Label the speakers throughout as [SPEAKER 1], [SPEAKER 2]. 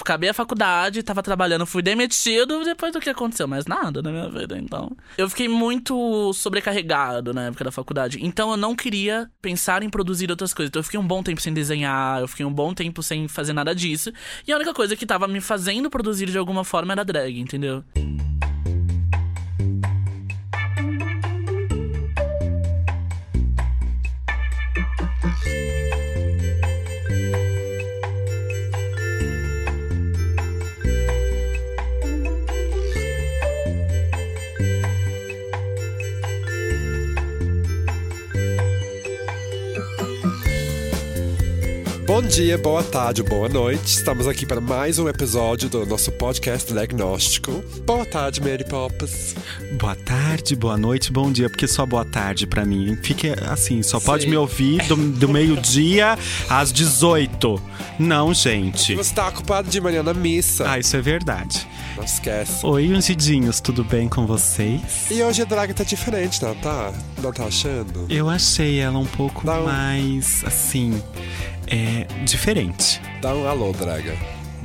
[SPEAKER 1] acabei a faculdade, tava trabalhando, fui demitido depois do que aconteceu, mas nada na minha vida, então. Eu fiquei muito sobrecarregado na época da faculdade, então eu não queria pensar em produzir outras coisas. Então eu fiquei um bom tempo sem desenhar, eu fiquei um bom tempo sem fazer nada disso, e a única coisa que tava me fazendo produzir de alguma forma era drag, entendeu?
[SPEAKER 2] Bom dia, boa tarde, boa noite. Estamos aqui para mais um episódio do nosso podcast Diagnóstico. Boa tarde, Mary Poppins.
[SPEAKER 3] Boa tarde, boa noite, bom dia, porque só boa tarde pra mim. Fique assim, só pode
[SPEAKER 2] Sim.
[SPEAKER 3] me ouvir do, do meio-dia às 18. Não, gente.
[SPEAKER 2] Você tá ocupado de manhã na missa.
[SPEAKER 3] Ah, isso é verdade.
[SPEAKER 2] Não esquece.
[SPEAKER 3] Oi, ungidinhos, tudo bem com vocês?
[SPEAKER 2] E hoje a drag tá diferente, não tá? Não tá achando?
[SPEAKER 3] Eu achei ela um pouco
[SPEAKER 2] Não.
[SPEAKER 3] mais, assim, é, diferente.
[SPEAKER 2] Dá um alô, draga.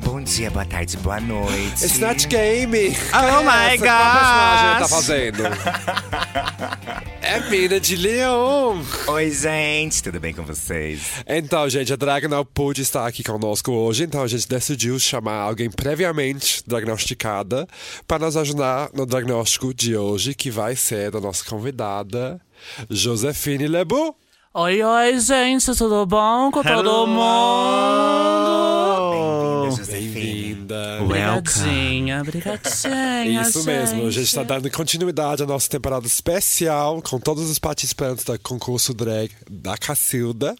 [SPEAKER 4] Bom dia, boa tarde, boa noite.
[SPEAKER 2] It's not game!
[SPEAKER 3] Oh my
[SPEAKER 2] Essa, Qual personagem ela tá
[SPEAKER 3] gosh.
[SPEAKER 2] fazendo? é Mina de Leão!
[SPEAKER 4] Oi, gente, tudo bem com vocês?
[SPEAKER 2] Então, gente, a Drag não pôde estar aqui conosco hoje, então a gente decidiu chamar alguém previamente diagnosticada para nos ajudar no diagnóstico de hoje, que vai ser da nossa convidada, Josefine Lebu.
[SPEAKER 1] Oi, oi, gente, tudo bom com todo mundo?
[SPEAKER 4] Bem-vinda, Josefine.
[SPEAKER 2] Bem-vinda.
[SPEAKER 3] Welcome.
[SPEAKER 1] Brigadinha, brigadinha.
[SPEAKER 2] Isso mesmo, a gente tá está dando continuidade à nossa temporada especial com todos os participantes do concurso drag da Cacilda.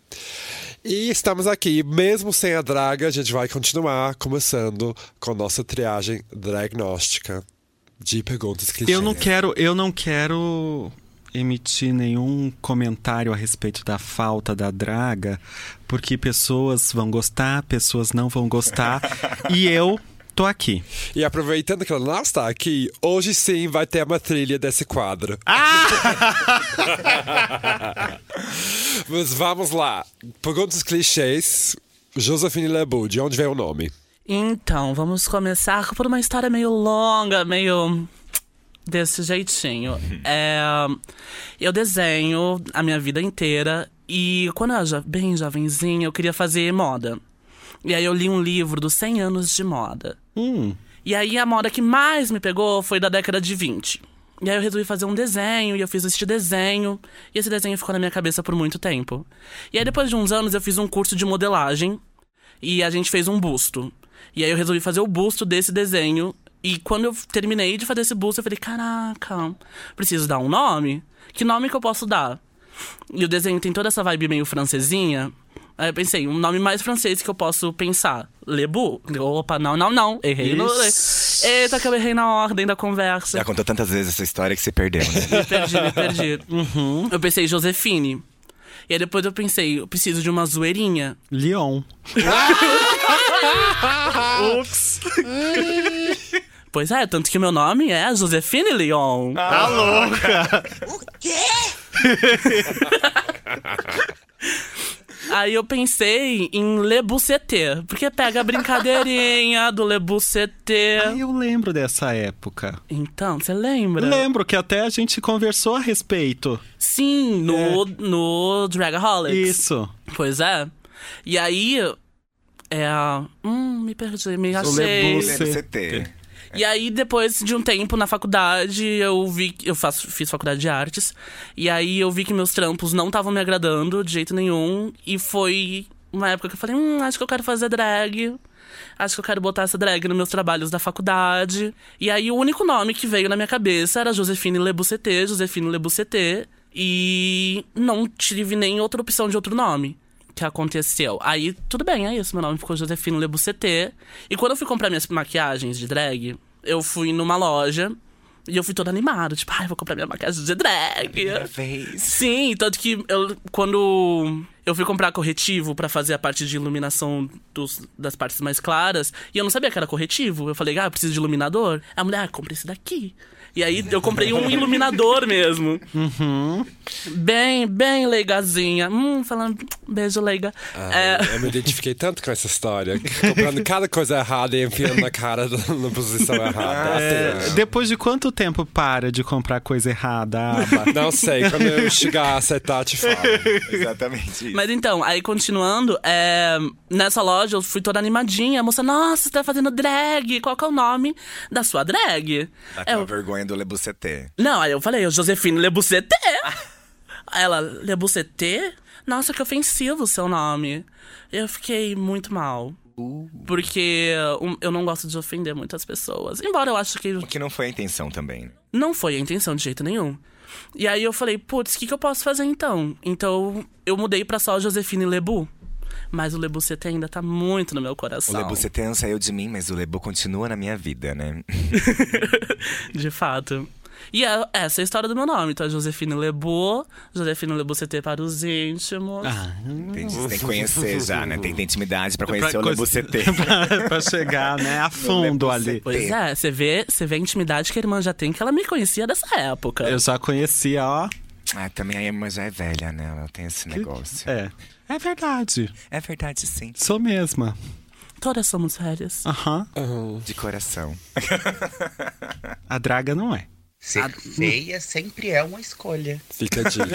[SPEAKER 2] E estamos aqui, mesmo sem a draga, a gente vai continuar começando com nossa triagem dragnóstica de perguntas clichês.
[SPEAKER 3] Eu não quero, eu não quero emitir nenhum comentário a respeito da falta da draga, porque pessoas vão gostar, pessoas não vão gostar, e eu tô aqui.
[SPEAKER 2] E aproveitando que ela não está aqui, hoje sim vai ter uma trilha desse quadro.
[SPEAKER 3] Ah!
[SPEAKER 2] Mas vamos lá. Perguntas clichês. Josephine Lebu, de onde vem o nome?
[SPEAKER 1] Então, vamos começar por uma história meio longa, meio. desse jeitinho. É, eu desenho a minha vida inteira e quando eu era jo- bem jovenzinha, eu queria fazer moda. E aí eu li um livro dos 100 anos de moda.
[SPEAKER 3] Hum,
[SPEAKER 1] E aí a moda que mais me pegou foi da década de 20. E aí eu resolvi fazer um desenho, e eu fiz este desenho, e esse desenho ficou na minha cabeça por muito tempo. E aí depois de uns anos eu fiz um curso de modelagem, e a gente fez um busto. E aí eu resolvi fazer o busto desse desenho, e quando eu terminei de fazer esse busto, eu falei, caraca, preciso dar um nome? Que nome que eu posso dar? E o desenho tem toda essa vibe meio francesinha. Aí eu pensei, um nome mais francês que eu posso pensar. Lebu. Opa, não, não, não. Errei no.
[SPEAKER 3] Ixi.
[SPEAKER 1] Eita, que eu errei na ordem da conversa.
[SPEAKER 4] Já contou tantas vezes essa história que você perdeu, né?
[SPEAKER 1] Me perdi, me perdi. Uhum. Eu pensei, Josefine. E aí depois eu pensei, eu preciso de uma zoeirinha.
[SPEAKER 3] Leon.
[SPEAKER 1] Pois é, tanto que meu nome é Josefine Leon. Aí eu pensei em Lebuceté, porque pega a brincadeirinha do
[SPEAKER 3] Ah,
[SPEAKER 1] Lebuceté.
[SPEAKER 3] eu lembro dessa época.
[SPEAKER 1] Então, você lembra?
[SPEAKER 3] Lembro que até a gente conversou a respeito.
[SPEAKER 1] Sim, no, no
[SPEAKER 4] É
[SPEAKER 1] Dragaholics.
[SPEAKER 3] Isso.
[SPEAKER 1] Pois é. E aí. É. Hum, me perdi, me achei.
[SPEAKER 3] Lebuce-
[SPEAKER 4] Lembra CT.
[SPEAKER 1] E aí, depois de um tempo na faculdade, eu vi que. Eu faço, fiz faculdade de artes. E aí eu vi que meus trampos não estavam me agradando de jeito nenhum. E foi uma época que eu falei, hum, acho que eu quero fazer drag. Acho que eu quero botar essa drag nos meus trabalhos da faculdade. E aí o único nome que veio na minha cabeça era Josefine Lebuceté, Josefine Lebuceté. E não tive nem outra opção de outro nome que aconteceu. Aí, tudo bem, é isso. Meu nome ficou Josefino Lebuceté. E quando eu fui comprar minhas maquiagens de drag, eu fui numa loja e eu fui toda animada. Tipo, ai, vou comprar minha maquiagem de drag.
[SPEAKER 4] Primeira vez.
[SPEAKER 1] Sim, tanto que eu, quando eu fui comprar corretivo pra fazer a parte de iluminação dos- das partes mais claras. E eu não sabia que era corretivo. Eu falei, ah, eu preciso de iluminador. A mulher, ah, compra esse daqui. E aí eu comprei um iluminador mesmo. Bem, bem leigazinha. Hum, falando, beijo leiga.
[SPEAKER 2] Ah,
[SPEAKER 1] É,
[SPEAKER 2] Eu me identifiquei tanto com essa história. Comprando cada coisa errada e enfiando na cara da- na posição errada.
[SPEAKER 3] É, depois de quanto tempo para de comprar coisa errada, a aba?
[SPEAKER 2] Não sei, quando eu chegar a acertar, te falo.
[SPEAKER 4] Exatamente isso.
[SPEAKER 1] Mas então, aí continuando, é, nessa loja eu fui toda animadinha. A moça, nossa, você tá fazendo drag. Qual que é o nome da sua drag?
[SPEAKER 4] Aquela
[SPEAKER 1] Eu-
[SPEAKER 4] Tá vergonha do Lebuceté.
[SPEAKER 1] Não, aí eu falei, eu, Josefine Lebuceté. Aí ela, Lebuceté? Nossa, que ofensivo o seu nome. Eu fiquei muito mal. Porque um, eu não gosto de ofender muitas pessoas. Embora eu acho que
[SPEAKER 4] Que não foi a intenção também.
[SPEAKER 1] não foi a intenção de jeito nenhum. E aí eu falei, putz, o que, que eu posso fazer então? Então eu mudei pra só Josefine Lebu. Mas o Lebu CT ainda tá muito no meu
[SPEAKER 4] O
[SPEAKER 1] coração.
[SPEAKER 4] Lebuceté saiu de mim, mas o Lebu continua na minha vida, né?
[SPEAKER 1] De fato. E é- essa é a história do meu nome. Então é Josefine Lebu, Josefine Lebu CT para os íntimos.
[SPEAKER 4] Entendi. Você tem que conhecer já, né? Tem que ter intimidade pra conhecer
[SPEAKER 3] Pra
[SPEAKER 4] o
[SPEAKER 3] coisa-
[SPEAKER 4] Lebuceté.
[SPEAKER 3] pra, pra chegar, né, a fundo ali.
[SPEAKER 1] Pois é, você vê, você vê a intimidade que a irmã já tem, que ela me conhecia dessa época.
[SPEAKER 3] Eu já conhecia, ó.
[SPEAKER 4] Ah, também a irmã já é velha, né? Ela tem esse negócio.
[SPEAKER 3] É. É verdade.
[SPEAKER 4] É verdade, sim.
[SPEAKER 3] Sou mesma.
[SPEAKER 1] Todas somos velhas.
[SPEAKER 3] Aham.
[SPEAKER 4] De coração.
[SPEAKER 3] A draga não é.
[SPEAKER 5] Ser feia sempre é uma escolha.
[SPEAKER 2] Fica a dica.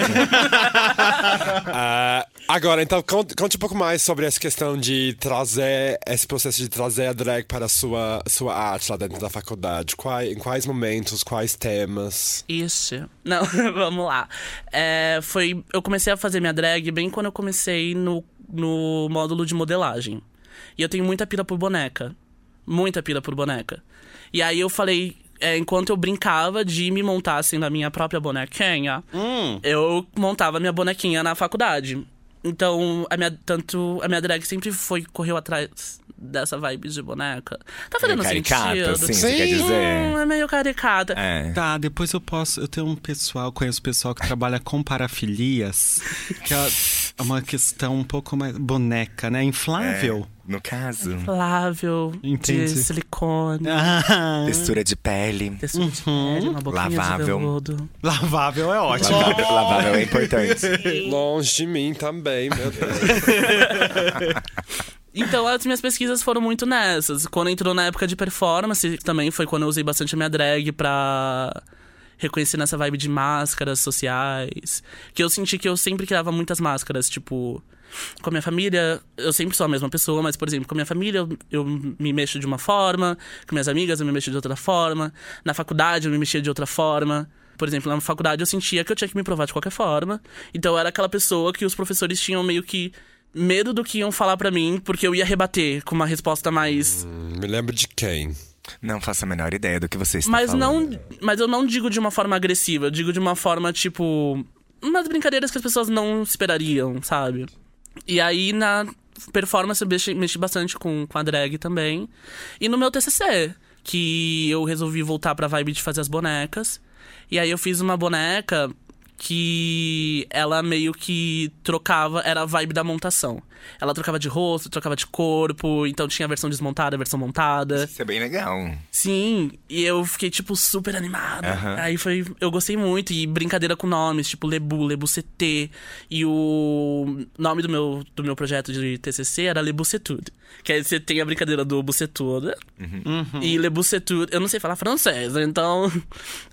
[SPEAKER 2] Ah, agora, então, conte, conte um pouco mais sobre essa questão de trazer, esse processo de trazer a drag para a sua, sua arte lá dentro da faculdade. Quai- em quais momentos, quais temas?
[SPEAKER 1] Ixi. Não, vamos lá. É, foi, eu comecei a fazer minha drag bem quando eu comecei no, no módulo de modelagem. E eu tenho muita pira por boneca. Muita pira por boneca. E aí eu falei, é, enquanto eu brincava de me montar assim na minha própria bonequinha,
[SPEAKER 4] Hum.
[SPEAKER 1] eu montava minha bonequinha na faculdade. Então, a minha, tanto a minha drag sempre foi, correu atrás dessa vibe de boneca. Tá fazendo
[SPEAKER 4] Caricata,
[SPEAKER 1] sentido?
[SPEAKER 4] sim, você quer dizer.
[SPEAKER 1] Hum, é meio caricata.
[SPEAKER 4] É.
[SPEAKER 3] Tá, depois eu posso. Eu tenho um pessoal, conheço pessoal que trabalha com parafilias, que é uma questão um pouco mais. boneca, né? Inflável.
[SPEAKER 4] É. No caso,
[SPEAKER 1] Inflável,
[SPEAKER 3] Entendi.
[SPEAKER 1] de silicone,
[SPEAKER 3] Ah,
[SPEAKER 4] textura de pele.
[SPEAKER 1] tecido de pele, uma boquinha
[SPEAKER 4] Lavável.
[SPEAKER 1] de veludo.
[SPEAKER 3] lavável é ótimo.
[SPEAKER 4] Lavável, lavável é importante.
[SPEAKER 2] Longe de mim também, meu Deus.
[SPEAKER 1] Então as minhas pesquisas foram muito nessas. Quando entrou na época de performance, também foi quando eu usei bastante a minha drag pra reconhecer nessa vibe de máscaras sociais. Que eu senti que eu sempre criava muitas máscaras, tipo... Com a minha família, eu sempre sou a mesma pessoa, mas, por exemplo, com a minha família eu, eu me mexo de uma forma, com minhas amigas eu me mexo de outra forma, na faculdade eu me mexia de outra forma. Por exemplo, na faculdade eu sentia que eu tinha que me provar de qualquer forma. Então eu era aquela pessoa que os professores tinham meio que medo do que iam falar pra mim, porque eu ia rebater com uma resposta mais.
[SPEAKER 2] Me lembro de quem?
[SPEAKER 4] Não faço a menor ideia do que você está
[SPEAKER 1] mas
[SPEAKER 4] falando.
[SPEAKER 1] não. Mas eu não digo de uma forma agressiva, eu digo de uma forma, tipo. Umas brincadeiras que as pessoas não esperariam, sabe? E aí na performance eu mexi, mexi bastante com, com a drag também. E no meu TCC, que eu resolvi voltar pra vibe de fazer as bonecas. E aí eu fiz uma boneca que ela meio que trocava, era a vibe da montação. Ela trocava de rosto, trocava de corpo, então tinha a versão desmontada, a versão montada.
[SPEAKER 4] Isso é bem legal.
[SPEAKER 1] Sim, e eu fiquei, tipo, super animada. Aí foi. Eu gostei muito. E brincadeira com nomes, tipo Lebu, Lebu CT. E o nome do meu, do meu projeto de TCC era Lebucetude. Que aí você tem a brincadeira do Bucetuda. E Lebucetude. Eu não sei falar francês, então.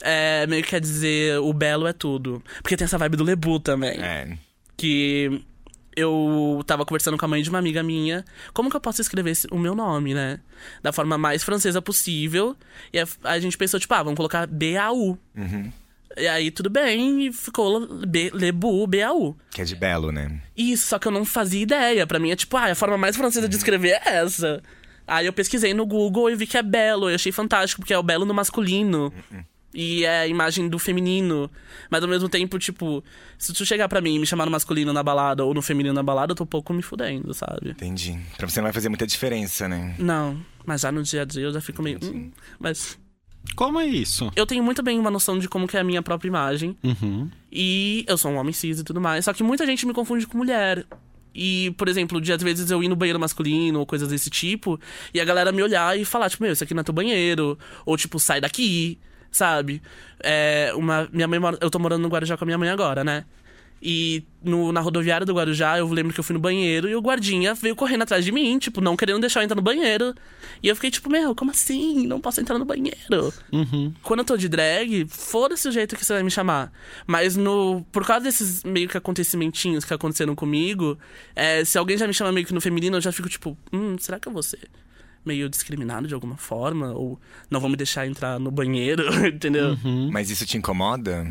[SPEAKER 1] É, meio que quer dizer o belo é tudo. Porque tem essa vibe do Lebu também
[SPEAKER 4] É.
[SPEAKER 1] que eu tava conversando com a mãe de uma amiga minha. Como que eu posso escrever esse- o meu nome, né? Da forma mais francesa possível. E a, a gente pensou, tipo, ah, vamos colocar B-A-U. E aí, tudo bem, e ficou B, Lebu, B-A-U.
[SPEAKER 4] Que é de belo, né?
[SPEAKER 1] Isso, só que eu não fazia ideia. Pra mim é tipo, ah, a forma mais francesa de escrever é essa. Aí eu pesquisei no Google e vi que é belo. Eu achei fantástico, porque é o belo no masculino. E é a imagem do feminino. Mas ao mesmo tempo, tipo, se tu chegar pra mim e me chamar no masculino na balada ou no feminino na balada, eu tô um pouco me fudendo, sabe?
[SPEAKER 4] Entendi. Pra você não vai fazer muita diferença, né?
[SPEAKER 1] Não, mas já no dia a dia eu já fico meio. "Hum", mas
[SPEAKER 3] Como é isso?
[SPEAKER 1] eu tenho muito bem uma noção de como que é a minha própria imagem.
[SPEAKER 3] Uhum.
[SPEAKER 1] E eu sou um homem cis e tudo mais. Só que muita gente me confunde com mulher. E, por exemplo, de às vezes eu ir no banheiro masculino ou coisas desse tipo, e a galera me olhar e falar, tipo, meu, isso aqui não é teu banheiro. Ou, tipo, sai daqui, sabe? É, uma, minha mãe mora- eu tô morando no Guarujá com a minha mãe agora, né? E no- na rodoviária do Guarujá, eu lembro que eu fui no banheiro e o guardinha veio correndo atrás de mim, tipo, não querendo deixar eu entrar no banheiro. E eu fiquei tipo, meu, como assim? Não posso entrar no banheiro. Quando eu tô de drag, foda-se o jeito que você vai me chamar. Mas no por causa desses meio que acontecimentinhos que aconteceram comigo, é, se alguém já me chama meio que no feminino, eu já fico tipo, hum, será que eu vou ser meio discriminado de alguma forma? Ou não vão me deixar entrar no banheiro, entendeu?
[SPEAKER 4] Mas isso te incomoda?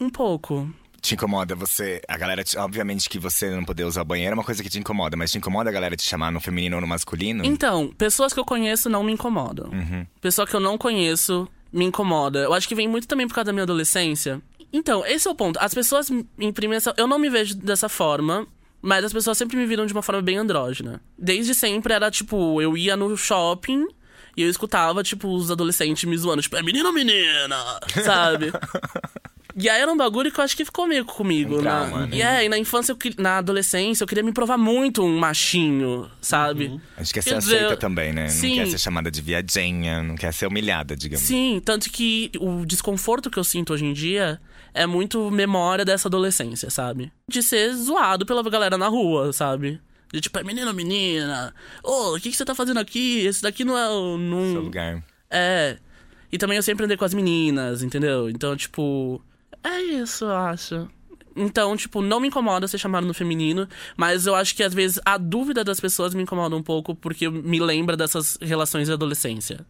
[SPEAKER 1] Um pouco.
[SPEAKER 4] Te incomoda você. A galera. te- Obviamente que você não poder usar banheiro é uma coisa que te incomoda, mas te incomoda a galera te chamar no feminino ou no masculino?
[SPEAKER 1] Então, pessoas que eu conheço não me incomodam.
[SPEAKER 4] Uhum.
[SPEAKER 1] Pessoa que eu não conheço me incomoda. Eu acho que vem muito também por causa da minha adolescência. Então, esse é o ponto. As pessoas me imprimem essa. Eu não me vejo dessa forma. Mas as pessoas sempre me viram de uma forma bem andrógena. Desde sempre era tipo, eu ia no shopping e eu escutava, tipo, os adolescentes me zoando, tipo, é menino ou menina? Sabe? E aí era um bagulho que eu acho que ficou meio comigo.
[SPEAKER 4] Um
[SPEAKER 1] na-
[SPEAKER 4] trauma, né?
[SPEAKER 1] E é, e na infância, eu que- na adolescência, eu queria me provar muito um machinho, sabe?
[SPEAKER 4] Acho que é ser
[SPEAKER 1] Quer dizer,
[SPEAKER 4] aceita também, né?
[SPEAKER 1] sim.
[SPEAKER 4] Não quer ser chamada de viadinha, não quer ser humilhada, digamos.
[SPEAKER 1] Sim, tanto que o desconforto que eu sinto hoje em dia é muito memória dessa adolescência, sabe? De ser zoado pela galera na rua, sabe? De tipo, é menino ou menina? Ô, o que, que você tá fazendo aqui? Esse daqui não é o.
[SPEAKER 4] Seu
[SPEAKER 1] Não...
[SPEAKER 4] lugar.
[SPEAKER 1] É. E também eu sempre andei com as meninas, entendeu? Então, tipo. É isso, eu acho. Então, tipo, não me incomoda ser chamado no feminino, mas eu acho que às vezes a dúvida das pessoas me incomoda um pouco porque me lembra dessas relações de adolescência.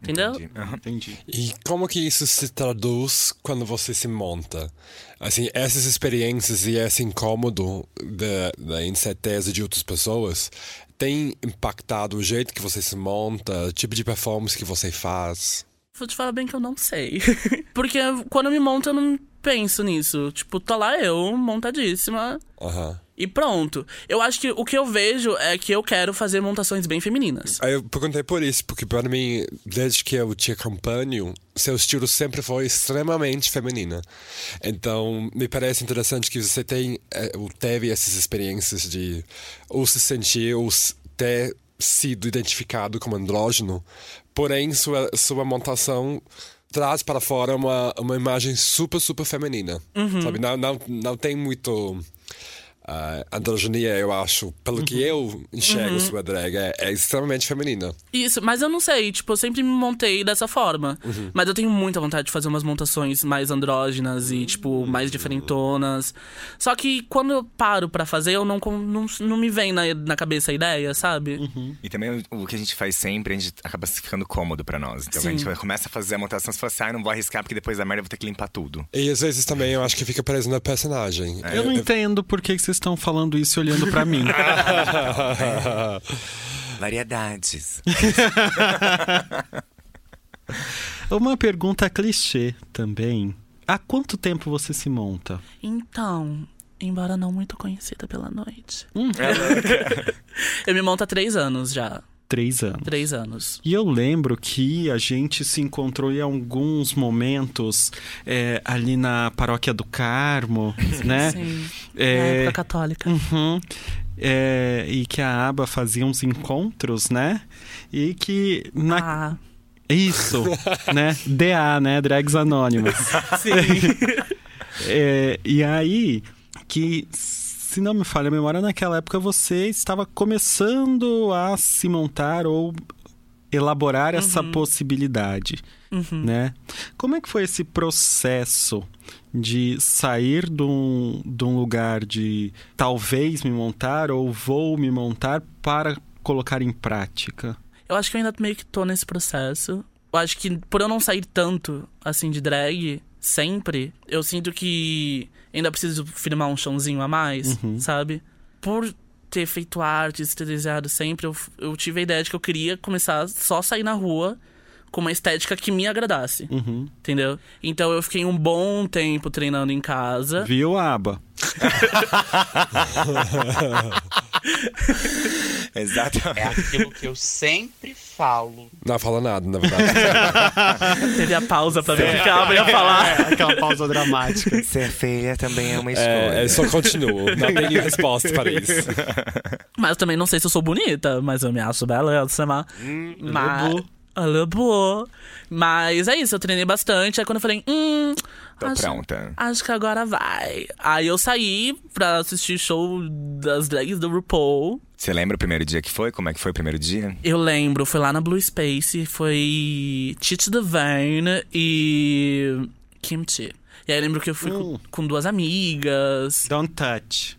[SPEAKER 1] Entendeu?
[SPEAKER 4] Entendi. Aham.
[SPEAKER 3] Entendi.
[SPEAKER 2] E como que isso se traduz quando você se monta? Assim, essas experiências e esse incômodo da, da incerteza de outras pessoas tem impactado o jeito que você se monta, o tipo de performance que você faz?
[SPEAKER 1] Vou te falar bem que eu não sei. Porque quando eu me monto, eu não penso nisso. Tipo, tô lá eu, montadíssima,
[SPEAKER 2] Aham.
[SPEAKER 1] e pronto. Eu acho que o que eu vejo é que eu quero fazer montações bem femininas.
[SPEAKER 2] Aí eu perguntei por isso, porque para mim, desde que eu te acompanho, seu estilo sempre foi extremamente feminina. Então, me parece interessante que você tem, eh, ou teve essas experiências de ou se sentir ou s- ter sido identificado como andrógeno, porém sua, sua montação traz para fora uma, uma imagem super, super feminina. Sabe? Não, não, não tem muito. A androgenia, eu acho, pelo que eu enxergo sua drag, é, é extremamente feminina.
[SPEAKER 1] Isso, mas eu não sei, tipo, eu sempre me montei dessa forma. Mas eu tenho muita vontade de fazer umas montações mais andrógenas e, tipo, mais diferentonas. Só que quando eu paro pra fazer, eu não, con- não, não me vem na, na cabeça a ideia, sabe?
[SPEAKER 4] E também o o que a gente faz sempre, a gente acaba se ficando cômodo pra nós. Então a gente vai- começa a fazer a montação, se fala assim, ah, não vou arriscar, porque depois da merda eu vou ter que limpar tudo.
[SPEAKER 2] E às vezes também eu acho que fica preso na personagem.
[SPEAKER 3] É. Eu não entendo por que que vocês estão falando isso e olhando pra mim.
[SPEAKER 4] Variedades.
[SPEAKER 3] Uma pergunta clichê também. Há quanto tempo você se monta?
[SPEAKER 1] Então, embora não muito conhecida pela noite.
[SPEAKER 3] Hum.
[SPEAKER 1] eu me monto há três anos já.
[SPEAKER 3] Três anos.
[SPEAKER 1] Três anos.
[SPEAKER 3] E eu lembro que a gente se encontrou em alguns momentos é, ali na paróquia do Carmo, né?
[SPEAKER 1] Sim. Na
[SPEAKER 3] É,
[SPEAKER 1] época católica.
[SPEAKER 3] Uhum. É, e que a aba fazia uns encontros, né? E que. Na...
[SPEAKER 1] Ah,
[SPEAKER 3] Isso, né? DA, né? Drags Anônimas.
[SPEAKER 1] sim.
[SPEAKER 3] É, e aí, que se não me falha a memória, naquela época você estava começando a se montar ou elaborar essa possibilidade, né? Como é que foi esse processo de sair de um, de um lugar de talvez me montar ou vou me montar para colocar em prática?
[SPEAKER 1] eu acho que eu ainda meio que tô nesse processo. Eu acho que por eu não sair tanto, assim, de drag, sempre, eu sinto que ainda preciso firmar um chãozinho a mais, sabe? Por ter feito artes, ter desenhado sempre, eu, eu tive a ideia de que eu queria começar só a sair na rua com uma estética que me agradasse. Entendeu? Então eu fiquei um bom tempo treinando em casa.
[SPEAKER 3] Viu, Aba?
[SPEAKER 5] É
[SPEAKER 4] Exatamente.
[SPEAKER 5] aquilo que eu sempre falo.
[SPEAKER 2] Não fala nada, na verdade.
[SPEAKER 1] Teve a pausa pra ver o que
[SPEAKER 2] Ah,
[SPEAKER 1] a Abra ia falar.
[SPEAKER 3] É, aquela pausa dramática.
[SPEAKER 4] Ser feia também é uma
[SPEAKER 2] é, eu só continuo. Não tenho resposta para isso.
[SPEAKER 1] Mas também não sei se eu sou bonita, mas eu me acho bela, eu sei lá. Mas... Alô, boa. Mas é isso, eu treinei bastante. Aí quando eu falei, hum.
[SPEAKER 4] Tô pronta.
[SPEAKER 1] Acho que agora vai. Aí eu saí pra assistir show das drags do RuPaul.
[SPEAKER 4] Você lembra o primeiro dia que foi? Como é que foi o primeiro dia?
[SPEAKER 1] Eu lembro, foi lá na Blue Space, foi Titi Devane e Kimchi. E aí eu lembro que eu fui com- com, duas amigas.
[SPEAKER 3] Don't touch.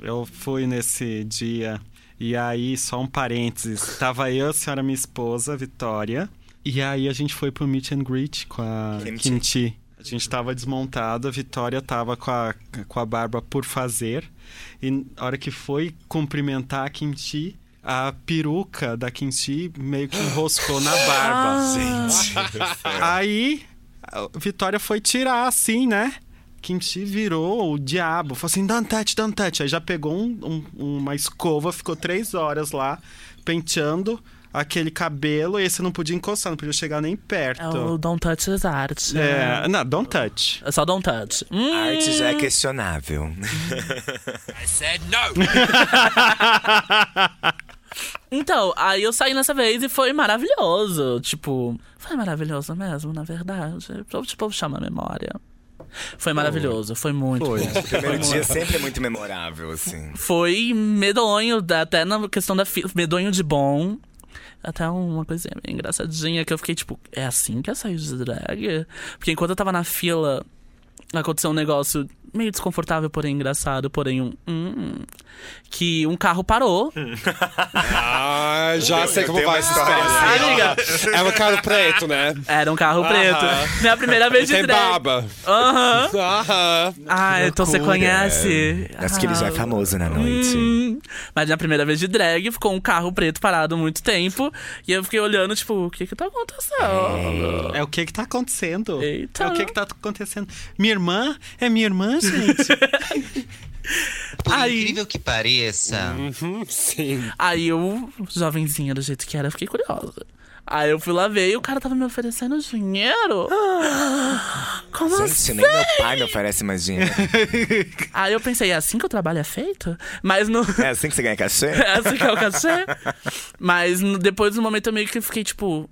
[SPEAKER 3] Eu fui nesse dia. E aí, só um parênteses. Tava eu, a senhora minha esposa, Vitória. E aí a gente foi pro meet and greet com a
[SPEAKER 4] Kimchi.
[SPEAKER 3] Kimchi. A gente tava desmontado, a Vitória tava com a, com a barba por fazer. E na hora que foi cumprimentar a Kimchi, a peruca da Kimchi meio que enroscou na barba. Aí, a Vitória foi tirar, assim, né? Kimchi virou o diabo. Falou assim, Dantete, Dantete. Aí já pegou um- um- uma escova, ficou três horas lá, penteando aquele cabelo. E esse não podia encostar, não podia chegar nem
[SPEAKER 1] É o
[SPEAKER 3] perto.
[SPEAKER 1] Don't Touch is Art. né?
[SPEAKER 3] É, não, don't touch.
[SPEAKER 1] É só Don't Touch. Hum,
[SPEAKER 4] Arte já é questionável.
[SPEAKER 1] Então, aí eu saí nessa vez e foi maravilhoso. Tipo, foi maravilhoso mesmo, na verdade. Pra, Tipo, puxar na memória. Foi maravilhoso, foi muito.
[SPEAKER 3] Foi.
[SPEAKER 1] bom.
[SPEAKER 4] primeiro dia sempre é muito memorável, assim.
[SPEAKER 1] Foi medonho, da- até na questão da fila. Medonho de bom. Até uma coisinha meio engraçadinha que eu fiquei tipo, é assim que eu saio de drag? Porque enquanto eu tava na fila, aconteceu um negócio meio desconfortável, porém engraçado, porém um. hum, hum, que um carro parou.
[SPEAKER 2] Ah, já sei
[SPEAKER 4] eu
[SPEAKER 2] como
[SPEAKER 4] tenho
[SPEAKER 2] vai
[SPEAKER 4] uma
[SPEAKER 2] essa
[SPEAKER 4] história
[SPEAKER 2] história.
[SPEAKER 1] Amiga,
[SPEAKER 2] É um cara preto, né?
[SPEAKER 1] era um carro preto. Minha primeira vez de
[SPEAKER 2] Tem
[SPEAKER 1] drag.
[SPEAKER 2] baba.
[SPEAKER 1] Aham.
[SPEAKER 2] Aham.
[SPEAKER 1] Ah, então você conhece.
[SPEAKER 4] Acho que ele já é famoso na noite.
[SPEAKER 1] Hum. Mas na primeira vez de drag, ficou um carro preto parado muito tempo. E eu fiquei olhando, tipo, o que que tá acontecendo?
[SPEAKER 3] É o que que tá acontecendo?
[SPEAKER 1] Eita.
[SPEAKER 3] É o que que tá acontecendo? Minha irmã? É minha irmã, gente?
[SPEAKER 6] Por
[SPEAKER 1] Aí.
[SPEAKER 6] incrível que pareça,
[SPEAKER 2] Uhum, Sim.
[SPEAKER 1] Aí eu, jovenzinha do jeito que era, fiquei curiosa. Aí eu fui lá ver e o cara tava me oferecendo dinheiro. Como
[SPEAKER 4] Gente,
[SPEAKER 1] assim?
[SPEAKER 4] nem meu pai me oferece mais dinheiro.
[SPEAKER 1] Aí eu pensei, é assim que o trabalho é feito? Mas no.
[SPEAKER 4] É assim que você ganha cachê?
[SPEAKER 1] É assim que é o cachê. Mas no- depois no momento eu meio que fiquei, tipo,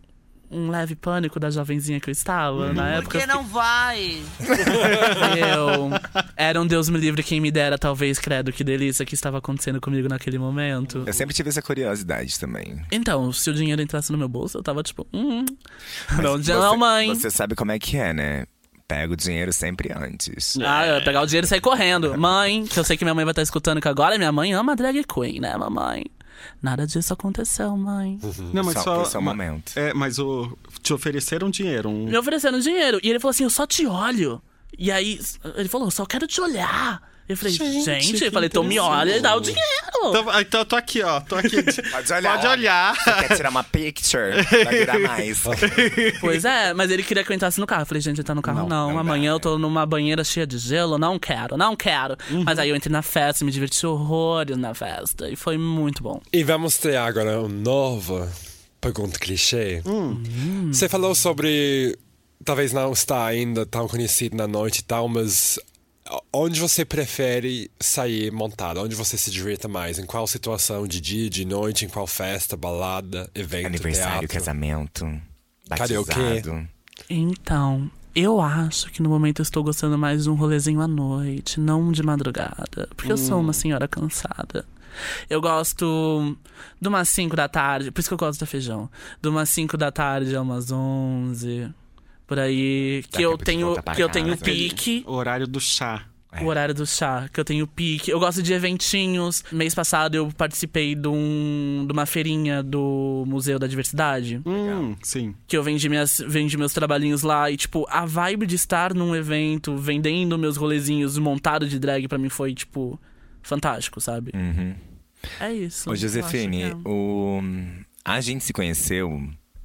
[SPEAKER 1] um leve pânico da jovenzinha que eu estava na época. eu
[SPEAKER 5] Porque Hum. não vai?
[SPEAKER 1] Eu era um Deus me livre quem me dera, talvez, credo, que delícia que estava acontecendo comigo naquele momento.
[SPEAKER 4] Eu sempre tive essa curiosidade também.
[SPEAKER 1] Então, se o dinheiro entrasse no meu bolso, eu tava tipo, hum, pra onde
[SPEAKER 4] Você-
[SPEAKER 1] não, mãe?
[SPEAKER 4] Você sabe como é que é, né? Pega o dinheiro sempre antes.
[SPEAKER 1] Ah, eu ia pegar o dinheiro e sair correndo. Mãe, que eu sei que minha mãe vai estar escutando que agora minha mãe ama drag queen, né, mamãe? Nada disso aconteceu, mãe.
[SPEAKER 3] Não, mas
[SPEAKER 4] Só-
[SPEAKER 3] só...
[SPEAKER 4] só um momento.
[SPEAKER 3] É, mas o... te ofereceram dinheiro. Um...
[SPEAKER 1] Me oferecendo dinheiro. E ele falou assim: eu só te olho. E aí, ele falou: eu só quero te olhar. Eu falei, gente,
[SPEAKER 3] Gente,
[SPEAKER 1] eu
[SPEAKER 3] que
[SPEAKER 1] falei, então me olha e dá o dinheiro.
[SPEAKER 3] Então, ah, então eu tô aqui, ó. Tô aqui.
[SPEAKER 4] Pode olhar.
[SPEAKER 3] Pode olhar.
[SPEAKER 4] Você quer tirar uma picture? Vai virar mais.
[SPEAKER 1] Pois é, mas ele queria que eu entrasse no carro. Eu falei, gente, ele tá no carro, não.
[SPEAKER 4] não dá,
[SPEAKER 1] Amanhã eu tô numa banheira cheia de gelo, não quero, não quero. Mas aí eu entrei na festa, me diverti horrores na festa. E foi muito bom.
[SPEAKER 2] E vamos ter agora um novo pergunta clichê. Você falou sobre talvez não está ainda tão conhecido na noite e tal, mas onde você prefere sair montada? Onde você se divirta mais? Em qual situação? De dia, de noite? Em qual festa, balada, evento,
[SPEAKER 4] Aniversário,
[SPEAKER 2] teatro?
[SPEAKER 4] casamento, batizado.
[SPEAKER 2] Karaokê.
[SPEAKER 1] Então, eu acho que no momento eu estou gostando mais de um rolezinho à noite, não de madrugada. Porque eu sou
[SPEAKER 4] Hum.
[SPEAKER 1] uma senhora cansada. Eu gosto de umas 5 da tarde, por isso que eu gosto da feijão. De umas 5 da tarde a umas 11, por aí.
[SPEAKER 4] Dá
[SPEAKER 1] que eu
[SPEAKER 4] tempo de
[SPEAKER 1] tenho,
[SPEAKER 4] voltar pra
[SPEAKER 1] que eu tenho
[SPEAKER 4] casa. né?
[SPEAKER 1] pique.
[SPEAKER 3] O horário do chá.
[SPEAKER 4] É.
[SPEAKER 1] O horário do chá, que eu tenho pique. Eu gosto de eventinhos. Mês passado eu participei de, um, de uma feirinha do Museu da Diversidade
[SPEAKER 3] Hum, sim.
[SPEAKER 1] que eu vendi, minhas, vendi meus trabalhinhos lá e, tipo, a vibe de estar num evento, vendendo meus rolezinhos montado de drag pra mim foi, tipo, fantástico, sabe?
[SPEAKER 4] Uhum.
[SPEAKER 1] É isso.
[SPEAKER 4] Ô,
[SPEAKER 1] eu acho que
[SPEAKER 4] Josefine,
[SPEAKER 1] é.
[SPEAKER 4] o... a gente se conheceu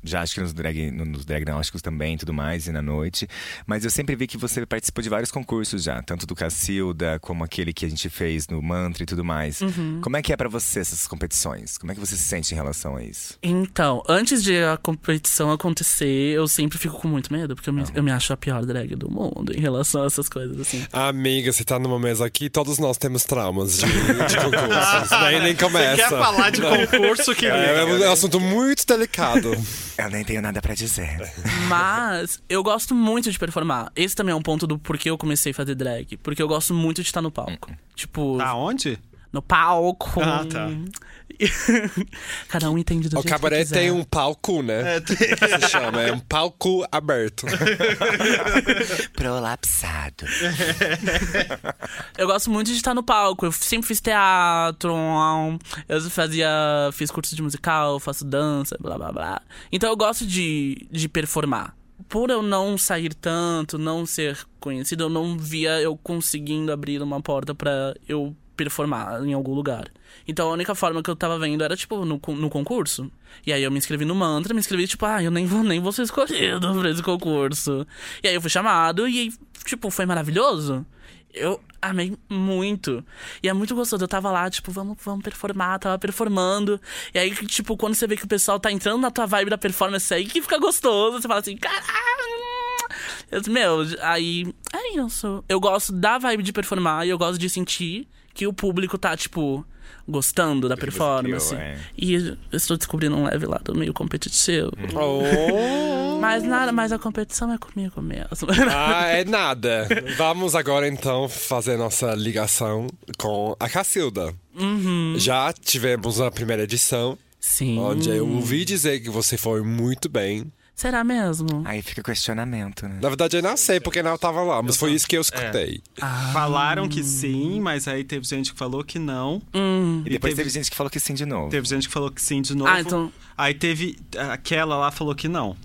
[SPEAKER 4] já acho que nos drag, no- nos drag náuticos também e tudo mais, e na noite. Mas eu sempre vi que você participou de vários concursos já, tanto do Cacilda, como aquele que a gente fez no Mantra e tudo mais.
[SPEAKER 3] Uhum.
[SPEAKER 4] Como é que é pra você essas competições? Como é que você se sente em relação a isso?
[SPEAKER 1] Então, antes de a competição acontecer, eu sempre fico com muito medo, porque eu me, eu me acho a pior drag do mundo em relação a essas coisas, assim.
[SPEAKER 2] Amiga, você tá numa mesa aqui, todos nós temos traumas de, de concursos. Daí nem começa.
[SPEAKER 3] Você quer falar de concurso,
[SPEAKER 2] É, é
[SPEAKER 3] querida?
[SPEAKER 2] um assunto muito delicado.
[SPEAKER 4] Eu nem tenho nada pra dizer.
[SPEAKER 1] Mas eu gosto muito de performar. Esse também é um ponto do porquê eu comecei a fazer drag. Porque eu gosto muito de estar no palco.
[SPEAKER 4] Hum.
[SPEAKER 1] Tipo,
[SPEAKER 4] Ah,
[SPEAKER 3] Aonde?
[SPEAKER 1] no palco.
[SPEAKER 3] Ah, tá.
[SPEAKER 1] Cada um entende do
[SPEAKER 2] o
[SPEAKER 1] jeito que
[SPEAKER 2] cabaré
[SPEAKER 1] quiser.
[SPEAKER 2] tem um palco, né? Se chama, é um palco aberto.
[SPEAKER 4] Prolapsado.
[SPEAKER 1] Eu gosto muito de estar no palco. Eu sempre fiz teatro, um, eu fazia, fiz curso de musical, faço dança, blá blá blá. Então eu gosto de, de performar. Por eu não sair tanto, não ser conhecido, eu não via eu conseguindo abrir uma porta pra eu performar em algum lugar. Então a única forma que eu tava vendo era, tipo, no, con- no concurso. E aí eu me inscrevi no Mantra, me inscrevi, tipo, ah, eu nem vou, nem vou ser escolhido pra esse concurso. E aí eu fui chamado e, tipo, foi maravilhoso. Eu amei muito. E é muito gostoso. Eu tava lá, tipo, vamos, vamos performar, tava performando. E aí, tipo, quando você vê que o pessoal tá entrando na tua vibe da performance aí, que fica gostoso. Você fala assim, caralho! Eu, meu, aí. É isso. Eu gosto da vibe de performar e eu gosto de sentir que o público tá, tipo, gostando da
[SPEAKER 4] que você
[SPEAKER 1] performance.
[SPEAKER 4] criou, é.
[SPEAKER 1] E eu estou descobrindo um leve lado meio competitivo. Oh. Mas nada, mas a competição é comigo mesmo.
[SPEAKER 2] Ah, é nada. Vamos agora então fazer nossa ligação com a Cacilda.
[SPEAKER 1] Uhum.
[SPEAKER 2] Já tivemos a primeira edição,
[SPEAKER 1] Sim.
[SPEAKER 2] onde eu
[SPEAKER 1] Hum.
[SPEAKER 2] ouvi dizer que você foi muito bem.
[SPEAKER 1] Será mesmo?
[SPEAKER 4] Aí fica o questionamento, né?
[SPEAKER 2] Na verdade, eu não sei porque não tava lá, mas foi isso que
[SPEAKER 1] É.
[SPEAKER 2] eu escutei.
[SPEAKER 3] Falaram que sim, mas aí teve gente que falou que não.
[SPEAKER 4] E depois teve... gente que falou que sim de novo.
[SPEAKER 3] Teve gente que falou que sim de novo.
[SPEAKER 1] Hum. Ah, então-
[SPEAKER 3] Aí teve aquela lá falou que não.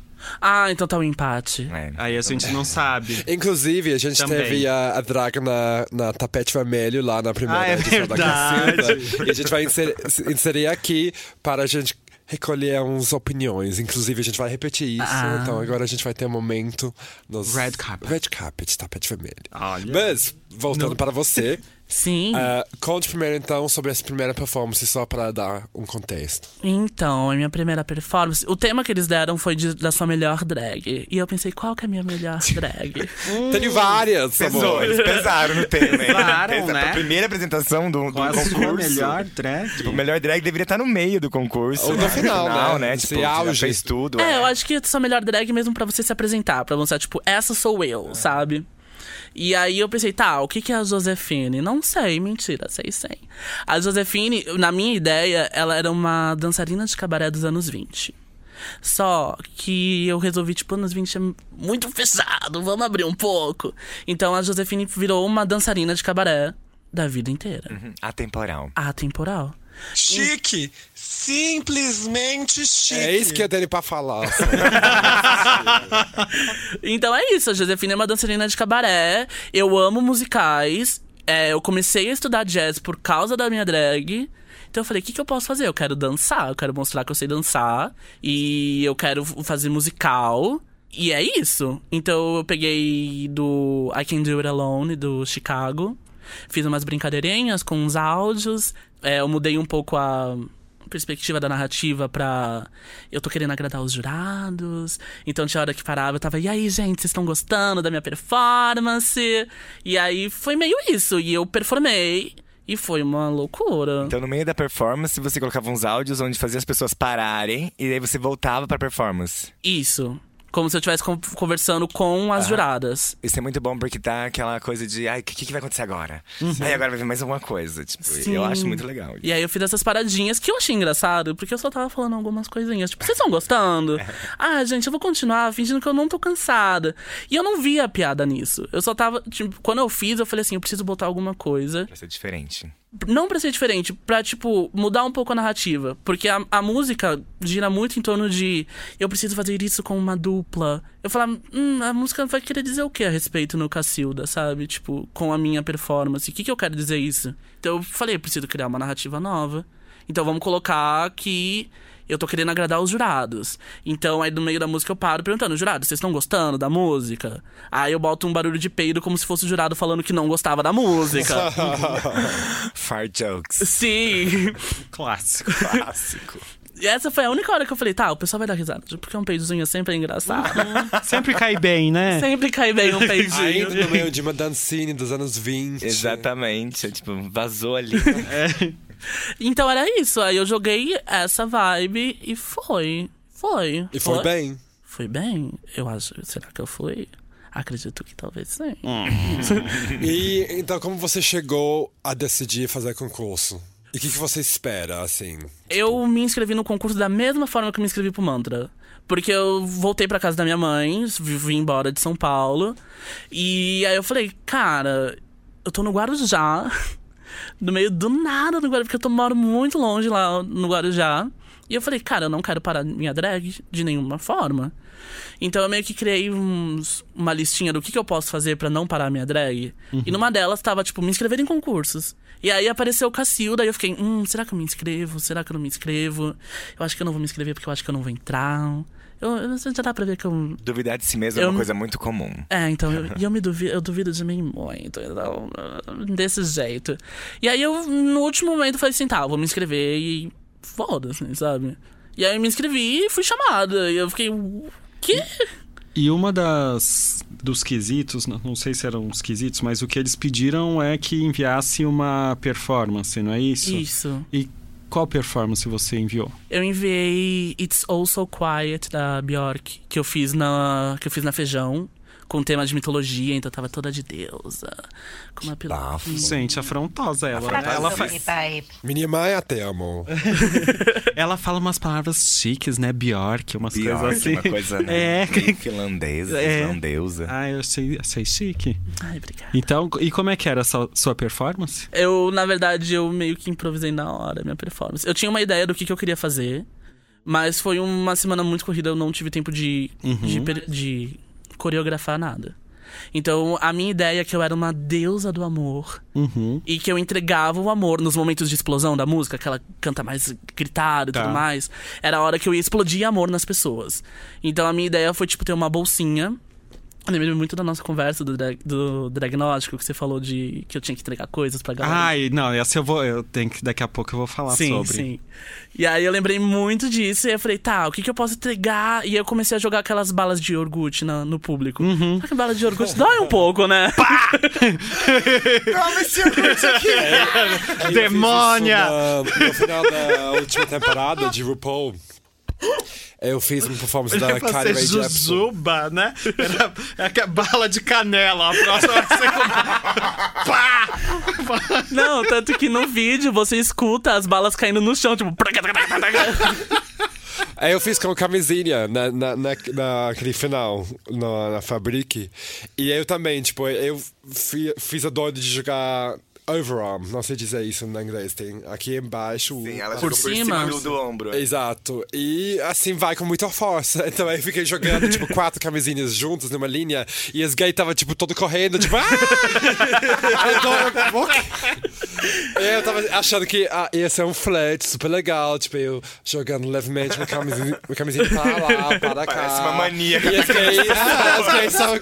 [SPEAKER 1] Ah, então tá o empate.
[SPEAKER 4] É.
[SPEAKER 3] Aí a gente não sabe.
[SPEAKER 2] Inclusive, a gente
[SPEAKER 3] Também.
[SPEAKER 2] teve a, a draga na, na tapete vermelho lá na primeira
[SPEAKER 3] Ah, é
[SPEAKER 2] edição da
[SPEAKER 3] verdade.
[SPEAKER 2] Cacilda. E a gente vai inser- inserir, aqui para a gente recolher uns opiniões. Inclusive, a gente vai repetir isso. Então agora a gente vai ter um momento nos...
[SPEAKER 3] Ah. Red carpet.
[SPEAKER 2] Red carpet, tapete vermelho.
[SPEAKER 3] Olha.
[SPEAKER 2] Mas, voltando para você,
[SPEAKER 1] Sim.
[SPEAKER 2] ah, conte primeiro então sobre essa primeira performance, só para dar um contexto.
[SPEAKER 1] Então, a minha primeira performance. O tema que eles deram foi de- da sua melhor drag. E eu pensei, qual que é a minha melhor drag?
[SPEAKER 2] Teve várias,
[SPEAKER 4] Pesou,
[SPEAKER 2] amor.
[SPEAKER 4] eles pesaram no tema, hein?
[SPEAKER 3] Pesaram,
[SPEAKER 4] Essa-
[SPEAKER 3] né?
[SPEAKER 4] A primeira apresentação do, do
[SPEAKER 3] Qual é a sua
[SPEAKER 4] concurso.
[SPEAKER 3] melhor drag?
[SPEAKER 4] Tipo, O melhor drag deveria estar no meio do concurso.
[SPEAKER 2] Ou no
[SPEAKER 4] né?
[SPEAKER 2] final, né?
[SPEAKER 4] né?
[SPEAKER 2] Esse
[SPEAKER 4] Tipo, já
[SPEAKER 2] auge.
[SPEAKER 4] fez tudo.
[SPEAKER 1] É, eu acho que essa é a melhor drag mesmo pra você se apresentar, pra mostrar, tipo, essa sou eu, sabe? E aí eu pensei, tá, o que que é a Josefine? Não sei, mentira, sei sim. A Josefine, na minha ideia, ela era uma dançarina de cabaré dos anos 20. Só que eu resolvi, tipo, anos 20 é muito fechado, vamos abrir um pouco. Então a Josefine virou uma dançarina de cabaré da vida inteira.
[SPEAKER 4] Uhum. Atemporal.
[SPEAKER 1] Atemporal.
[SPEAKER 7] Chique! Simplesmente chique!
[SPEAKER 2] É isso que eu tenho para falar.
[SPEAKER 1] Então é isso, a Josefina é uma dançarina de cabaré. Eu amo musicais. É, eu comecei a estudar jazz por causa da minha drag. Então eu falei, o que, que eu posso fazer? Eu quero dançar, eu quero mostrar que eu sei dançar. E eu quero f- fazer musical. E é isso. Então eu peguei do I Can Do It Alone, do Chicago. Fiz umas brincadeirinhas com uns áudios. É, eu mudei um pouco a perspectiva da narrativa pra. Eu tô querendo agradar os jurados. Então tinha hora que parava, eu tava, e aí, gente, vocês estão gostando da minha performance? E aí foi meio isso. E eu performei. E foi uma loucura.
[SPEAKER 4] Então, no meio da performance, você colocava uns áudios onde fazia as pessoas pararem e aí você voltava pra performance.
[SPEAKER 1] Isso. Como se eu estivesse con- conversando com as juradas.
[SPEAKER 4] Isso é muito bom porque dá aquela coisa de, ai, o que, que vai acontecer agora?
[SPEAKER 2] Uhum.
[SPEAKER 4] Aí agora vai vir mais alguma coisa. Tipo,
[SPEAKER 1] Sim.
[SPEAKER 4] eu acho muito legal.
[SPEAKER 1] E aí eu fiz essas paradinhas que eu achei engraçado, porque eu só tava falando algumas coisinhas. Tipo, vocês estão gostando? ah, gente, eu vou continuar fingindo que eu não tô cansada. E eu não via piada nisso. Eu só tava, tipo, quando eu fiz, eu falei assim, eu preciso botar alguma coisa
[SPEAKER 4] Vai ser diferente.
[SPEAKER 1] não pra ser diferente, pra, tipo, mudar um pouco a narrativa. Porque a, a música gira muito em torno de eu preciso fazer isso com uma dupla. Eu falava, hum, a música vai querer dizer o que a respeito no Cacilda, sabe? Tipo, com a minha performance. O que, que eu quero dizer isso? Então eu falei, preciso criar uma narrativa nova. Então vamos colocar que eu tô querendo agradar os jurados. Então aí no meio da música eu paro perguntando, jurado, vocês estão gostando da música? Aí eu boto um barulho de peido como se fosse o jurado falando que não gostava da música.
[SPEAKER 4] Fart jokes.
[SPEAKER 1] Sim.
[SPEAKER 3] Clássico.
[SPEAKER 4] Clássico.
[SPEAKER 1] E essa foi a única hora que eu falei, tá, o pessoal vai dar risada, porque um peidozinho sempre é engraçado.
[SPEAKER 3] Sempre cai bem, né?
[SPEAKER 1] sempre cai bem um
[SPEAKER 2] Ainda
[SPEAKER 1] peidinho.
[SPEAKER 2] no meio de uma dancinha dos anos 20.
[SPEAKER 4] Exatamente. é Tipo, vazou ali.
[SPEAKER 1] Então era isso. Aí eu joguei essa vibe e foi. Foi.
[SPEAKER 2] E foi bem.
[SPEAKER 1] Foi bem? Eu acho. Será que eu fui? Acredito que talvez sim.
[SPEAKER 2] E então, como você chegou a decidir fazer concurso? E o que, que você espera, assim?
[SPEAKER 1] Eu me inscrevi no concurso da mesma forma que eu me inscrevi pro Mantra. Porque eu voltei pra casa da minha mãe, vi- vim embora de São Paulo. E aí eu falei, cara, eu tô no Guarujá. No meio do nada no Guarujá, porque eu tô- moro muito longe lá no Guarujá. E eu falei, cara, eu não quero parar minha drag de nenhuma forma. Então eu meio que criei uns- uma listinha do que, que eu posso fazer pra não parar minha drag. E numa delas tava, tipo, me inscrever em concursos. E aí apareceu o Cacilda, e eu fiquei, hum, será que eu me inscrevo? Será que eu não me inscrevo? Eu acho que eu não vou me inscrever porque eu acho que eu não vou entrar. Eu, eu, já dá pra ver que eu
[SPEAKER 4] Duvidar de si mesmo é
[SPEAKER 1] Eu-
[SPEAKER 4] uma coisa muito comum.
[SPEAKER 1] é, então, eu, e eu me duvido, eu duvido de mim muito, então, desse jeito. E aí eu, no último momento, falei assim, tá, eu vou me inscrever e foda-se, sabe? E aí eu me inscrevi e fui chamada, e eu fiquei, "O quê?
[SPEAKER 3] E uma das dos quesitos, não não sei se eram os quesitos, mas o que eles pediram é que enviasse uma performance, não é isso?
[SPEAKER 1] Isso.
[SPEAKER 3] E qual performance você enviou?
[SPEAKER 1] Eu enviei It's All So Quiet, da Bjork, que eu fiz na, que eu fiz na Feijão, com tema de mitologia, então eu tava toda de deusa, com uma pila...
[SPEAKER 4] Bafo.
[SPEAKER 3] Gente, afrontosa ela. né? Ela, fa-
[SPEAKER 2] Minha é mãe até, amor.
[SPEAKER 3] ela fala umas palavras chiques, né? Bjork, umas
[SPEAKER 4] Pior
[SPEAKER 3] coisas assim.
[SPEAKER 4] que uma coisa né?
[SPEAKER 3] É.
[SPEAKER 4] meio finlandesa,
[SPEAKER 3] É.
[SPEAKER 4] islandesa.
[SPEAKER 3] Ah, eu achei, achei chique.
[SPEAKER 1] Ai, obrigada.
[SPEAKER 3] Então, e como é que era essa sua performance?
[SPEAKER 1] Eu, na verdade, eu meio que improvisei na hora a minha performance. Eu tinha uma ideia do que, que eu queria fazer, mas foi uma semana muito corrida, eu não tive tempo de,
[SPEAKER 3] Uhum.
[SPEAKER 1] de, per- de coreografar nada. Então, a minha ideia é que eu era uma deusa do amor
[SPEAKER 3] Uhum.
[SPEAKER 1] e que eu entregava o amor nos momentos de explosão da música, que ela canta mais gritado e
[SPEAKER 3] Tá.
[SPEAKER 1] tudo mais. Era a hora que eu ia explodir amor nas pessoas. Então, a minha ideia foi, tipo, ter uma bolsinha eu lembro muito da nossa conversa do, drag- do diagnóstico que você falou de que eu tinha que entregar coisas pra galera.
[SPEAKER 3] Ai, não, essa eu vou. Eu tenho que. Daqui a pouco eu vou falar
[SPEAKER 1] sim,
[SPEAKER 3] sobre.
[SPEAKER 1] sim. E aí eu lembrei muito disso e eu falei, tá, o que, que eu posso entregar? E eu comecei a jogar aquelas balas de iogurte na- no público. Só que bala de iogurte dói um pouco, né?
[SPEAKER 3] Demônia!
[SPEAKER 2] Eu fiz isso na- no final da última temporada de RuPaul, eu fiz uma performance da Carrie Rae Jepsen.
[SPEAKER 3] Jujuba, né? Era a bala de canela. A próxima vai ser com... Pá!
[SPEAKER 1] Não, tanto que no vídeo você escuta as balas caindo no chão, tipo.
[SPEAKER 2] Aí eu fiz com camisinha na, na, na, naquele final, na, na Fabrique. E eu também, tipo, eu fi- fiz a dor de jogar overarm, não sei dizer isso em inglês, tem aqui embaixo.
[SPEAKER 4] Sim, ela
[SPEAKER 2] a-
[SPEAKER 4] ficou por cima
[SPEAKER 1] cima?
[SPEAKER 4] do, do ombro.
[SPEAKER 2] É. Exato. E assim vai com muita força. Então aí eu fiquei jogando, tipo, quatro camisinhas juntas numa linha. E as gays tava, tipo, todo correndo, tipo, ah! Eu tô- E eu tava achando que ah, ia ser um flerte super legal. Tipo, eu jogando levemente uma camisinha, uma camisinha pra lá, para cá.
[SPEAKER 4] Parece uma maníaca.
[SPEAKER 2] E as gays, ah, as gays só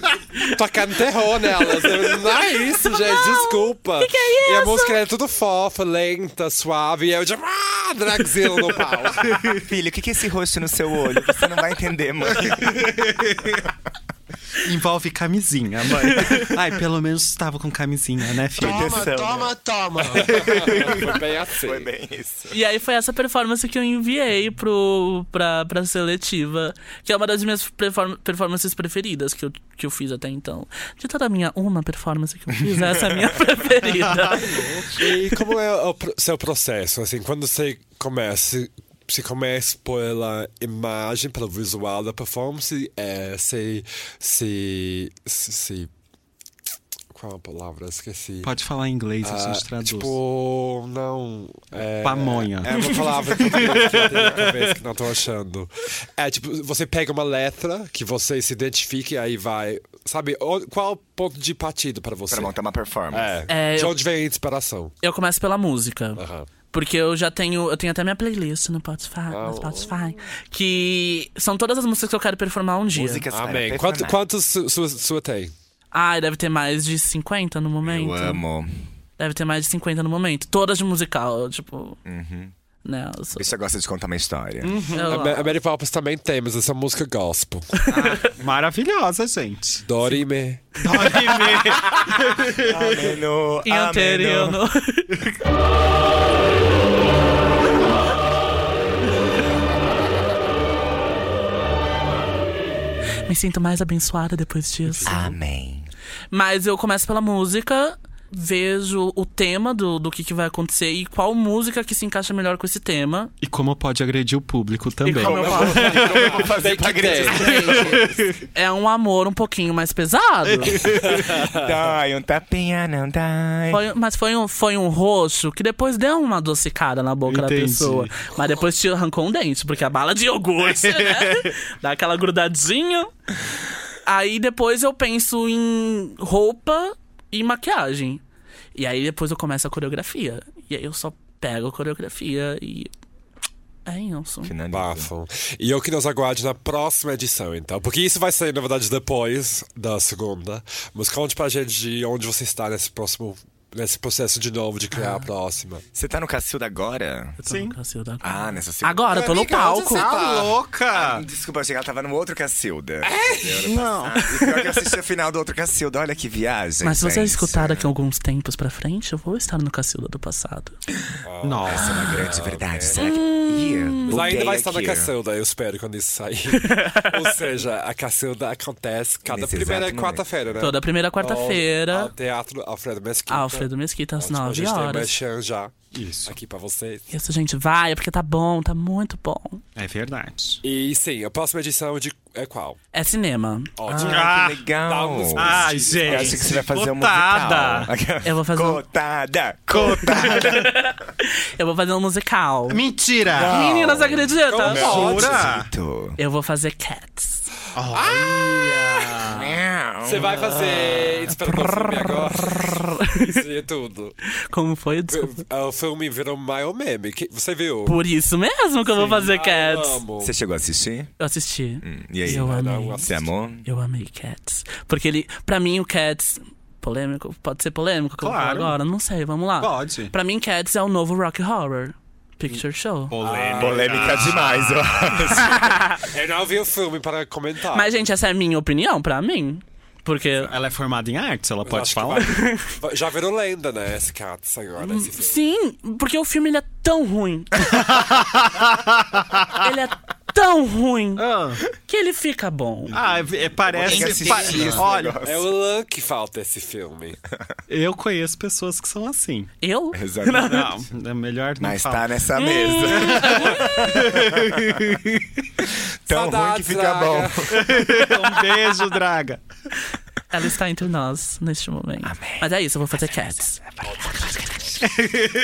[SPEAKER 2] tocando terror nelas. Eu, Não é isso, gente, desculpa.
[SPEAKER 1] que é
[SPEAKER 2] E a
[SPEAKER 1] isso?
[SPEAKER 2] música era tudo fofa, lenta, suave. E eu, tipo, ah, dragzilla no pau.
[SPEAKER 4] Filho, o que, que é esse rosto no seu olho? Você não vai entender, mãe.
[SPEAKER 3] Envolve camisinha, mãe. Ai, pelo menos estava com camisinha, né, filho?
[SPEAKER 7] Toma, toma, toma.
[SPEAKER 2] Foi bem assim.
[SPEAKER 4] é Foi bem isso.
[SPEAKER 1] E aí foi essa performance que eu enviei pro, pra, pra seletiva, que é uma das minhas perform- performances preferidas que eu, que eu fiz até então. De toda a minha uma performance que eu fiz, essa é a minha preferida.
[SPEAKER 2] E como é o pro- seu processo? Assim, quando você começa, se- se começa pela imagem, pelo visual da performance, é, se, se, se, se- Qual é a palavra? Esqueci.
[SPEAKER 3] Pode falar em inglês, a gente
[SPEAKER 2] Ah,
[SPEAKER 3] traduz.
[SPEAKER 2] tipo, não. É,
[SPEAKER 3] Pamonha.
[SPEAKER 2] É uma palavra que eu tenho aqui na cabeça que não tô achando. É tipo, você pega uma letra que você se identifique e aí vai. Sabe, o- qual o ponto de partida para você?
[SPEAKER 4] Pra montar uma tá performance.
[SPEAKER 2] É.
[SPEAKER 1] É,
[SPEAKER 2] De
[SPEAKER 1] eu-
[SPEAKER 2] onde vem a inspiração?
[SPEAKER 1] Eu começo pela música. Porque eu já tenho. Eu tenho até minha playlist no Spotify.
[SPEAKER 4] Ah,
[SPEAKER 1] no Spotify que são todas as músicas que eu quero performar um dia.
[SPEAKER 4] Músicas para
[SPEAKER 2] Amém.
[SPEAKER 4] performar.
[SPEAKER 2] Ah, Quanto, quantos su- sua, sua tem?
[SPEAKER 1] Ai, deve ter mais de 50 no momento.
[SPEAKER 4] Eu amo.
[SPEAKER 1] Deve ter mais de 50 no momento. Todas de musical, tipo.
[SPEAKER 4] Uhum.
[SPEAKER 1] Né? eu sou-
[SPEAKER 4] Bicha gosta de contar uma história.
[SPEAKER 3] Uhum.
[SPEAKER 1] eu-
[SPEAKER 2] A, Ma- a Mary Poppins também tem, mas essa música é gospel.
[SPEAKER 3] Maravilhosa, gente.
[SPEAKER 2] Dorime.
[SPEAKER 4] Ameno,
[SPEAKER 3] né?
[SPEAKER 1] Interiano. Me sinto mais abençoada depois disso.
[SPEAKER 4] Amém.
[SPEAKER 1] Mas eu começo pela música, vejo o tema do, do que, que vai acontecer e qual música que se encaixa melhor com esse tema.
[SPEAKER 3] E como pode agredir o público
[SPEAKER 1] E
[SPEAKER 3] também.
[SPEAKER 1] como eu falo,
[SPEAKER 4] Vou fazer pra gritar.
[SPEAKER 1] gente, é um amor um pouquinho mais pesado.
[SPEAKER 4] Dói, um tapinha não dói.
[SPEAKER 1] Foi- mas foi um, foi um roxo que depois deu uma adocicada na boca da
[SPEAKER 3] Entendi.
[SPEAKER 1] pessoa. Mas depois te arrancou um dente, porque a bala de iogurte, né? Dá aquela grudadinha. Aí depois eu penso em roupa e maquiagem. E aí depois eu começo a coreografia. E aí eu só pego a coreografia e. É isso.
[SPEAKER 4] Finaliza.
[SPEAKER 2] Bafam. E eu que nos aguarde na próxima edição, então. Porque isso vai sair, na verdade, depois da segunda. Mas conte pra gente de onde você está nesse próximo. Nesse processo de novo de criar
[SPEAKER 4] Ah.
[SPEAKER 2] a próxima.
[SPEAKER 4] Você tá no Cacilda agora?
[SPEAKER 3] Sim.
[SPEAKER 1] Cacilda.
[SPEAKER 4] Ah, nessa segunda. Ah,
[SPEAKER 1] Agora, eu tô no
[SPEAKER 2] Amiga, onde
[SPEAKER 1] palco.
[SPEAKER 2] você tá?
[SPEAKER 3] Tá louca!
[SPEAKER 4] Desculpa, eu achei que é ela tava no outro Cacilda. Não. tá assim, ah, E pior que eu assisti a final do outro Cacilda. Olha que viagem.
[SPEAKER 1] Mas se você
[SPEAKER 4] gente.
[SPEAKER 1] escutar daqui a alguns tempos pra frente, eu vou estar no Cacilda do passado.
[SPEAKER 4] Essa é
[SPEAKER 3] Nossa.
[SPEAKER 4] uma grande verdade. Será que. Ih,
[SPEAKER 2] Mas ainda
[SPEAKER 4] buguei
[SPEAKER 2] vai estar na
[SPEAKER 4] aqui.
[SPEAKER 2] Cacilda, eu espero, quando isso sair. Ou seja, a Cacilda acontece cada
[SPEAKER 4] Nesse
[SPEAKER 2] primeira
[SPEAKER 4] exato momento.
[SPEAKER 2] quarta-feira, né?
[SPEAKER 1] Toda primeira
[SPEAKER 2] Ao-
[SPEAKER 1] quarta-feira.
[SPEAKER 2] Ao Teatro Alfredo Mesquita.
[SPEAKER 1] Alfredo Mesquita, às
[SPEAKER 2] Ótimo, a
[SPEAKER 1] 9
[SPEAKER 2] gente tem
[SPEAKER 1] horas.
[SPEAKER 2] merchan já
[SPEAKER 3] Isso.
[SPEAKER 2] aqui pra vocês.
[SPEAKER 1] Isso, gente, vai, é porque tá bom, tá muito bom.
[SPEAKER 3] É verdade.
[SPEAKER 2] E sim, a próxima edição de é qual?
[SPEAKER 1] É cinema.
[SPEAKER 2] Ótimo.
[SPEAKER 4] Ah,
[SPEAKER 3] Ah,
[SPEAKER 4] que legal.
[SPEAKER 2] dá uns-
[SPEAKER 3] Ai, gente.
[SPEAKER 4] Eu acho que você vai fazer
[SPEAKER 3] Cotada.
[SPEAKER 4] um musical.
[SPEAKER 1] Eu vou fazer um-
[SPEAKER 4] Cotada! Cotada!
[SPEAKER 1] Eu vou fazer um musical.
[SPEAKER 3] Mentira!
[SPEAKER 1] Meninas, acreditam?
[SPEAKER 3] Jura?
[SPEAKER 4] Juro.
[SPEAKER 1] Eu vou fazer Cats.
[SPEAKER 2] Você vai
[SPEAKER 1] Ah.
[SPEAKER 2] fazer. Espera o filme agora. Isso é tudo. É
[SPEAKER 1] Como foi? Desculpa.
[SPEAKER 2] O filme virou maior meme. que- Você viu? Ah,
[SPEAKER 1] Por isso mesmo que eu vou fazer Cats.
[SPEAKER 2] Eu amo.
[SPEAKER 4] Você chegou a assistir?
[SPEAKER 1] Eu assisti.
[SPEAKER 4] Hum, E aí?
[SPEAKER 1] eu amei.
[SPEAKER 2] uma-
[SPEAKER 4] Você amou?
[SPEAKER 1] Eu amei Cats. Porque ele, pra mim, o Cats. Polêmico? Pode ser polêmico que eu vou
[SPEAKER 3] Claro.
[SPEAKER 1] falar agora? Não sei, vamos lá.
[SPEAKER 3] Pode.
[SPEAKER 1] Pra mim, Cats é o novo Rock Horror Picture
[SPEAKER 2] Hum.
[SPEAKER 1] Show.
[SPEAKER 4] Polêmica demais, eu acho.
[SPEAKER 2] Eu não vi o filme para comentar.
[SPEAKER 1] Mas, gente, essa é a minha opinião, pra mim. Porque
[SPEAKER 3] Ela é formada em artes, ela
[SPEAKER 2] Mas
[SPEAKER 3] pode
[SPEAKER 2] acho
[SPEAKER 3] falar?
[SPEAKER 2] que vai- Já virou lenda, né? Esse Cats agora, esse filme.
[SPEAKER 1] Sim, porque o filme ele é tão ruim. ele é tão ruim
[SPEAKER 3] Ah,
[SPEAKER 1] que ele fica bom.
[SPEAKER 3] Ah, é- é- parece.
[SPEAKER 4] Eu vou ter que
[SPEAKER 3] pa-
[SPEAKER 4] assistir esse
[SPEAKER 3] Olha,
[SPEAKER 2] É o Lan que falta esse filme.
[SPEAKER 3] eu conheço pessoas que são assim.
[SPEAKER 1] Eu?
[SPEAKER 4] Exatamente.
[SPEAKER 3] Não, é melhor não
[SPEAKER 4] Mas
[SPEAKER 3] falar.
[SPEAKER 4] tá nessa mesa. Tão ruim
[SPEAKER 2] Saudades,
[SPEAKER 4] que fica
[SPEAKER 2] Draga.
[SPEAKER 4] bom.
[SPEAKER 3] Um beijo, Draga.
[SPEAKER 1] Ela está entre nós neste momento. Mas é isso, eu vou fazer Cats.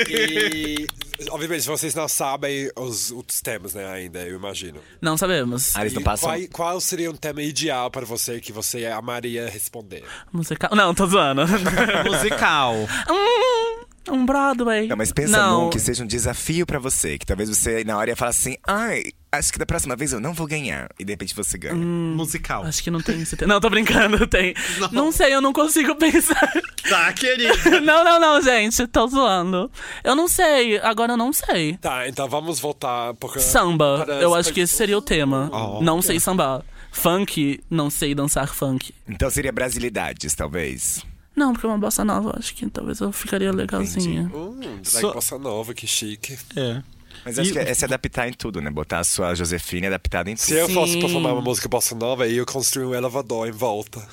[SPEAKER 2] E, obviamente, vocês não sabem os, os temas, né, ainda, eu imagino.
[SPEAKER 1] Não sabemos.
[SPEAKER 4] Ah, eles não
[SPEAKER 2] E
[SPEAKER 4] passam.
[SPEAKER 2] Qual, qual seria um tema ideal para você que você amaria responder?
[SPEAKER 1] Musical. Não, tô zoando.
[SPEAKER 3] Musical.
[SPEAKER 1] Hum, um Broadway.
[SPEAKER 4] Não, mas pensa
[SPEAKER 1] Não.
[SPEAKER 4] num que seja um desafio pra você. Que talvez você na hora ia falar assim: ai, acho que da próxima vez eu não vou ganhar. E de repente você ganha.
[SPEAKER 3] Hum. Musical.
[SPEAKER 1] Acho que não tem esse tema. Não, tô brincando, tem. Não. sei, eu não consigo pensar.
[SPEAKER 3] Tá, querido.
[SPEAKER 1] não, não, não, gente, tô zoando. Eu não sei, agora eu não sei.
[SPEAKER 2] Tá, então vamos voltar. Porque
[SPEAKER 1] Samba,
[SPEAKER 2] para-
[SPEAKER 1] eu acho que esse seria o tema. não sei sambar. Funk, não sei dançar funk.
[SPEAKER 4] Então seria brasilidades, talvez.
[SPEAKER 1] Não, porque é uma bossa nova, eu acho que talvez eu ficaria legalzinha.
[SPEAKER 2] Hum,
[SPEAKER 3] So-
[SPEAKER 2] Drag Bossa Nova, que chique.
[SPEAKER 3] É.
[SPEAKER 4] Mas acho
[SPEAKER 3] E-
[SPEAKER 4] que é, é se adaptar em tudo, né? Botar a sua Josefina adaptada em tudo.
[SPEAKER 2] Se eu fosse
[SPEAKER 1] Sim.
[SPEAKER 2] performar uma música bossa nova, aí eu construí um elevador em volta.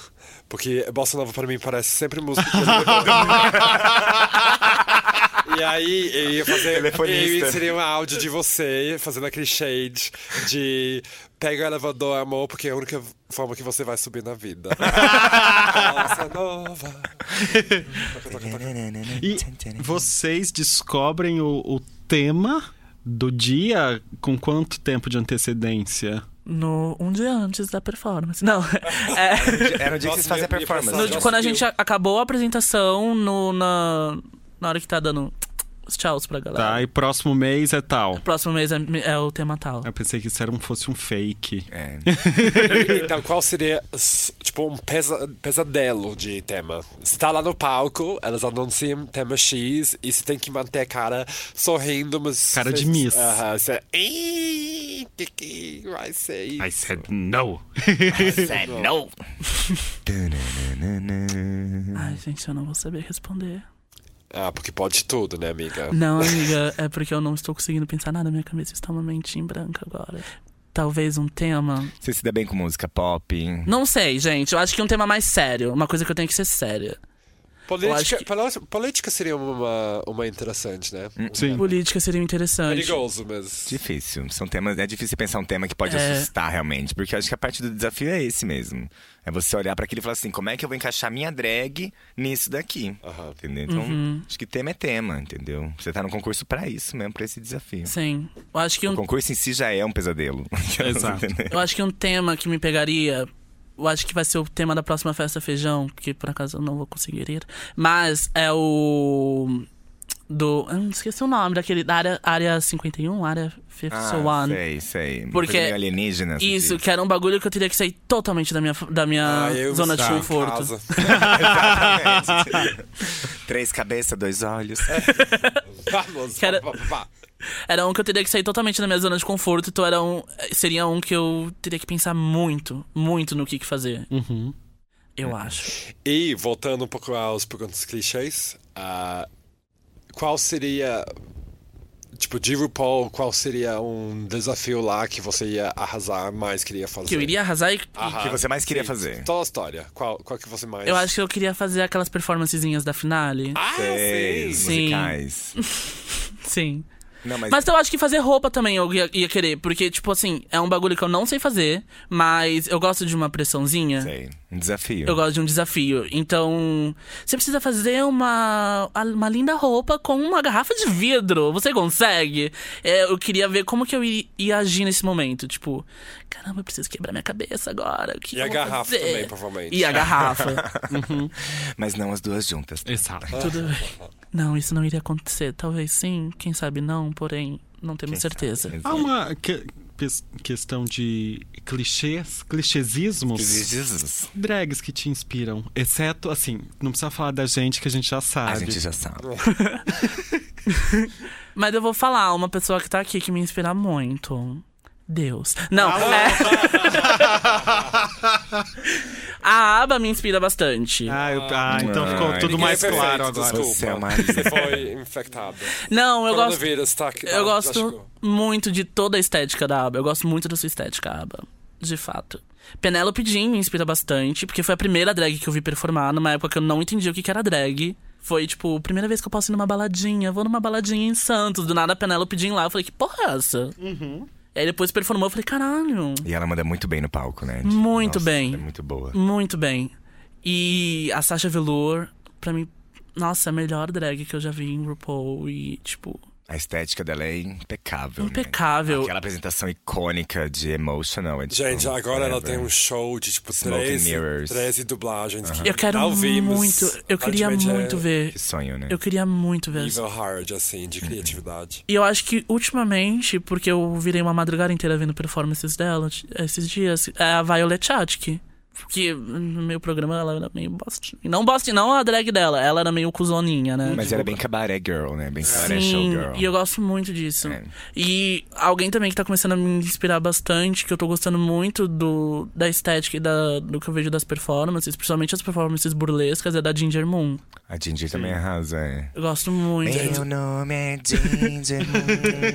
[SPEAKER 2] Porque bossa nova pra mim parece sempre música. de elevador. E aí, eu ia fazer. Eu
[SPEAKER 4] Telefonista.
[SPEAKER 2] seria um áudio de você fazendo aquele shade de pega o elevador, amor, porque é a única forma que você vai subir na vida. Bossa nova.
[SPEAKER 3] E vocês descobrem o, o tema do dia com quanto tempo de antecedência?
[SPEAKER 1] No, um dia antes da performance. Não, é.
[SPEAKER 4] Era o dia que
[SPEAKER 2] Nossa,
[SPEAKER 4] vocês fazem a
[SPEAKER 2] minha- minha
[SPEAKER 4] performance.
[SPEAKER 1] no-
[SPEAKER 2] já
[SPEAKER 1] quando a
[SPEAKER 2] subiu.
[SPEAKER 1] gente a- acabou a apresentação, no, na, na hora que tá dando. Os tchauz pra galera.
[SPEAKER 3] Tá, e próximo mês é tal.
[SPEAKER 1] Próximo mês é, é o tema tal.
[SPEAKER 3] Eu pensei que isso era um, fosse um fake.
[SPEAKER 4] É.
[SPEAKER 2] Então, qual seria, s- tipo, um pesa- pesadelo de tema? Você tá lá no palco, elas anunciam tema X e você tem que manter a cara sorrindo, mas.
[SPEAKER 3] Cara de miss.
[SPEAKER 2] Aham, você. é, Ih, que que vai ser isso?
[SPEAKER 3] I said no.
[SPEAKER 4] não.
[SPEAKER 1] Ai, gente, eu não vou saber responder.
[SPEAKER 2] Ah, porque pode tudo, né, amiga?
[SPEAKER 1] Não, amiga, é porque eu não estou conseguindo pensar nada. Minha cabeça está uma mente em branco agora. Talvez um tema.
[SPEAKER 4] Você se dá bem com música pop? hein?
[SPEAKER 1] Não sei, gente. Eu acho que um tema mais sério. Uma coisa que eu tenho que ser séria. Eu acho
[SPEAKER 2] Política,
[SPEAKER 1] que-
[SPEAKER 2] poli- política seria uma, uma interessante, né?
[SPEAKER 3] Sim.
[SPEAKER 1] Política seria interessante.
[SPEAKER 2] Perigoso, mas.
[SPEAKER 4] Difícil. São temas, é difícil pensar um tema que pode
[SPEAKER 1] É.
[SPEAKER 4] assustar realmente, porque eu acho que a parte do desafio é esse mesmo. É você olhar pra aquilo e falar assim, como é que eu vou encaixar minha drag nisso daqui?
[SPEAKER 2] Aham.
[SPEAKER 4] Entendeu? Então,
[SPEAKER 1] Uhum.
[SPEAKER 4] acho que tema é tema, entendeu? Você tá no concurso pra isso mesmo, pra esse desafio.
[SPEAKER 1] Sim. Eu acho que
[SPEAKER 4] O
[SPEAKER 1] um
[SPEAKER 4] concurso em si já é um pesadelo.
[SPEAKER 3] Exato.
[SPEAKER 1] Eu acho que um tema que me pegaria. Eu acho que vai ser o tema da próxima festa feijão, que por acaso eu não vou conseguir ir. Mas é o. Do. Eu não esqueci o nome, daquele. Da área, área 51, área 51.
[SPEAKER 4] Ah, sei, sei. Uma
[SPEAKER 1] Porque-
[SPEAKER 4] coisa meio alienígena. assim,
[SPEAKER 1] né? Isso,
[SPEAKER 4] diz.
[SPEAKER 1] que era um bagulho que eu teria que sair totalmente da minha, da minha
[SPEAKER 2] Ah, eu
[SPEAKER 1] zona de
[SPEAKER 2] estava em
[SPEAKER 1] conforto.
[SPEAKER 2] casa.
[SPEAKER 4] Exatamente. Três cabeças, dois olhos.
[SPEAKER 2] Vamos,
[SPEAKER 1] Cara-
[SPEAKER 2] vá, vá, vá.
[SPEAKER 1] Era um que eu teria que sair totalmente da minha zona de conforto, então era um, seria um que eu teria que pensar muito, muito no que, que fazer. Eu acho.
[SPEAKER 2] E, voltando um pouco aos perguntas clichês, ah, qual seria. Tipo, de RuPaul, qual seria um desafio lá que você ia arrasar mais, queria fazer?
[SPEAKER 1] Que eu iria arrasar e.
[SPEAKER 2] Aham.
[SPEAKER 4] que você mais queria fazer.
[SPEAKER 2] Toda a história. Qual, qual que você mais.
[SPEAKER 1] Eu acho que eu queria fazer aquelas performancezinhas da finale.
[SPEAKER 2] Ah,
[SPEAKER 4] Seis
[SPEAKER 2] sim!
[SPEAKER 1] Sim.
[SPEAKER 4] musicais.
[SPEAKER 1] Sim.
[SPEAKER 4] Não, mas,
[SPEAKER 1] Mas eu acho que fazer roupa também eu ia, ia querer, porque, tipo assim, é um bagulho que eu não sei fazer, mas eu gosto de uma pressãozinha.
[SPEAKER 4] sei, um desafio.
[SPEAKER 1] Eu gosto de um desafio. Então, você precisa fazer uma, uma linda roupa com uma garrafa de vidro. Você consegue? É, eu queria ver como que eu i- ia agir nesse momento. Tipo, caramba, eu preciso quebrar minha cabeça agora. O que
[SPEAKER 2] E a
[SPEAKER 1] eu vou
[SPEAKER 2] garrafa
[SPEAKER 1] fazer?
[SPEAKER 2] também, provavelmente.
[SPEAKER 1] E a garrafa.
[SPEAKER 4] Mas não as duas juntas.
[SPEAKER 3] Exato.
[SPEAKER 1] Tudo bem. Não, isso não iria acontecer. Talvez sim, quem sabe não, porém, não temos
[SPEAKER 4] né?
[SPEAKER 1] certeza.
[SPEAKER 4] é.
[SPEAKER 3] Há uma que- pes- questão de clichês, clichêsismos.
[SPEAKER 4] Jesus.
[SPEAKER 3] Drags que te inspiram, exceto, assim, não precisa falar da gente que a gente já sabe.
[SPEAKER 4] A gente já sabe.
[SPEAKER 1] Mas eu vou falar, uma pessoa que tá aqui que me inspira muito. Deus. Não, é. A aba me inspira bastante.
[SPEAKER 3] Ah, eu- ah, então
[SPEAKER 4] Ah,
[SPEAKER 3] ficou tudo
[SPEAKER 4] ninguém
[SPEAKER 3] mais
[SPEAKER 2] é perfeito,
[SPEAKER 3] claro agora.
[SPEAKER 2] Desculpa.
[SPEAKER 4] Você é uma-
[SPEAKER 2] Você foi infectado.
[SPEAKER 1] Não, eu gosto.
[SPEAKER 2] Coronavírus, tá aqui. Ah,
[SPEAKER 1] Eu
[SPEAKER 2] já
[SPEAKER 1] gosto
[SPEAKER 2] chegou.
[SPEAKER 1] muito de toda a estética da aba. Eu gosto muito da sua estética, aba. De fato. Penélope Jean me inspira bastante, porque foi a primeira drag que eu vi performar numa época que eu não entendia o que que era drag. Foi, tipo, primeira vez que eu posso ir numa baladinha. Vou numa baladinha em Santos. Do nada, a Penélope Jean lá. Eu falei, que porra é essa?
[SPEAKER 2] Uhum.
[SPEAKER 1] E aí depois performou, eu falei, caralho.
[SPEAKER 4] E ela manda muito bem no palco, né?
[SPEAKER 1] Muito
[SPEAKER 4] Nossa,
[SPEAKER 1] bem.
[SPEAKER 4] ela É muito boa.
[SPEAKER 1] Muito bem. E a Sasha Velour, pra mim, nossa, é a melhor drag que eu já vi em RuPaul. E, tipo,
[SPEAKER 4] A estética dela é impecável. né?
[SPEAKER 1] impecável.
[SPEAKER 4] Aquela apresentação icônica de Emotional. É tipo,
[SPEAKER 2] Gente, agora ela
[SPEAKER 4] whatever.
[SPEAKER 2] tem um show de tipo
[SPEAKER 4] Smoke and
[SPEAKER 2] 13,
[SPEAKER 4] mirrors.
[SPEAKER 2] 13 dublagens. que
[SPEAKER 1] Eu quero
[SPEAKER 2] não vimos.
[SPEAKER 1] muito, eu queria
[SPEAKER 2] Aparentemente é
[SPEAKER 1] muito ver.
[SPEAKER 4] Que sonho, né?
[SPEAKER 1] Eu queria muito ver.
[SPEAKER 2] Evil hard, assim,
[SPEAKER 4] Uhum.
[SPEAKER 2] de criatividade.
[SPEAKER 1] E eu acho que ultimamente, porque eu virei uma madrugada inteira vendo performances dela t- esses dias, é a Violet Chachki. Porque no meu programa ela era meio bosta. Não bosta, não a drag dela, ela era meio cuzoninha, né?
[SPEAKER 4] Mas
[SPEAKER 1] Tipo,
[SPEAKER 4] era bem cabaré girl, né? Bem cabaré show
[SPEAKER 1] Sim,
[SPEAKER 4] girl.
[SPEAKER 1] e eu gosto muito disso.
[SPEAKER 4] É.
[SPEAKER 1] E alguém também que tá começando a me inspirar bastante, que eu tô gostando muito do, da estética e da, do que eu vejo das performances, principalmente as performances burlescas, é da Ginger Moon.
[SPEAKER 4] A Ginger também arrasa, é.
[SPEAKER 1] Eu gosto muito.
[SPEAKER 4] Meu nome é Ginger Moon.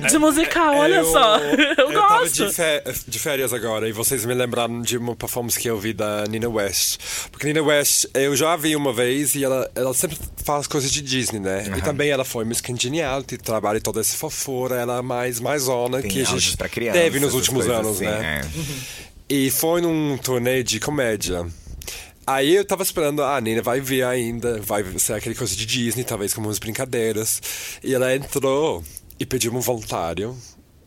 [SPEAKER 1] De musical, olha
[SPEAKER 2] É, eu,
[SPEAKER 1] só. Eu,
[SPEAKER 2] tava
[SPEAKER 1] gosto.
[SPEAKER 2] de, fé- de férias agora e vocês me lembraram de uma performance que eu vi da Nina West. Porque Nina West eu já a vi uma vez e ela, ela sempre faz coisas de Disney, né? E também ela foi Miss Congeniality, trabalha toda essa fofura, ela é mais mais zona
[SPEAKER 4] Tem
[SPEAKER 2] que a
[SPEAKER 4] áudios
[SPEAKER 2] gente
[SPEAKER 4] pra criança.
[SPEAKER 2] teve nos
[SPEAKER 4] essas
[SPEAKER 2] últimos
[SPEAKER 4] coisas
[SPEAKER 2] anos,
[SPEAKER 4] assim,
[SPEAKER 2] né?
[SPEAKER 4] é.
[SPEAKER 2] E foi num torneio de comédia. Aí eu tava esperando, ah, a Nina vai vir ainda, vai ser aquele coisa de Disney, talvez com umas brincadeiras. E ela entrou e pediu um voluntário.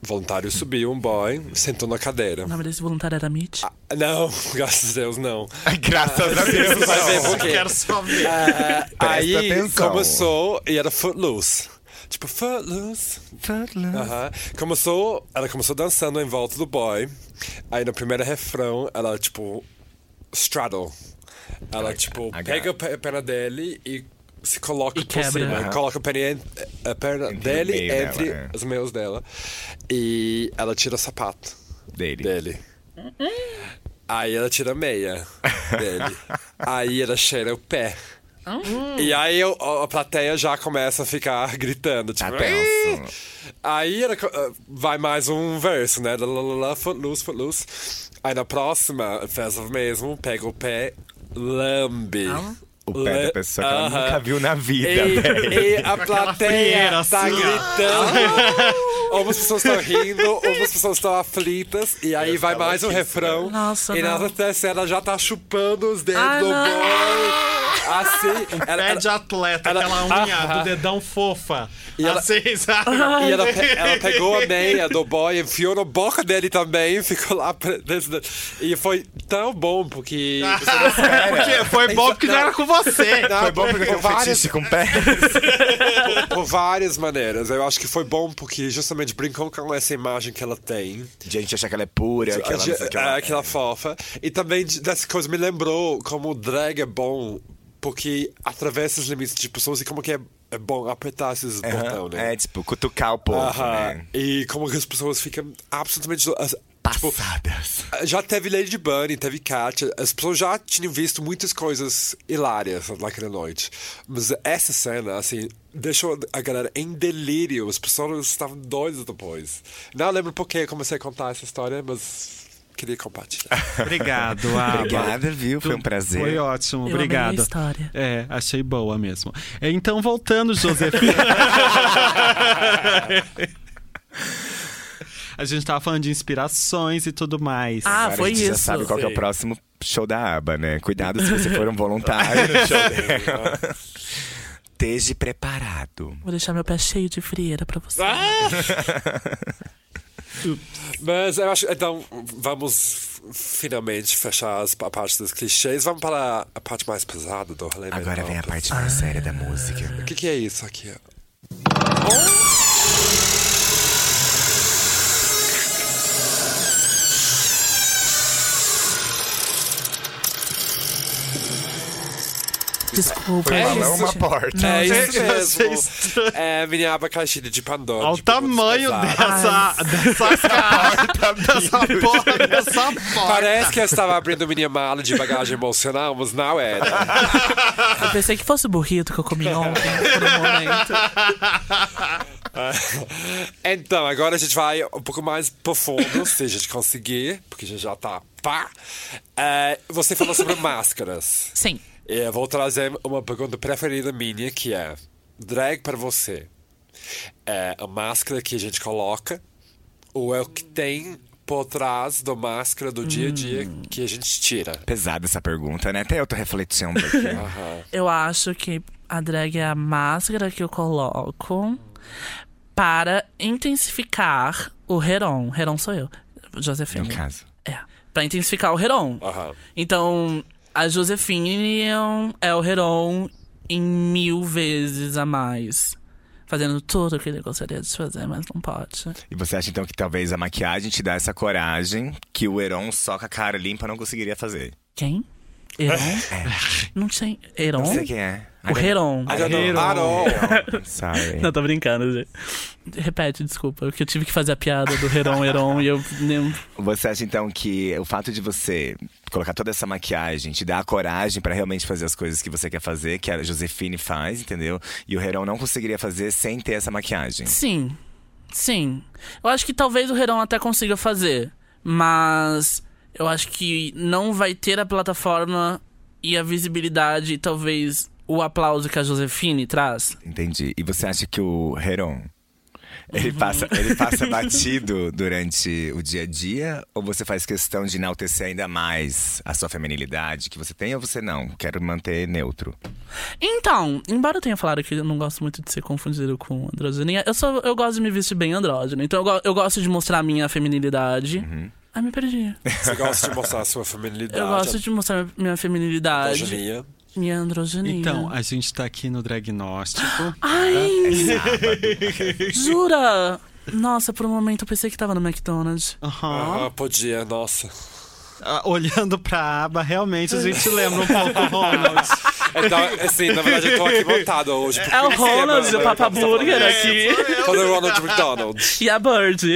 [SPEAKER 2] O voluntário subiu, um boy, sentou na cadeira.
[SPEAKER 1] O nome desse voluntário era Mitch.
[SPEAKER 2] Não, graças a Deus, não.
[SPEAKER 4] Graças a Deus.
[SPEAKER 2] Vai ver por quê.
[SPEAKER 3] só ver.
[SPEAKER 2] Ah,
[SPEAKER 4] Presta
[SPEAKER 2] aí
[SPEAKER 4] atenção.
[SPEAKER 2] começou e era Footloose. Tipo, Footloose.
[SPEAKER 4] Footloose.
[SPEAKER 2] Aham. Começou, ela começou dançando em volta do boy. Aí no primeiro refrão, ela, tipo, straddle. Ela, tipo,
[SPEAKER 4] aga-
[SPEAKER 2] pega a pe- perna dele e se coloca
[SPEAKER 1] E
[SPEAKER 2] por
[SPEAKER 1] quebra.
[SPEAKER 2] cima.
[SPEAKER 1] Aham.
[SPEAKER 2] Coloca a perna, en- a perna
[SPEAKER 4] Entre o
[SPEAKER 2] dele
[SPEAKER 4] meio
[SPEAKER 2] entre
[SPEAKER 4] dela, é.
[SPEAKER 2] os meus dela. E ela tira o sapato
[SPEAKER 4] Dele.
[SPEAKER 2] Ah, dele. Aí ela tira a meia dele. aí ela cheira o pé. E aí eu- a a plateia já começa a ficar gritando, tipo,
[SPEAKER 4] Tá
[SPEAKER 2] "Ih!"
[SPEAKER 4] tenso.
[SPEAKER 2] Aí ela co- ah, vai mais um verso, né? Lá, lá, lá, lá, Footloose, footloose. Aí na próxima, faz o mesmo, pega o pé, lambe.
[SPEAKER 4] Ah, O pé da
[SPEAKER 2] Le-
[SPEAKER 4] pessoa que ela
[SPEAKER 2] Aham.
[SPEAKER 4] nunca viu na vida, velho.
[SPEAKER 2] E, e a plateia
[SPEAKER 3] frieira,
[SPEAKER 2] tá
[SPEAKER 3] assim, ó. Ah!
[SPEAKER 2] gritando. Algumas pessoas estão rindo, algumas pessoas estão aflitas. E aí vai mais um refrão.
[SPEAKER 1] Nossa,
[SPEAKER 2] e na
[SPEAKER 1] não.
[SPEAKER 2] terceira ela já tá chupando os dedos
[SPEAKER 1] Ai,
[SPEAKER 2] do
[SPEAKER 1] não.
[SPEAKER 2] boy. Assim. ela-
[SPEAKER 3] Ah, Pé de
[SPEAKER 2] ela-
[SPEAKER 3] atleta,
[SPEAKER 2] ela-
[SPEAKER 3] aquela unha
[SPEAKER 2] Aham.
[SPEAKER 3] do dedão fofa.
[SPEAKER 2] E ela-
[SPEAKER 3] Assim, sabe?
[SPEAKER 2] ah, E ela, pe- ela pegou a meia do boy, enfiou na boca dele também, ficou lá. pre- E foi tão bom, porque.
[SPEAKER 3] Ah, Porque foi bom porque não era com você.
[SPEAKER 2] Não,
[SPEAKER 4] Foi bom porque
[SPEAKER 2] por,
[SPEAKER 4] tem um
[SPEAKER 2] várias,
[SPEAKER 4] fetiche com o pé.
[SPEAKER 2] por várias maneiras. Eu acho que foi bom porque justamente brincou com essa imagem que ela tem.
[SPEAKER 4] De a gente achar que ela é pura, que ela não sei o que
[SPEAKER 2] Ah,
[SPEAKER 4] ela-
[SPEAKER 2] aquela fofa. E também de- dessa coisa me lembrou como o drag é bom, porque atravessa os limites de pessoas e como que é, é bom apertar esses
[SPEAKER 4] Aham.
[SPEAKER 2] botões, né?
[SPEAKER 4] É, tipo, cutucar o povo,
[SPEAKER 2] Aham. Tipo,
[SPEAKER 4] né?
[SPEAKER 2] E como que as pessoas ficam absolutamente. as- Tipo,
[SPEAKER 4] Passadas.
[SPEAKER 2] já teve Lady Bunny, teve Katia, as pessoas já tinham visto muitas coisas hilárias naquela noite. Mas essa cena, assim, deixou a galera em delírio, as pessoas estavam doidas depois. Não lembro por que eu comecei a contar essa história, mas queria compartilhar.
[SPEAKER 3] Obrigado, Aba.
[SPEAKER 4] Obrigada, viu? Foi um prazer.
[SPEAKER 3] Foi ótimo,
[SPEAKER 1] amei
[SPEAKER 3] obrigado.
[SPEAKER 1] a história.
[SPEAKER 3] É, achei boa mesmo. É, Então, voltando, Josefina. A gente tava falando de inspirações e tudo mais.
[SPEAKER 1] Ah,
[SPEAKER 4] Agora
[SPEAKER 1] foi
[SPEAKER 4] a gente já
[SPEAKER 1] isso.
[SPEAKER 4] sabe qual que é o próximo show da aba, né? Cuidado se você for um voluntário no show dela. Esteja preparado.
[SPEAKER 1] Vou deixar meu pé cheio de frieira pra você.
[SPEAKER 2] mas eu acho. Então, vamos finalmente fechar as, a parte dos clichês. Vamos para a parte mais pesada do rolê.
[SPEAKER 4] Agora
[SPEAKER 2] mental.
[SPEAKER 4] vem a parte mais séria da música.
[SPEAKER 2] O que, que é isso aqui?
[SPEAKER 1] Desculpa,
[SPEAKER 4] Foi um
[SPEAKER 1] É gente.
[SPEAKER 4] balão, uma porta.
[SPEAKER 2] É
[SPEAKER 3] Gente,
[SPEAKER 2] isso
[SPEAKER 3] vocês-
[SPEAKER 2] mesmo. É minha abacaxi de Pandora.
[SPEAKER 3] Olha o
[SPEAKER 4] Tipo,
[SPEAKER 2] de perguntas
[SPEAKER 3] tamanho
[SPEAKER 2] pesadas.
[SPEAKER 3] dessa, dessa carta, dessa porta, dessa porta.
[SPEAKER 2] Parece que eu estava abrindo minha mala de bagagem emocional, mas não é, né? era.
[SPEAKER 1] Eu pensei que fosse o burrito que eu comi ontem, por um momento.
[SPEAKER 2] Então, agora a gente vai um pouco mais profundo, se a gente conseguir, porque a gente já tá pá. É, você falou sobre máscaras.
[SPEAKER 1] Sim.
[SPEAKER 2] E eu É, vou trazer uma pergunta preferida minha, que é... Drag para você é a máscara que a gente coloca ou é o que tem por trás da máscara do dia a dia
[SPEAKER 1] Hum.
[SPEAKER 2] que a gente tira?
[SPEAKER 4] Pesada essa pergunta, né? Até eu tô refletindo aqui.
[SPEAKER 1] Eu acho que a drag é a máscara que eu coloco para intensificar o Heron. Heron sou eu, Josefina.
[SPEAKER 4] No caso.
[SPEAKER 1] É. Pra intensificar o Heron.
[SPEAKER 2] Aham.
[SPEAKER 1] Então, a Josefine é um- é o Heron em mil vezes a mais. Fazendo tudo o que ele gostaria de fazer, mas não pode.
[SPEAKER 4] E você acha então que talvez a maquiagem te dá essa coragem que o Heron só com a cara limpa não conseguiria fazer?
[SPEAKER 1] Quem? Heron? Não sei. Heron?
[SPEAKER 4] Não sei quem é.
[SPEAKER 1] O Heron.
[SPEAKER 2] I don't know. I don't know.
[SPEAKER 4] Sabe?
[SPEAKER 1] Não, tô brincando, gente. Repete, desculpa, que eu tive que fazer a piada do Heron Heron e eu nem.
[SPEAKER 4] Você acha então que o fato de você colocar toda essa maquiagem te dá a coragem pra realmente fazer as coisas que você quer fazer, que a Josefine faz, entendeu? E o Heron não conseguiria fazer sem ter essa maquiagem.
[SPEAKER 1] Sim. Sim. Eu acho que talvez o Heron até consiga fazer, mas eu acho que não vai ter a plataforma e a visibilidade e talvez o aplauso que a Josefine traz.
[SPEAKER 4] Entendi. E você acha que o Heron ele passa, ele passa batido durante o dia a dia? Ou você faz questão de enaltecer ainda mais a sua feminilidade que você tem ou você não? Quero manter neutro.
[SPEAKER 1] Então, embora eu tenha falado que eu não gosto muito de ser confundido com androginia, eu, sou, eu gosto de me vestir bem andrógeno. Então eu, go- eu gosto de mostrar a minha feminilidade. Ai, me perdi.
[SPEAKER 2] Você gosta de mostrar a sua feminilidade.
[SPEAKER 1] Eu gosto de mostrar minha feminilidade.
[SPEAKER 2] androginia.
[SPEAKER 1] Minha androgenia.
[SPEAKER 3] Então, a gente tá aqui no Dragnóstico.
[SPEAKER 1] Ah. Ai,
[SPEAKER 3] é
[SPEAKER 4] Sábado.
[SPEAKER 1] jura? Nossa, por um momento eu pensei que tava no McDonald's.
[SPEAKER 3] Aham.
[SPEAKER 2] Ah, podia, nossa.
[SPEAKER 3] Ah, Olhando pra aba, realmente a gente lembra um pouco o Ronald.
[SPEAKER 2] Então, assim, na verdade, eu tô aqui montada hoje. porque
[SPEAKER 1] É o
[SPEAKER 2] eu sei,
[SPEAKER 1] Ronald
[SPEAKER 2] mas-
[SPEAKER 1] e o Papa Burger aqui.
[SPEAKER 2] Quando é o Ronald McDonald.
[SPEAKER 1] E a Bird.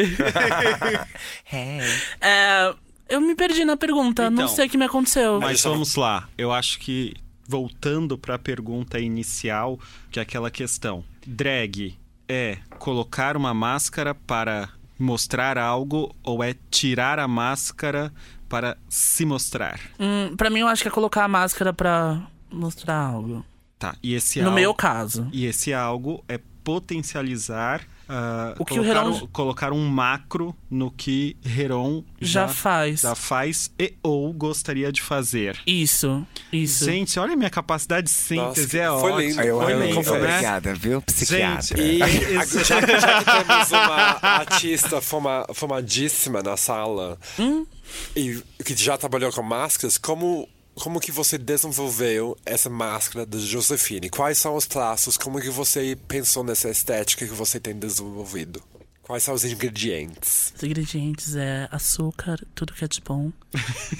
[SPEAKER 1] É, eu me perdi na pergunta, não
[SPEAKER 3] Então,
[SPEAKER 1] sei o que me aconteceu.
[SPEAKER 3] Mas vamos lá. Eu acho que voltando pra pergunta inicial, que é aquela questão. Drag é colocar uma máscara para mostrar algo ou é tirar a máscara para se mostrar?
[SPEAKER 1] Hum, pra mim, eu acho que é colocar a máscara pra mostrar algo.
[SPEAKER 3] Tá. E esse
[SPEAKER 1] No
[SPEAKER 3] algo,
[SPEAKER 1] meu caso.
[SPEAKER 3] e esse algo é potencializar ah,
[SPEAKER 1] O que o
[SPEAKER 3] colocar,
[SPEAKER 1] Heron-
[SPEAKER 3] um, colocar um macro no que Heron
[SPEAKER 1] Já,
[SPEAKER 3] já,
[SPEAKER 1] faz.
[SPEAKER 3] já faz e ou gostaria de fazer.
[SPEAKER 1] Isso, isso.
[SPEAKER 3] Gente, olha a minha capacidade de
[SPEAKER 2] Nossa,
[SPEAKER 3] síntese,
[SPEAKER 2] que-
[SPEAKER 3] é
[SPEAKER 2] foi
[SPEAKER 3] ótimo.
[SPEAKER 2] lindo,
[SPEAKER 4] Eu
[SPEAKER 2] foi
[SPEAKER 3] Foi
[SPEAKER 4] amo.
[SPEAKER 2] lindo,
[SPEAKER 3] lindo, né?
[SPEAKER 4] Obrigada, viu, psiquiatra?
[SPEAKER 3] Gente,
[SPEAKER 2] E
[SPEAKER 3] Isso.
[SPEAKER 2] a- É. já, que- já que temos uma artista fama, famadíssima na sala e que já trabalhou com máscaras, como, como que você desenvolveu essa máscara de Josefine? Quais são os traços? Como que você pensou nessa estética que você tem desenvolvido? Quais são os ingredientes?
[SPEAKER 1] Os ingredientes é açúcar, tudo que é de bom,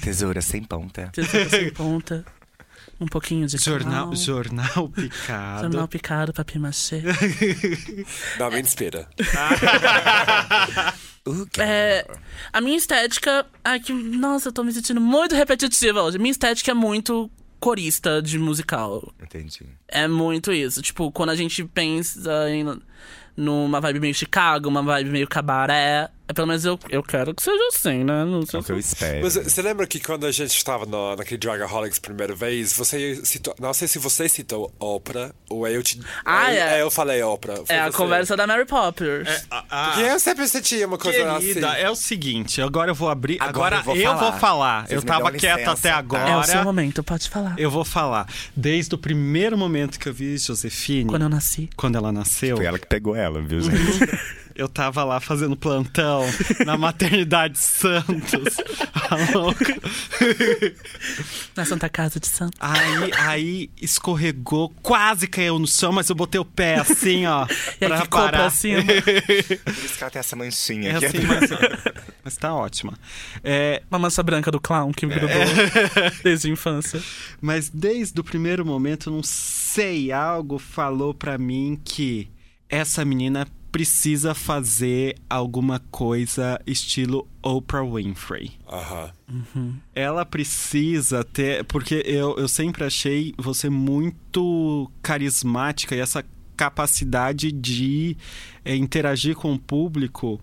[SPEAKER 4] Tesoura sem ponta.
[SPEAKER 1] tesoura sem ponta, um pouquinho de
[SPEAKER 3] Jornal,
[SPEAKER 1] cacau,
[SPEAKER 3] jornal picado.
[SPEAKER 1] jornal picado, papier machê.
[SPEAKER 2] Não, me inspira.
[SPEAKER 1] É, a minha estética. Ai, que. Nossa, eu tô me sentindo muito repetitiva hoje. Minha estética é muito corista de musical.
[SPEAKER 4] Entendi.
[SPEAKER 1] É muito isso. Tipo, quando a gente pensa em, numa vibe meio Chicago, uma vibe meio cabaré. É, pelo menos eu, eu quero que seja assim, né? Não
[SPEAKER 4] É
[SPEAKER 1] sei
[SPEAKER 4] o que eu espero.
[SPEAKER 2] Mas eh, você lembra que quando a gente estava na, naquele Dragaholics primeira vez, você citou. Não sei se você citou Oprah ou é eu te.
[SPEAKER 1] Ah,
[SPEAKER 2] eu,
[SPEAKER 1] é.
[SPEAKER 2] eu falei Oprah. Foi
[SPEAKER 1] É a
[SPEAKER 2] você.
[SPEAKER 1] conversa da Mary Poppers.
[SPEAKER 3] Ah, ah,
[SPEAKER 2] Porque eu sempre senti uma coisa
[SPEAKER 3] Querida,
[SPEAKER 2] assim.
[SPEAKER 3] é o seguinte, agora eu vou abrir. Agora,
[SPEAKER 4] Agora eu vou
[SPEAKER 3] eu
[SPEAKER 4] falar.
[SPEAKER 3] vou falar.
[SPEAKER 4] Vocês
[SPEAKER 3] Eu
[SPEAKER 4] me
[SPEAKER 3] tava
[SPEAKER 4] dão
[SPEAKER 3] quieta
[SPEAKER 4] licença,
[SPEAKER 3] até
[SPEAKER 4] tá?
[SPEAKER 1] É, o seu
[SPEAKER 3] agora.
[SPEAKER 1] momento, pode falar.
[SPEAKER 3] Eu vou falar. Desde o primeiro momento que eu vi Josefine,
[SPEAKER 1] Quando
[SPEAKER 3] quando,
[SPEAKER 1] eu nasci.
[SPEAKER 3] ela nasceu,
[SPEAKER 4] Foi ela que pegou ela, viu, gente?
[SPEAKER 3] eu tava lá fazendo plantão na maternidade Santos. Tá A louca.
[SPEAKER 1] Na Santa Casa de Santo.
[SPEAKER 3] Aí, aí escorregou, quase caiu no chão, mas eu botei o pé assim, ó.
[SPEAKER 1] E aí
[SPEAKER 3] pra
[SPEAKER 1] ficou
[SPEAKER 3] parar.
[SPEAKER 1] pra cima.
[SPEAKER 4] Por isso que ela tem essa
[SPEAKER 3] É
[SPEAKER 4] manchinha aqui.
[SPEAKER 3] assim, mas, mas tá ótima. É,
[SPEAKER 1] Uma mancha branca do clown que me grudou desde a infância.
[SPEAKER 3] Mas desde o primeiro momento, eu não sei, algo falou pra mim que essa menina precisa fazer alguma coisa estilo Oprah Winfrey.
[SPEAKER 2] Aham.
[SPEAKER 3] Ela precisa ter. Porque eu, eu sempre achei você muito carismática e essa capacidade de eh, interagir com o público,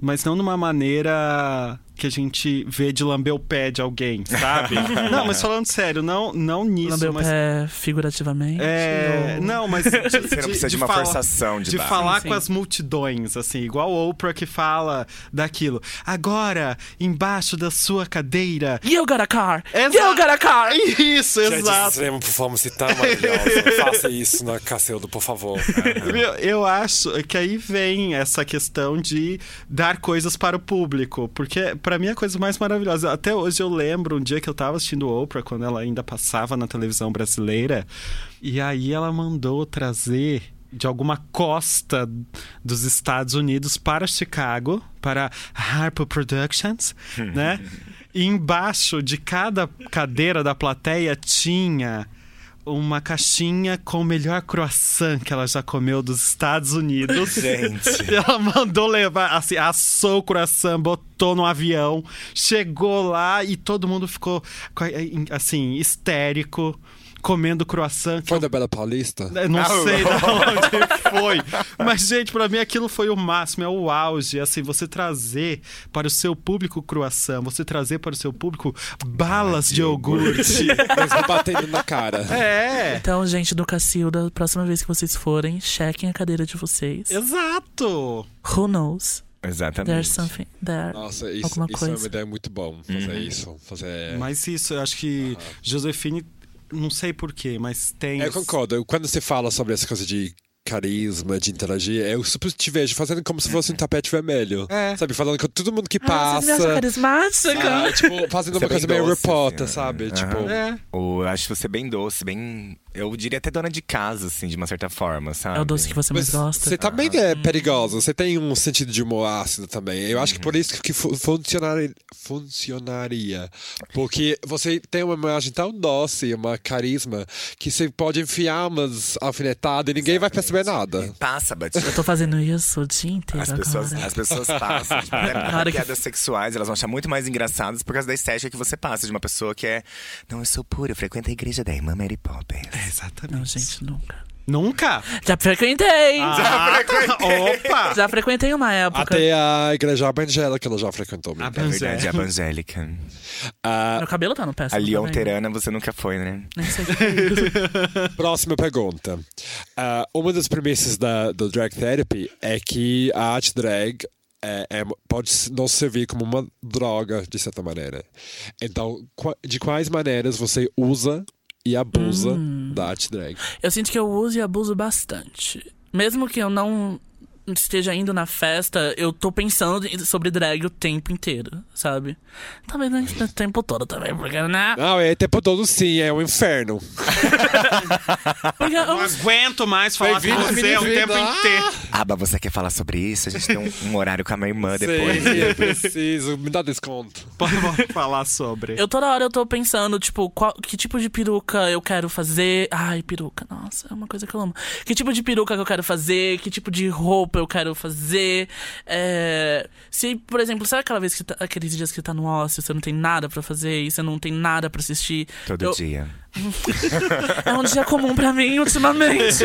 [SPEAKER 3] mas não numa maneira que a gente vê de lamber o pé de alguém, sabe? não, mas falando sério, não, não nisso,
[SPEAKER 1] Lambeu o
[SPEAKER 3] mas.
[SPEAKER 1] pé figurativamente.
[SPEAKER 3] É,
[SPEAKER 1] ou-
[SPEAKER 3] não, mas. de-
[SPEAKER 4] Você não precisa de, uma
[SPEAKER 3] falar-
[SPEAKER 4] forçação de,
[SPEAKER 3] de
[SPEAKER 4] barra.
[SPEAKER 3] falar
[SPEAKER 1] Sim,
[SPEAKER 3] com
[SPEAKER 1] sim.
[SPEAKER 3] as multidões, assim, igual Oprah que fala daquilo. Agora, embaixo da sua cadeira,
[SPEAKER 1] You got a car!
[SPEAKER 3] Exato.
[SPEAKER 1] You got a car!
[SPEAKER 3] Isso,
[SPEAKER 2] Gente, isso
[SPEAKER 3] exato.
[SPEAKER 2] seria uma performance tão maravilhosa. Faça isso na Cacilda, por favor.
[SPEAKER 3] Meu, eu acho que aí vem essa questão de dar coisas para o público, porque pra mim é a coisa mais maravilhosa. Até hoje eu lembro um dia que eu tava assistindo Oprah quando ela ainda passava na televisão brasileira, e aí ela mandou trazer de alguma costa dos Estados Unidos para Chicago, para Harpo Productions, né? E embaixo de cada cadeira da plateia tinha uma caixinha com o melhor croissant que ela já comeu dos Estados Unidos.
[SPEAKER 4] é. Gente.
[SPEAKER 3] E Ela mandou levar, assim, assou o croissant, botou no avião, chegou lá e todo mundo ficou, assim, histérico, comendo croissant.
[SPEAKER 2] Foi da Bela Paulista?
[SPEAKER 1] Né?
[SPEAKER 3] Eu Não sei da onde foi. Mas, gente, pra mim aquilo foi o máximo, é o auge. Assim, você trazer para o seu público croissant, você trazer para o seu público balas de iogurte.
[SPEAKER 2] Mas batendo na cara.
[SPEAKER 3] é,
[SPEAKER 1] Então, gente do Cacilda, próxima vez que vocês forem, chequem a cadeira de vocês.
[SPEAKER 3] exato.
[SPEAKER 1] Who knows? There's
[SPEAKER 4] Exatamente.
[SPEAKER 1] something there.
[SPEAKER 2] Nossa, é
[SPEAKER 1] Alguma coisa.
[SPEAKER 2] ideia muito bom. Fazer isso. Fazer...
[SPEAKER 3] Mas isso, eu acho que Josefine, não sei porquê, mas tem.
[SPEAKER 2] É, Eu concordo. Quando você fala sobre essa coisa de carisma, de interagir. Eu super te vejo fazendo como se fosse um tapete vermelho.
[SPEAKER 3] É.
[SPEAKER 2] Sabe, falando com todo mundo que
[SPEAKER 1] Ah, você me acha
[SPEAKER 2] passa.
[SPEAKER 1] carismática.
[SPEAKER 2] Ah, tipo, fazendo
[SPEAKER 4] Você
[SPEAKER 2] uma
[SPEAKER 4] é
[SPEAKER 2] coisa
[SPEAKER 4] bem
[SPEAKER 2] meio
[SPEAKER 4] doce,
[SPEAKER 2] repota,
[SPEAKER 4] assim,
[SPEAKER 2] sabe?
[SPEAKER 4] né?
[SPEAKER 2] Tipo,
[SPEAKER 4] Aham.
[SPEAKER 3] É.
[SPEAKER 4] Ou eu acho você bem doce, bem. Eu diria até dona de casa, assim, de uma certa forma, sabe?
[SPEAKER 1] É o doce que você mais
[SPEAKER 2] Mas
[SPEAKER 1] gosta. Hum.
[SPEAKER 2] você também é perigosa, você tem um sentido de humor ácido também. Eu acho que
[SPEAKER 4] Uhum.
[SPEAKER 2] por isso que fu- funcionari- funcionaria. Porque você tem uma imagem tão doce, uma carisma, que você pode enfiar umas alfinetadas e ninguém vai perceber nada.
[SPEAKER 4] Passa, batido.
[SPEAKER 1] Eu tô fazendo isso o dia inteiro
[SPEAKER 4] As
[SPEAKER 1] agora.
[SPEAKER 4] pessoas, as pessoas passam. Tipo, até porque
[SPEAKER 1] Claro que-
[SPEAKER 4] piadas sexuais, elas vão achar muito mais engraçadas por causa da estética que você passa, de uma pessoa que é. Não, eu sou puro, eu frequento a igreja da irmã Mary Poppins.
[SPEAKER 3] Exatamente.
[SPEAKER 1] Não, gente, nunca.
[SPEAKER 3] Nunca?
[SPEAKER 1] Já frequentei!
[SPEAKER 3] Ah,
[SPEAKER 2] É
[SPEAKER 3] opa!
[SPEAKER 1] Já frequentei uma época.
[SPEAKER 2] Até a igreja Bengela, que ela já frequentou.
[SPEAKER 3] Ah.
[SPEAKER 2] amiga.
[SPEAKER 4] Na É
[SPEAKER 3] é.
[SPEAKER 4] verdade, a evangélica.
[SPEAKER 2] Ah,
[SPEAKER 1] Meu cabelo tá no péssimo.
[SPEAKER 4] A Leon
[SPEAKER 1] também.
[SPEAKER 4] Terana você nunca foi, né?
[SPEAKER 1] Nem sei o que é isso.
[SPEAKER 2] próxima pergunta. Ah, uma das premissas da, do drag therapy é que a arte drag é- é- pode não servir como uma droga, de certa maneira. Então, qua- de quais maneiras você usa e abusa da arte drag?
[SPEAKER 1] Eu sinto que eu uso e abuso bastante. Mesmo que eu não esteja indo na festa, eu tô pensando em- sobre drag o tempo inteiro, sabe? Talvez não o tempo todo também, porque, né?
[SPEAKER 2] Não, é o tempo todo sim, é um inferno.
[SPEAKER 1] Porque eu
[SPEAKER 3] Não aguento mais falar com
[SPEAKER 2] Bem-vindo,
[SPEAKER 3] você
[SPEAKER 2] bem-vindo.
[SPEAKER 3] o tempo
[SPEAKER 2] Ah!
[SPEAKER 3] inteiro.
[SPEAKER 4] Ah, mas você quer falar sobre isso? A gente tem um, um horário com a minha irmã depois. né?
[SPEAKER 2] Sim, eu preciso, me dá desconto.
[SPEAKER 3] Pode pode falar sobre.
[SPEAKER 1] Eu toda hora eu tô pensando, tipo, qual- que tipo de peruca eu quero fazer. Ai, peruca, nossa, é uma coisa que eu amo. Que tipo de peruca que eu quero fazer, que tipo de roupa eu quero fazer. É, Se, por exemplo, sabe aquela vez que tá- aqueles dias que você tá no ócio, você não tem nada pra fazer e você não tem nada pra assistir.
[SPEAKER 4] Todo
[SPEAKER 1] Eu-
[SPEAKER 4] dia.
[SPEAKER 1] É um dia comum pra mim ultimamente.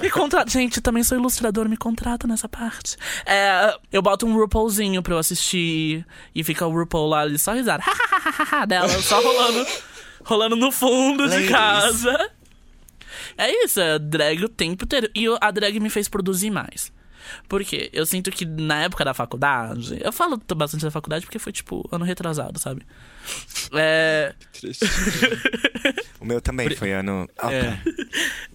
[SPEAKER 1] Me contra... Gente, eu também sou ilustrador, me contrata nessa parte. É, eu boto um RuPaulzinho pra eu assistir e fica o RuPaul lá ali só risada. dela, só rolando, rolando no fundo de
[SPEAKER 4] Ladies.
[SPEAKER 1] casa. É isso, é drag o tempo inteiro. E eu- a drag me fez produzir mais. Porque eu sinto que na época da faculdade, eu falo bastante da faculdade porque foi tipo ano retrasado, sabe? É,
[SPEAKER 4] O meu também foi ano. Ah,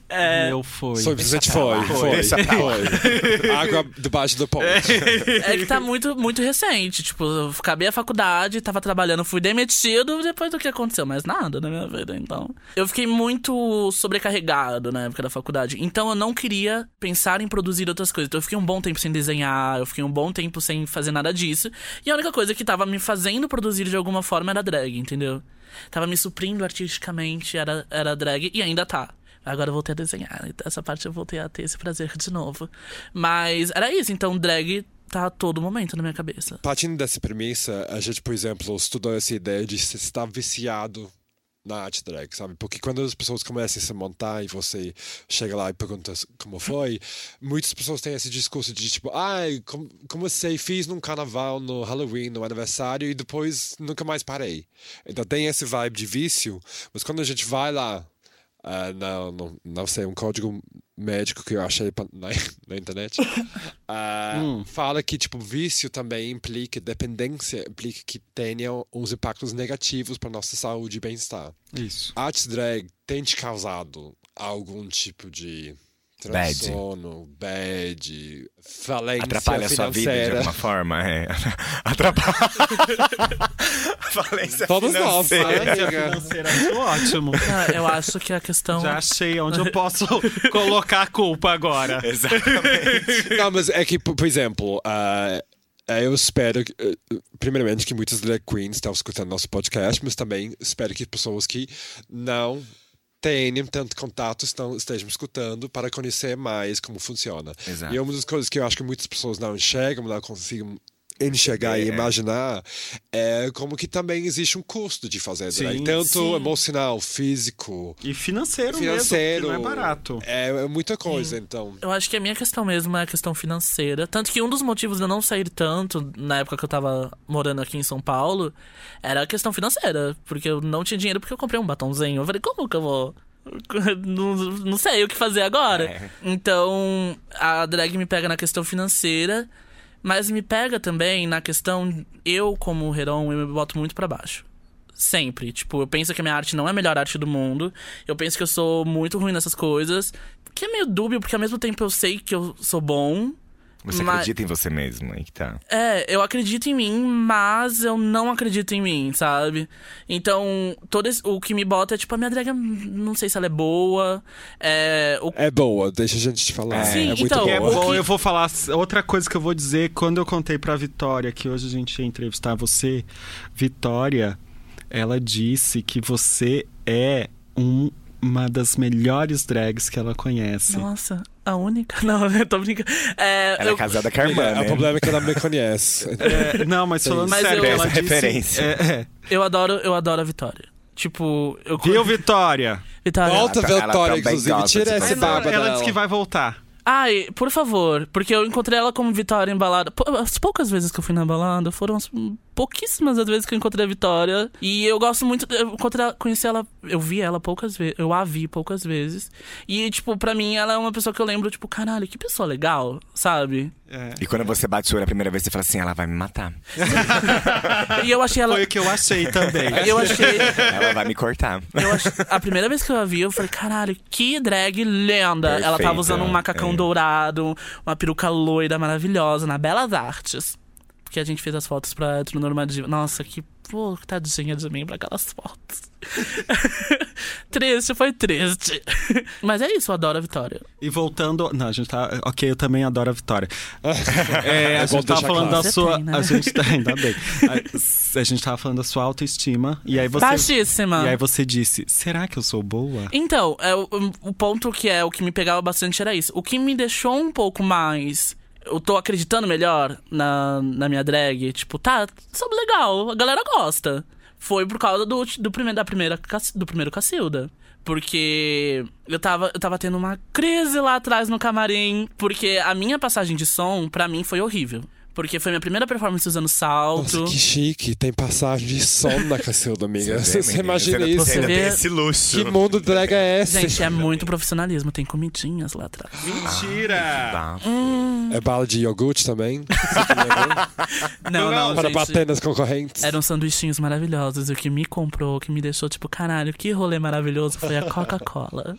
[SPEAKER 3] É. Eu fui.
[SPEAKER 2] Só simplesmente foi, foi,
[SPEAKER 4] Deixa pra lá.
[SPEAKER 2] foi. Água debaixo do ponte.
[SPEAKER 1] É que tá muito, muito recente. Tipo, eu acabei a faculdade, tava trabalhando, fui demitido depois do que aconteceu. Mas nada na minha vida, então. Eu fiquei muito sobrecarregado na época da faculdade. Então eu não queria pensar em produzir outras coisas. Então eu fiquei um bom tempo sem desenhar, eu fiquei um bom tempo sem fazer nada disso. E a única coisa que tava me fazendo produzir de alguma forma era drag, entendeu? Tava me suprindo artisticamente, era, era drag, e ainda tá. Agora eu voltei a desenhar. então Essa parte eu voltei a ter esse prazer de novo. Mas era isso, então drag tá a todo momento na minha cabeça.
[SPEAKER 2] Partindo dessa premissa, a gente, por exemplo, estudou essa ideia de se estar viciado na arte drag, sabe? Porque quando as pessoas começam a se montar e você chega lá e pergunta como foi, muitas pessoas têm esse discurso de tipo, ai, com- comecei, fiz num carnaval, no Halloween, no aniversário e depois nunca mais parei. Então tem esse vibe de vício, mas quando a gente vai lá ah, não, não, não sei, um código médico que eu achei pa- na, na internet. Ah,
[SPEAKER 4] Hum.
[SPEAKER 2] Fala que, tipo, vício também implica, dependência implica que tenha uns impactos negativos para nossa saúde e bem-estar.
[SPEAKER 3] Isso.
[SPEAKER 2] Arts drag tem te causado algum tipo de
[SPEAKER 4] Bad.
[SPEAKER 2] transtorno, bad, falência
[SPEAKER 4] Atrapalha a sua vida de
[SPEAKER 2] financeira.
[SPEAKER 4] alguma forma? É. Atrapalha. Falência
[SPEAKER 2] Todos nós,
[SPEAKER 4] financeira.
[SPEAKER 2] né, amiga?
[SPEAKER 3] Financeira, acho ótimo.
[SPEAKER 1] Ah, Eu acho que a questão.
[SPEAKER 3] Já achei onde eu posso colocar a culpa agora.
[SPEAKER 4] Exatamente.
[SPEAKER 2] Não, mas é que, por por exemplo, ah, eu espero, que, eh, primeiramente, que muitas drag queens estão escutando nosso podcast, mas também espero que pessoas que não tenham tanto contato estão, estejam escutando para conhecer mais como funciona.
[SPEAKER 4] Exato.
[SPEAKER 2] E uma das coisas que eu acho que muitas pessoas não enxergam, não conseguem enxergar e
[SPEAKER 4] É.
[SPEAKER 2] imaginar é como que também existe um custo de fazer drag,
[SPEAKER 3] Sim.
[SPEAKER 2] tanto
[SPEAKER 1] Sim.
[SPEAKER 2] emocional, físico,
[SPEAKER 3] E financeiro,
[SPEAKER 2] financeiro.
[SPEAKER 3] mesmo, que não é barato.
[SPEAKER 2] É, é muita coisa, então.
[SPEAKER 1] Eu acho que a minha questão mesmo é a questão financeira. Tanto que um dos motivos de eu não sair tanto na época que eu tava morando aqui em São Paulo era a questão financeira. Porque eu não tinha dinheiro porque eu comprei um batonzinho. Eu falei, como que eu vou? Não, não sei o que fazer agora. Então, a drag me pega na questão financeira, mas me pega também na questão. Eu, como Heron, eu me boto muito pra baixo. Sempre. Tipo, eu penso que a minha arte não é a melhor arte do mundo. Eu penso que eu sou muito ruim nessas coisas. Que é meio dúbio, porque ao mesmo tempo eu sei que eu sou bom.
[SPEAKER 4] Você
[SPEAKER 1] mas-
[SPEAKER 4] acredita em você mesmo, aí que tá.
[SPEAKER 1] É, eu acredito em mim, mas eu não acredito em mim, sabe? Então, todo esse- o que me bota é tipo, a minha drag, não sei se ela é boa. É, o-
[SPEAKER 2] É boa, deixa a gente te falar.
[SPEAKER 1] Sim,
[SPEAKER 2] é muito
[SPEAKER 1] então,
[SPEAKER 2] boa.
[SPEAKER 1] É
[SPEAKER 3] É
[SPEAKER 1] bom,
[SPEAKER 3] bom,
[SPEAKER 1] que-
[SPEAKER 3] eu vou falar s- outra coisa que eu vou dizer. Quando eu contei pra Vitória que hoje a gente ia entrevistar você, Vitória, ela disse que você é um- uma das melhores drags que ela conhece.
[SPEAKER 1] Nossa, a única? Não, eu tô brincando. É,
[SPEAKER 4] Ela
[SPEAKER 1] eu-
[SPEAKER 4] é casada com a irmã,
[SPEAKER 2] É,
[SPEAKER 4] né?
[SPEAKER 2] O problema é que ela me conhece.
[SPEAKER 3] É, não, mas falando
[SPEAKER 1] Mas
[SPEAKER 3] sério,
[SPEAKER 1] eu-
[SPEAKER 4] Essa
[SPEAKER 3] ela disse,
[SPEAKER 4] referência.
[SPEAKER 3] É, é.
[SPEAKER 1] Eu adoro, eu adoro a Vitória. Tipo, eu
[SPEAKER 3] Viu, Vitória?
[SPEAKER 1] Vitória.
[SPEAKER 2] Volta,
[SPEAKER 4] Ela- tá ela
[SPEAKER 2] Veltória,
[SPEAKER 4] também
[SPEAKER 2] inclusive.
[SPEAKER 4] gosta
[SPEAKER 2] Tira
[SPEAKER 4] de
[SPEAKER 2] esse
[SPEAKER 4] fazer.
[SPEAKER 3] Ela,
[SPEAKER 2] baba
[SPEAKER 3] ela
[SPEAKER 2] dela.
[SPEAKER 3] disse que vai voltar.
[SPEAKER 1] Ai, por favor, porque eu encontrei ela como Vitória em balada. Pou- As poucas vezes que eu fui na balada foram as pouquíssimas as vezes que eu encontrei a Vitória. E eu gosto muito. Eu encontrei, ela- conheci ela, eu vi ela poucas vezes, eu a vi poucas vezes. E, tipo, pra mim ela é uma pessoa que eu lembro, tipo, caralho, que pessoa legal, sabe?
[SPEAKER 3] É.
[SPEAKER 4] E quando você bate o olho a primeira vez, você fala assim, ela vai me matar.
[SPEAKER 1] E eu achei ela.
[SPEAKER 3] Foi o que eu achei também.
[SPEAKER 1] Eu achei.
[SPEAKER 4] Ela vai me cortar.
[SPEAKER 1] Eu ach- A primeira vez que eu a vi, eu falei, caralho, que drag lenda. Ela tava
[SPEAKER 4] Perfeita,
[SPEAKER 1] usando um macacão
[SPEAKER 4] é.
[SPEAKER 1] dourado, uma peruca loira maravilhosa, na Belas Artes. Porque a gente fez as fotos pra heteronormativa. Nossa, que pô, que tadinha de mim pra aquelas fotos. triste, foi triste. Mas é isso, eu adoro a Vitória.
[SPEAKER 3] E voltando. Não, a gente tá. Ok, eu também adoro a vitória. É, a
[SPEAKER 2] bom
[SPEAKER 3] gente tava
[SPEAKER 2] deixar
[SPEAKER 3] falando
[SPEAKER 2] claro.
[SPEAKER 3] da
[SPEAKER 1] Você
[SPEAKER 3] sua.
[SPEAKER 1] tem, né?
[SPEAKER 3] A gente tá, ainda bem. A, a gente tava falando da sua autoestima. E aí você.
[SPEAKER 1] Baixíssima.
[SPEAKER 3] E aí você disse: será que eu sou boa?
[SPEAKER 1] Então, é, o, o ponto que é o que me pegava bastante era isso. O que me deixou um pouco mais. Eu tô acreditando melhor na, na minha drag. Tipo, tá, soube legal, a galera gosta. Foi por causa do, ulti- do, primeiro, da primeira, Caci- do primeiro Cacilda. Porque eu tava, eu tava tendo uma crise lá atrás no camarim. Porque a minha passagem de som, pra mim, foi horrível. Porque foi minha primeira performance usando salto.
[SPEAKER 2] Nossa, que chique. Tem passagem de som na Cacilda, amiga. Você,
[SPEAKER 4] vê, menina?
[SPEAKER 2] imagina
[SPEAKER 4] ainda-
[SPEAKER 2] isso?
[SPEAKER 4] Você ainda
[SPEAKER 1] Você
[SPEAKER 4] tem
[SPEAKER 1] vê-
[SPEAKER 4] esse luxo.
[SPEAKER 2] Que mundo drag é esse?
[SPEAKER 1] Gente, é muito profissionalismo. Tem comidinhas lá atrás.
[SPEAKER 3] Mentira!
[SPEAKER 4] Tá.
[SPEAKER 2] É bala de iogurte também?
[SPEAKER 1] Não, não,
[SPEAKER 2] para
[SPEAKER 1] gente. um-
[SPEAKER 2] bater nas concorrentes?
[SPEAKER 1] Eram sanduichinhos maravilhosos. E o que me comprou, o que me deixou tipo, caralho, que rolê maravilhoso foi a Coca-Cola.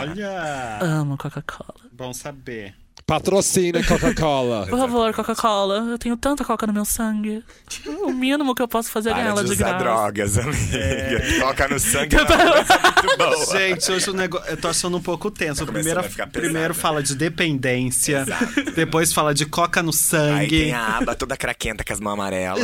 [SPEAKER 3] Olha!
[SPEAKER 1] Amo Coca-Cola.
[SPEAKER 3] Bom saber.
[SPEAKER 2] Patrocina Coca-Cola.
[SPEAKER 1] Por favor, Coca-Cola, eu tenho tanta Coca no meu sangue. Tipo, O mínimo que eu posso fazer é
[SPEAKER 4] Para
[SPEAKER 1] ganhar ela
[SPEAKER 4] de É.
[SPEAKER 1] de
[SPEAKER 4] usar
[SPEAKER 1] graça.
[SPEAKER 4] drogas, amiga. Toca no sangue, ela vai muito boa.
[SPEAKER 3] Gente, hoje o negócio. Eu tô achando um pouco tenso.
[SPEAKER 4] começando
[SPEAKER 3] Primeiro,
[SPEAKER 4] a ficar pesado.
[SPEAKER 3] primeiro fala de dependência, depois fala de coca no
[SPEAKER 4] Aí
[SPEAKER 3] sangue.
[SPEAKER 4] tem a aba toda craquenta com as mãos amarelas.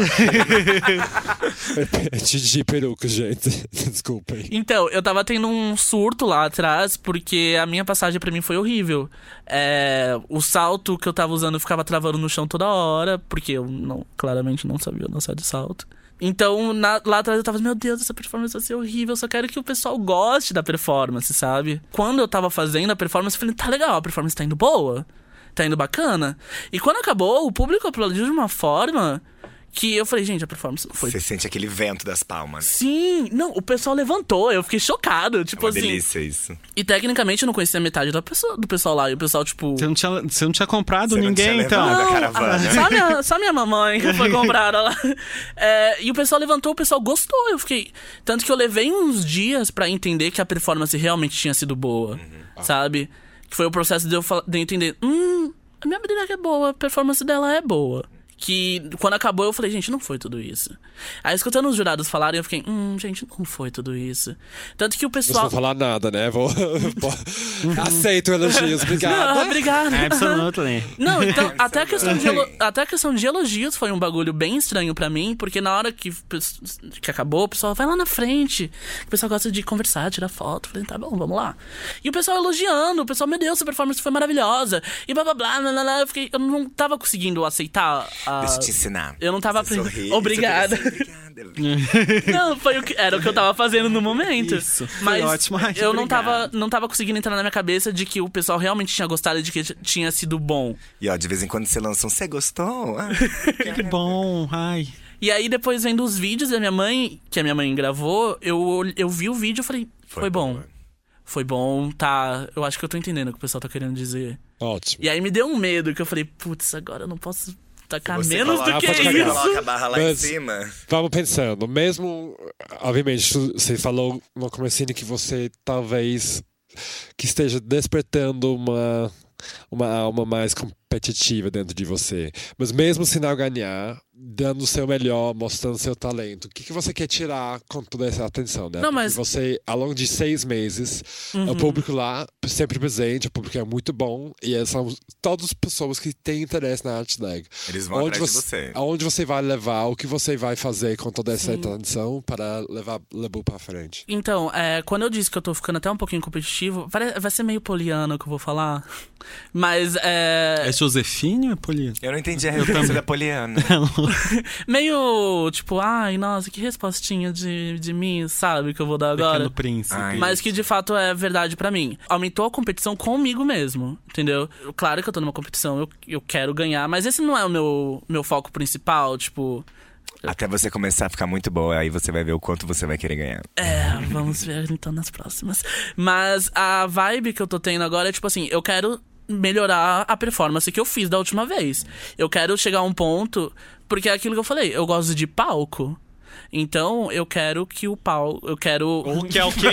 [SPEAKER 2] Repete de peruca, gente. Desculpem.
[SPEAKER 1] Então, eu tava tendo um surto lá atrás, porque a minha passagem pra mim foi horrível. É, o salto que eu tava usando ficava travando no chão toda hora, porque eu não, claramente não sabia dançar de salto. Então, na- lá atrás eu tava, meu Deus, essa performance vai ser horrível, eu só quero que o pessoal goste da performance, sabe? Quando eu tava fazendo a performance, eu falei, tá legal, a performance tá indo boa, tá indo bacana. E quando acabou, o público aplaudiu de uma forma que eu falei, gente, a performance não foi
[SPEAKER 4] Você sente aquele vento das palmas. É
[SPEAKER 1] Sim, não, o pessoal levantou, eu fiquei chocado, tipo
[SPEAKER 4] Uma
[SPEAKER 1] assim.
[SPEAKER 4] delícia isso.
[SPEAKER 1] E tecnicamente eu não conhecia metade da pessoa, do pessoal lá, e o pessoal, tipo.
[SPEAKER 3] Você não tinha, você não tinha comprado
[SPEAKER 4] Você não
[SPEAKER 3] ninguém,
[SPEAKER 4] tinha
[SPEAKER 3] então.
[SPEAKER 4] levado.
[SPEAKER 1] Não,
[SPEAKER 4] da caravana.
[SPEAKER 1] ah, só, minha, só minha mamãe que foi comprada lá. É, e o pessoal levantou, o pessoal gostou. Eu fiquei. Tanto que eu levei uns dias pra entender que a performance realmente tinha sido boa.
[SPEAKER 4] Uhum. Ah.
[SPEAKER 1] Sabe? Que foi o processo de eu, fala- de eu entender. Hum, a minha habilidade é boa, a performance dela é boa. Que quando acabou eu falei, gente, não foi tudo isso. Aí escutando os jurados falarem, eu fiquei, hum, gente, não foi tudo isso. Tanto que o
[SPEAKER 2] Não
[SPEAKER 1] pessoal.
[SPEAKER 2] vou falar nada, né? Vou... Aceito elogios,
[SPEAKER 1] Ah,
[SPEAKER 2] obrigado.
[SPEAKER 1] obrigado.
[SPEAKER 4] É,
[SPEAKER 3] Absolutely.
[SPEAKER 1] Não, então,
[SPEAKER 3] é
[SPEAKER 1] até a, questão de elo- até a questão de elogios foi um bagulho bem estranho pra mim, porque na hora que, pes- que acabou, o pessoal vai lá na frente. O pessoal gosta de conversar, tirar foto. Falei, tá bom, vamos lá. E o pessoal elogiando, o pessoal, meu Deus, sua performance foi maravilhosa. E blá blá blá, blá, blá, blá. Eu, fiquei, eu não tava conseguindo aceitar a.
[SPEAKER 3] tipo
[SPEAKER 4] Deixa Ah, eu te ensinar.
[SPEAKER 1] Eu não tava
[SPEAKER 4] Você
[SPEAKER 1] aprendendo.
[SPEAKER 4] sorri,
[SPEAKER 1] Obrigada.
[SPEAKER 4] você fica assim, Obrigada.
[SPEAKER 1] Não, foi o que, era o que eu tava fazendo no momento.
[SPEAKER 3] Isso, foi
[SPEAKER 1] Mas
[SPEAKER 3] ótimo. Ai,
[SPEAKER 1] eu não
[SPEAKER 3] obrigado.
[SPEAKER 1] tava, não tava conseguindo entrar na minha cabeça de que o pessoal realmente tinha gostado e de que tinha sido bom.
[SPEAKER 4] E ó, de vez em quando você lança um, você gostou? Ah,
[SPEAKER 3] Que bom, ai.
[SPEAKER 1] E aí, depois vendo os vídeos da minha mãe, que a minha mãe gravou, eu, eu vi o vídeo e falei, foi, bom. Foi bom, tá. Eu acho que eu tô entendendo o que o pessoal tá querendo dizer.
[SPEAKER 2] Ótimo.
[SPEAKER 1] E aí me deu um medo, que eu falei, putz, agora eu não posso tacar
[SPEAKER 4] Você
[SPEAKER 1] Tá
[SPEAKER 4] "Ah,
[SPEAKER 1] menos do
[SPEAKER 4] coloca-
[SPEAKER 1] que
[SPEAKER 2] pode
[SPEAKER 4] você
[SPEAKER 2] cagar.
[SPEAKER 1] isso.
[SPEAKER 4] coloca a barra lá
[SPEAKER 2] Mas-
[SPEAKER 4] em cima.
[SPEAKER 2] Vamos pensando, mesmo. Obviamente, tu- você falou no comecinho que você talvez que esteja despertando uma, uma alma mais competitiva dentro de você. Mas mesmo se não ganhar, dando o seu melhor, mostrando seu talento, o que, que você quer tirar com toda essa atenção, né?
[SPEAKER 1] Não,
[SPEAKER 2] Porque
[SPEAKER 1] mas- Uhum.
[SPEAKER 2] Você, ao longo de seis meses, o público lá sempre presente, o público é muito bom e eles são todas as pessoas que têm interesse na arte drag.
[SPEAKER 4] Eles vão atrás de você.
[SPEAKER 2] Aonde você vai levar, o que você vai fazer com toda essa atenção para levar Lebu para frente.
[SPEAKER 1] Então, é, quando eu disse que eu tô ficando até um pouquinho competitivo, pare- vai ser meio poliana o que eu vou falar. Mas é.
[SPEAKER 3] É Josefine ou é Polina?
[SPEAKER 4] Eu não entendi a referência da tá Poliana.
[SPEAKER 1] Meio tipo, ai, nossa, que respostinha de, de mim, sabe? Que eu vou dar agora.
[SPEAKER 3] Pequeno Príncipe.
[SPEAKER 4] Ai.
[SPEAKER 1] Mas que de fato é verdade pra mim. Aumentou a competição comigo mesmo, entendeu? Claro que eu tô numa competição, eu, eu quero ganhar, mas esse não é o meu, meu foco principal, tipo.
[SPEAKER 4] Até você começar a ficar muito boa, aí você vai ver o quanto você vai querer ganhar.
[SPEAKER 1] É, vamos ver então nas próximas. Mas a vibe que eu tô tendo agora é tipo assim, eu quero melhorar a performance que eu fiz da última vez. Eu quero chegar a um ponto, porque é aquilo que eu falei, eu gosto de palco. Então, eu quero que o pau, eu quero
[SPEAKER 3] O que é o quê?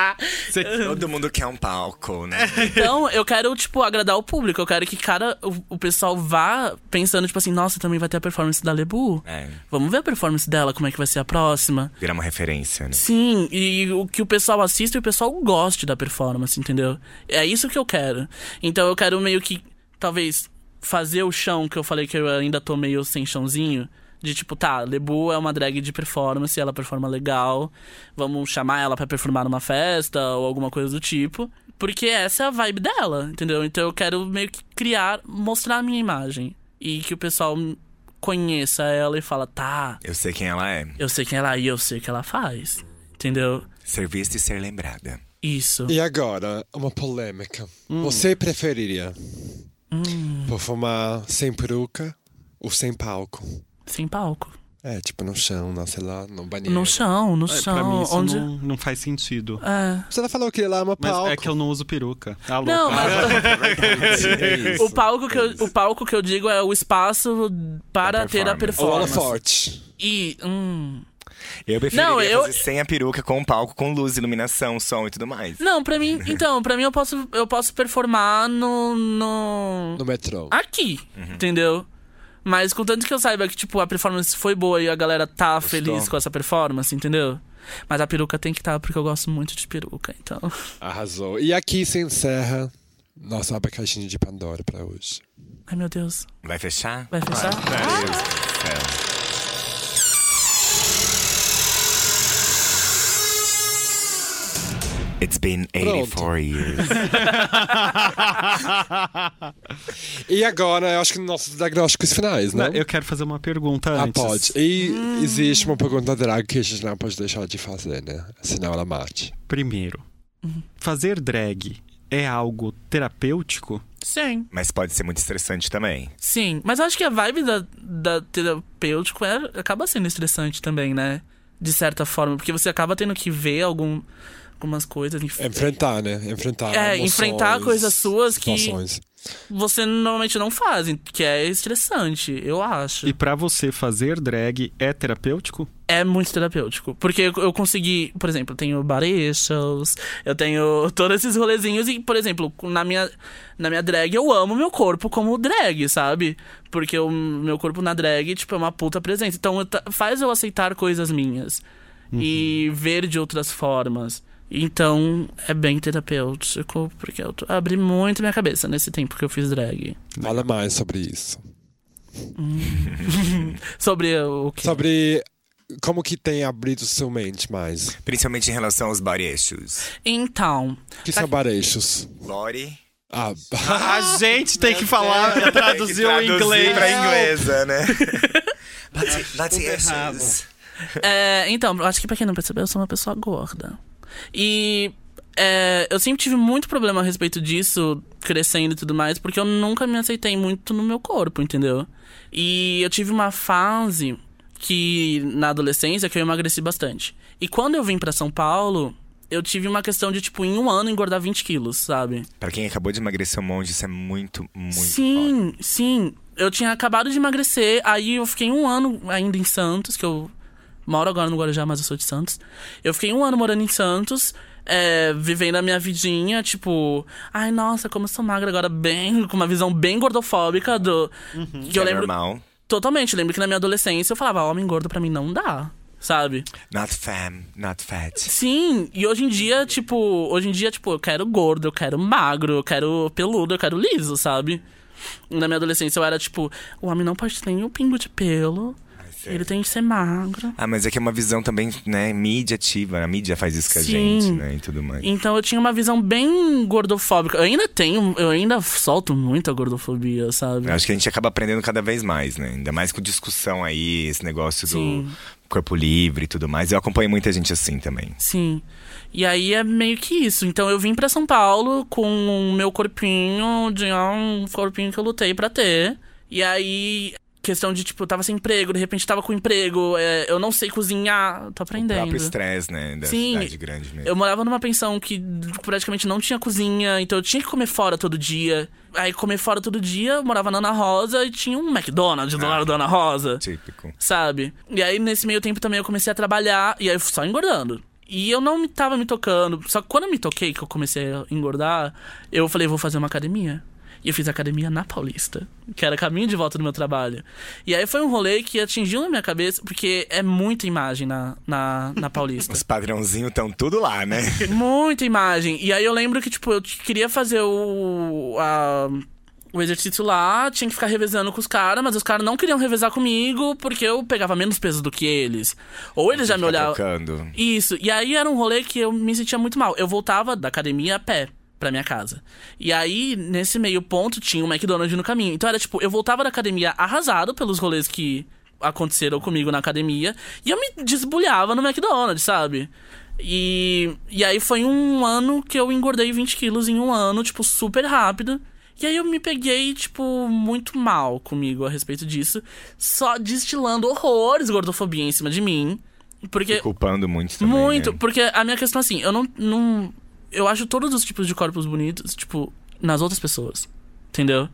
[SPEAKER 4] Todo mundo quer um palco, né?
[SPEAKER 1] Então, eu quero, tipo, agradar o público. Eu quero que, cara, o, o pessoal vá pensando, tipo assim, nossa, também vai ter a performance da Lebu.
[SPEAKER 4] É.
[SPEAKER 1] Vamos ver a performance dela, como é que vai ser a próxima.
[SPEAKER 4] Virar uma referência, né?
[SPEAKER 1] Sim, e o que o pessoal assista e o pessoal goste da performance, entendeu? É isso que eu quero. Então eu quero meio que, talvez, fazer o chão que eu falei que eu ainda tô meio sem chãozinho. De tipo, tá, Lebu é uma drag de performance, ela performa legal, vamos chamar ela pra performar numa festa ou alguma coisa do tipo. Porque essa é a vibe dela, entendeu? Então eu quero meio que criar, mostrar a minha imagem. E que o pessoal conheça ela e fala, tá,
[SPEAKER 4] Eu sei quem ela é.
[SPEAKER 1] eu sei quem ela é e eu sei o que ela faz. Entendeu?
[SPEAKER 4] Ser vista e ser lembrada.
[SPEAKER 1] Isso.
[SPEAKER 2] E agora, uma polêmica.
[SPEAKER 1] Hum.
[SPEAKER 2] Você preferiria performar sem peruca ou sem palco?
[SPEAKER 1] Sem palco.
[SPEAKER 2] É, tipo no chão, na, sei lá, no banheiro.
[SPEAKER 1] No chão, no
[SPEAKER 3] É,
[SPEAKER 1] chão.
[SPEAKER 3] pra mim isso
[SPEAKER 1] onde...
[SPEAKER 3] não, não faz sentido.
[SPEAKER 1] É.
[SPEAKER 2] Você não falou que lá é uma
[SPEAKER 3] Mas
[SPEAKER 2] palco.
[SPEAKER 3] é que eu não uso peruca. Ah, Tá louca.
[SPEAKER 1] Não, mas
[SPEAKER 2] É isso.
[SPEAKER 1] o palco, que eu, o palco que eu digo é o espaço para
[SPEAKER 4] Da
[SPEAKER 1] ter a
[SPEAKER 4] performance.
[SPEAKER 2] Ou ela
[SPEAKER 1] performance.
[SPEAKER 2] forte.
[SPEAKER 1] E. Hum.
[SPEAKER 4] Eu preferiria
[SPEAKER 1] Não, eu-
[SPEAKER 4] fazer sem a peruca, com o palco, com luz, iluminação, som e tudo mais.
[SPEAKER 1] Não, pra mim. Então, pra mim eu posso, eu posso performar no. no...
[SPEAKER 2] No metrô.
[SPEAKER 1] Aqui, entendeu? Mas contanto que eu saiba que, tipo, a performance foi boa e a galera tá feliz com essa performance, entendeu? Mas a peruca tem que estar, porque eu gosto muito de peruca, então.
[SPEAKER 2] Arrasou. E aqui se encerra nossa abacaxinha de Pandora pra hoje.
[SPEAKER 1] Ai, meu Deus.
[SPEAKER 4] Vai fechar?
[SPEAKER 1] Vai fechar?
[SPEAKER 4] It's been 84 years.
[SPEAKER 2] E agora, eu acho que nossos diagnósticos finais, né?
[SPEAKER 3] Não, Eu quero fazer uma pergunta
[SPEAKER 2] Ah,
[SPEAKER 3] antes.
[SPEAKER 2] pode. E existe uma pergunta drag que a gente não pode deixar de fazer, né? Senão ela mate.
[SPEAKER 3] Primeiro, Uhum. fazer drag é algo terapêutico?
[SPEAKER 1] Sim.
[SPEAKER 4] Mas pode ser muito estressante também.
[SPEAKER 1] Sim, mas eu acho que a vibe da, da terapêutico é, acaba sendo estressante também, né? De certa forma, porque você acaba tendo que ver algum, algumas coisas. enf-
[SPEAKER 2] Enfrentar, né? Enfrentar.
[SPEAKER 1] É,
[SPEAKER 2] emoções,
[SPEAKER 1] enfrentar coisas suas que-
[SPEAKER 2] Situações.
[SPEAKER 1] Você normalmente não faz, que é estressante, eu acho.
[SPEAKER 3] E pra você fazer drag é terapêutico?
[SPEAKER 1] É muito terapêutico. Porque eu, eu consegui, por exemplo, eu tenho barechas, eu tenho todos esses rolezinhos. E, por exemplo, na minha, na minha drag, eu amo meu corpo como drag, sabe? Porque o meu corpo na drag, tipo, é uma puta presença. Então eu ta- faz eu aceitar coisas minhas. E ver de outras formas. Então é bem terapêutico, porque eu tô- abri muito minha cabeça nesse tempo que eu fiz drag.
[SPEAKER 2] Fala mais sobre isso.
[SPEAKER 1] Sobre o que?
[SPEAKER 2] Sobre como que tem abrido sua mente mais.
[SPEAKER 4] Principalmente em relação aos body issues.
[SPEAKER 1] Então,
[SPEAKER 2] Que são barechos.
[SPEAKER 4] Body.
[SPEAKER 2] Ah,
[SPEAKER 3] A gente tem que falar, traduzir o
[SPEAKER 4] Traduzir
[SPEAKER 3] inglês.
[SPEAKER 4] pra inglesa, né? body body issues.
[SPEAKER 1] É, então, eu acho que pra quem não percebeu, eu sou uma pessoa gorda. E é, eu sempre tive muito problema a respeito disso, crescendo e tudo mais, porque eu nunca me aceitei muito no meu corpo, entendeu? E eu tive uma fase que, na adolescência, que eu emagreci bastante. E quando eu vim pra São Paulo, eu tive uma questão de, tipo, em um ano engordar 20 quilos, sabe?
[SPEAKER 4] Pra quem acabou de emagrecer um monte, isso é muito, muito foda.
[SPEAKER 1] Sim, sim. Eu tinha acabado de emagrecer, aí eu fiquei um ano ainda em Santos, que eu moro agora no Guarujá, mas eu sou de Santos. Eu fiquei um ano morando em Santos, é, vivendo a minha vidinha, tipo, ai, nossa, como eu sou magra agora, bem, com uma visão bem gordofóbica do. Que eu
[SPEAKER 4] é
[SPEAKER 1] lembro.
[SPEAKER 4] normal.
[SPEAKER 1] Totalmente, lembro que na minha adolescência eu falava, homem gordo pra mim não dá, sabe?
[SPEAKER 4] Not fam, not fat.
[SPEAKER 1] Sim, e hoje em dia, tipo, hoje em dia, tipo, eu quero gordo, eu quero magro, eu quero peludo, eu quero liso, sabe? Na minha adolescência eu era tipo, o homem não pode ter nenhum pingo de pelo,
[SPEAKER 4] sério?
[SPEAKER 1] ele tem que ser magro.
[SPEAKER 4] Ah, mas é que é uma visão também, né, mídia ativa. A mídia faz isso com a
[SPEAKER 1] Sim.
[SPEAKER 4] gente, né, e tudo mais.
[SPEAKER 1] Então eu tinha uma visão bem gordofóbica. Eu ainda tenho, eu ainda solto muita gordofobia, sabe?
[SPEAKER 4] Eu Acho que a gente acaba aprendendo cada vez mais, né? Ainda mais com discussão aí, esse negócio do corpo livre e tudo mais. Eu acompanho muita gente assim também.
[SPEAKER 1] Sim. E aí é meio que isso. Então eu vim pra São Paulo com o meu corpinho, de ah, um corpinho que eu lutei pra ter. E aí, questão de, tipo, eu tava sem emprego, de repente tava com emprego, é, eu não sei cozinhar, tô
[SPEAKER 4] O próprio
[SPEAKER 1] aprendendo.
[SPEAKER 4] estresse, né? Da
[SPEAKER 1] Sim.
[SPEAKER 4] cidade grande mesmo.
[SPEAKER 1] Eu morava numa pensão que praticamente não tinha cozinha, então eu tinha que comer fora todo dia. Aí comer fora todo dia, eu morava na Ana Rosa e tinha um McDonald's
[SPEAKER 4] Ah.
[SPEAKER 1] do lado da Ana Rosa.
[SPEAKER 4] Típico.
[SPEAKER 1] sabe? E aí, nesse meio tempo também, eu comecei a trabalhar e aí eu fui só engordando. E eu não me tava me tocando. Só que quando eu me toquei, que eu comecei a engordar, eu falei, vou fazer uma academia. E eu fiz academia na Paulista, que era caminho de volta do meu trabalho. E aí foi um rolê que atingiu na minha cabeça, porque é muita imagem na, na, na Paulista.
[SPEAKER 4] Os padrãozinhos estão tudo lá, né?
[SPEAKER 1] Muita imagem. E aí eu lembro que, tipo, eu t- queria fazer o. a- o exercício lá, tinha que ficar revezando com os caras, mas os caras não queriam revezar comigo porque eu pegava menos peso do que eles. Ou eles já me
[SPEAKER 4] Tá
[SPEAKER 1] olhavam.
[SPEAKER 4] Tocando.
[SPEAKER 1] Isso. E aí era um rolê que eu me sentia muito mal. Eu voltava da academia a pé pra minha casa. E aí, nesse meio ponto, tinha um McDonald's no caminho. Então era tipo, eu voltava da academia arrasado pelos rolês que aconteceram comigo na academia e eu me desbulhava no McDonald's, sabe? E, e aí foi um ano que eu engordei 20 quilos em um ano, tipo, super rápido. E aí eu me peguei, tipo, muito mal comigo a respeito disso. Só destilando horrores gordofobia em cima de mim. Porque
[SPEAKER 4] Culpando muito também.
[SPEAKER 1] muito,
[SPEAKER 4] né?
[SPEAKER 1] porque a minha questão é assim, eu não, não. Eu acho todos os tipos de corpos bonitos, tipo, nas outras pessoas. Entendeu?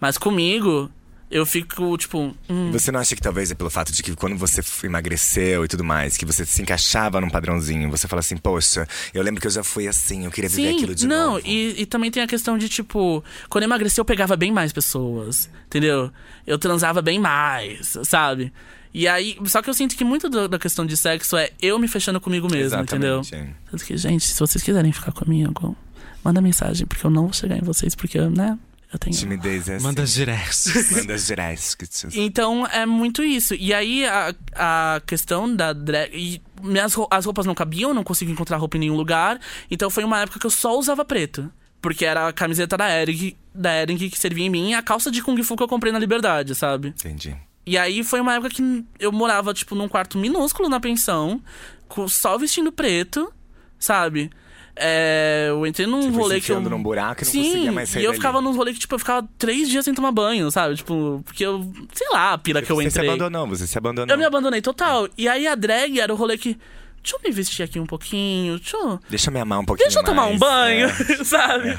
[SPEAKER 1] Mas comigo, eu fico, tipo. hum,
[SPEAKER 4] Você não acha que talvez é pelo fato de que quando você f- emagreceu e tudo mais, que você se encaixava num padrãozinho, você fala assim, poxa, eu lembro que eu já fui assim, eu queria viver
[SPEAKER 1] Sim,
[SPEAKER 4] aquilo de
[SPEAKER 1] não,
[SPEAKER 4] novo.
[SPEAKER 1] E, e também tem a questão de, tipo, quando eu emagreci, eu pegava bem mais pessoas, entendeu? Eu transava bem mais, sabe? E aí, só que eu sinto que muito do- da questão de sexo é eu me fechando comigo mesmo, entendeu?
[SPEAKER 4] Exatamente. é.
[SPEAKER 1] Tanto que, gente, se vocês quiserem ficar comigo, manda mensagem, porque eu não vou chegar em vocês, porque, né? Eu tenho.
[SPEAKER 4] Timidez é assim.
[SPEAKER 3] Manda direto.
[SPEAKER 4] Manda gerais.
[SPEAKER 1] Então é muito isso. E aí a, a questão da drag. E minhas, rou- as roupas não cabiam, não consigo encontrar roupa em nenhum lugar. Então foi uma época que eu só usava preto. Porque era a camiseta da Eric, da Eric que servia em mim e a calça de Kung Fu que eu comprei na Liberdade, sabe?
[SPEAKER 4] Entendi.
[SPEAKER 1] E aí foi uma época que eu morava, tipo, num quarto minúsculo na pensão, com, só vestindo preto, sabe? É, eu entrei num
[SPEAKER 4] Você foi
[SPEAKER 1] rolê
[SPEAKER 4] se
[SPEAKER 1] que eu.
[SPEAKER 4] enfiando num buraco e não
[SPEAKER 1] Sim,
[SPEAKER 4] conseguia mais sair
[SPEAKER 1] E eu
[SPEAKER 4] dali.
[SPEAKER 1] ficava num rolê que, tipo, eu ficava três dias sem tomar banho, sabe? Tipo, porque eu. Sei lá, a pira que eu
[SPEAKER 4] Tipo, você
[SPEAKER 1] entrei.
[SPEAKER 4] se abandonou, você se abandonou.
[SPEAKER 1] Eu me abandonei total. E aí a drag era o rolê que. Deixa eu me vestir aqui um pouquinho, deixa eu.
[SPEAKER 4] Deixa eu me amar um pouquinho
[SPEAKER 1] Deixa eu tomar um
[SPEAKER 4] mais,
[SPEAKER 1] banho,
[SPEAKER 4] né?
[SPEAKER 1] sabe?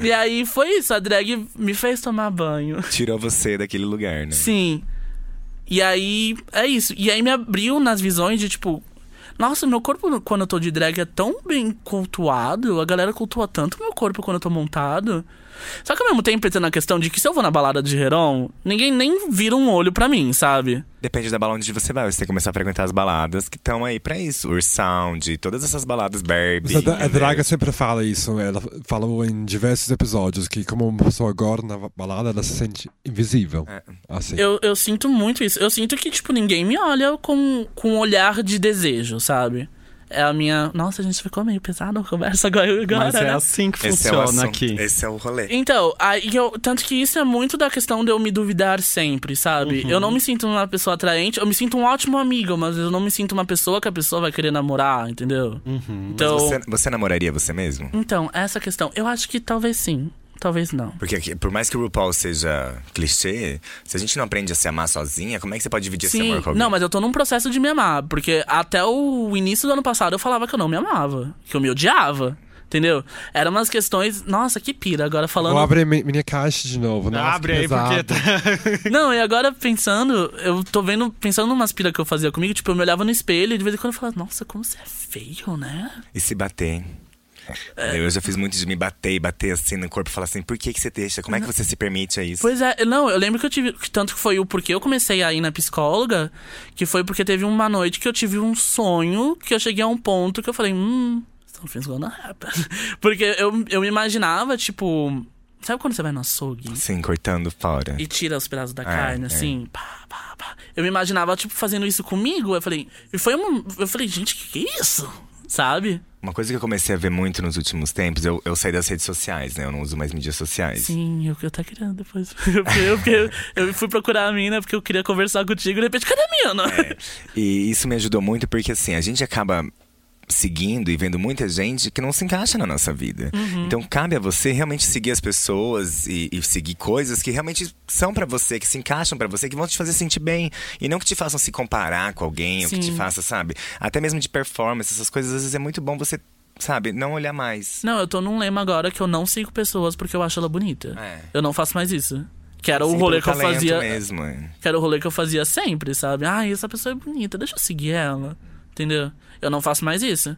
[SPEAKER 1] E aí foi isso, a drag me fez tomar banho.
[SPEAKER 4] Tirou você daquele lugar, né?
[SPEAKER 1] Sim. E aí, é isso. E aí me abriu nas visões de tipo. Nossa, meu corpo quando eu tô de drag é tão bem cultuado. A galera cultua tanto meu corpo quando eu tô montado. Só que ao mesmo tempo entra na questão de que se eu vou na balada de Heron, ninguém nem vira um olho pra mim, sabe?
[SPEAKER 4] Depende da balada onde você vai. Você tem que começar a frequentar as baladas que estão aí pra isso. Ursound, todas essas baladas, Barbie.
[SPEAKER 2] Mas a, a
[SPEAKER 1] né? é
[SPEAKER 4] entendeu?
[SPEAKER 2] Draga sempre fala isso, né? ela falou em diversos episódios que, como uma pessoa agora na balada, ela se sente invisível. Assim.
[SPEAKER 1] É. Eu, eu sinto muito isso. Eu sinto que, tipo, ninguém me olha com, com um olhar de desejo, sabe? É a minha. Nossa, a gente ficou meio pesado a conversa agora.
[SPEAKER 3] Mas é
[SPEAKER 1] né?
[SPEAKER 3] assim que
[SPEAKER 4] Esse é o
[SPEAKER 3] funciona
[SPEAKER 4] assunto,
[SPEAKER 3] aqui.
[SPEAKER 4] Esse é o rolê.
[SPEAKER 1] Então, aí eu, tanto que isso é muito da questão de eu me duvidar sempre,
[SPEAKER 4] Uhum.
[SPEAKER 1] sabe? Eu não me sinto uma pessoa atraente, eu me sinto um ótimo amigo, mas eu não me sinto uma pessoa que a pessoa vai querer namorar, entendeu? Então,
[SPEAKER 4] Uhum, Você, você namoraria você mesmo?
[SPEAKER 1] então, essa questão, eu acho que talvez sim, talvez não.
[SPEAKER 4] Porque aqui- por mais que o RuPaul seja clichê, se a gente não aprende a se amar sozinha, como é que você pode dividir esse
[SPEAKER 1] Sim,
[SPEAKER 4] amor com alguém?
[SPEAKER 1] não, mas eu tô num processo de me amar, porque até o início do ano passado eu falava que eu não me amava, que eu me odiava, entendeu? Eram umas questões, nossa, que pira, agora falando
[SPEAKER 2] Vou abrir mi- minha caixa de
[SPEAKER 4] é
[SPEAKER 2] novo. né? Nossa,
[SPEAKER 3] Abre
[SPEAKER 2] que
[SPEAKER 3] aí, porque
[SPEAKER 2] pesado.
[SPEAKER 3] tá...
[SPEAKER 1] Não, e agora pensando, eu tô vendo, pensando numas piras que eu fazia comigo, tipo, eu me olhava no espelho e de vez em quando eu falava, nossa, como você é feio, né?
[SPEAKER 4] E se bater?
[SPEAKER 1] É.
[SPEAKER 4] Eu já fiz muito de me bater e bater assim no corpo e falar assim: por que, que você deixa? Como é que você se permite a isso?
[SPEAKER 1] Pois é, não, eu lembro que eu tive. que Tanto que foi o porquê eu comecei a ir na psicóloga, que foi porque teve uma noite que eu tive um sonho que eu cheguei a um ponto que eu falei, hum, something's gonna happen. Porque eu, eu me imaginava, tipo. Sabe quando você vai no açougue?
[SPEAKER 4] Sim, cortando fora.
[SPEAKER 1] E tira os pedaços da
[SPEAKER 4] É,
[SPEAKER 1] carne,
[SPEAKER 4] é.
[SPEAKER 1] assim, pá, pá, pá. Eu me imaginava, tipo, fazendo isso comigo. Eu falei, e foi um. Eu falei, gente, que que é isso? Sabe?
[SPEAKER 4] Uma coisa que eu comecei a ver muito nos últimos tempos, eu, eu saí das redes sociais, né? Eu não uso mais mídias sociais.
[SPEAKER 1] Sim, eu, eu tava querendo depois. Porque eu, porque eu, eu fui procurar a mina porque eu queria conversar contigo e de repente, cadê a mina?
[SPEAKER 4] É. E isso me ajudou muito porque, assim, a gente acaba seguindo e vendo muita gente que não se encaixa na nossa vida.
[SPEAKER 1] Uhum.
[SPEAKER 4] Então, cabe a você realmente seguir as pessoas e, e seguir coisas que realmente são pra você, que se encaixam pra você, que vão te fazer sentir bem. E não que te façam se comparar com alguém, ou que te
[SPEAKER 1] Sim.
[SPEAKER 4] faça, sabe? Até mesmo de performance, essas coisas, às vezes é muito bom você, sabe, não olhar mais.
[SPEAKER 1] Não, eu tô num lema agora que eu não sigo pessoas porque eu acho ela bonita.
[SPEAKER 4] É.
[SPEAKER 1] Eu não faço mais isso. Que era o
[SPEAKER 4] Sim,
[SPEAKER 1] rolê
[SPEAKER 4] pelo
[SPEAKER 1] que eu
[SPEAKER 4] talento
[SPEAKER 1] fazia.
[SPEAKER 4] Mesmo. é.
[SPEAKER 1] Que era o rolê que eu fazia sempre, sabe? Ah, essa pessoa é bonita, deixa eu seguir ela. Entendeu? Eu não faço mais isso.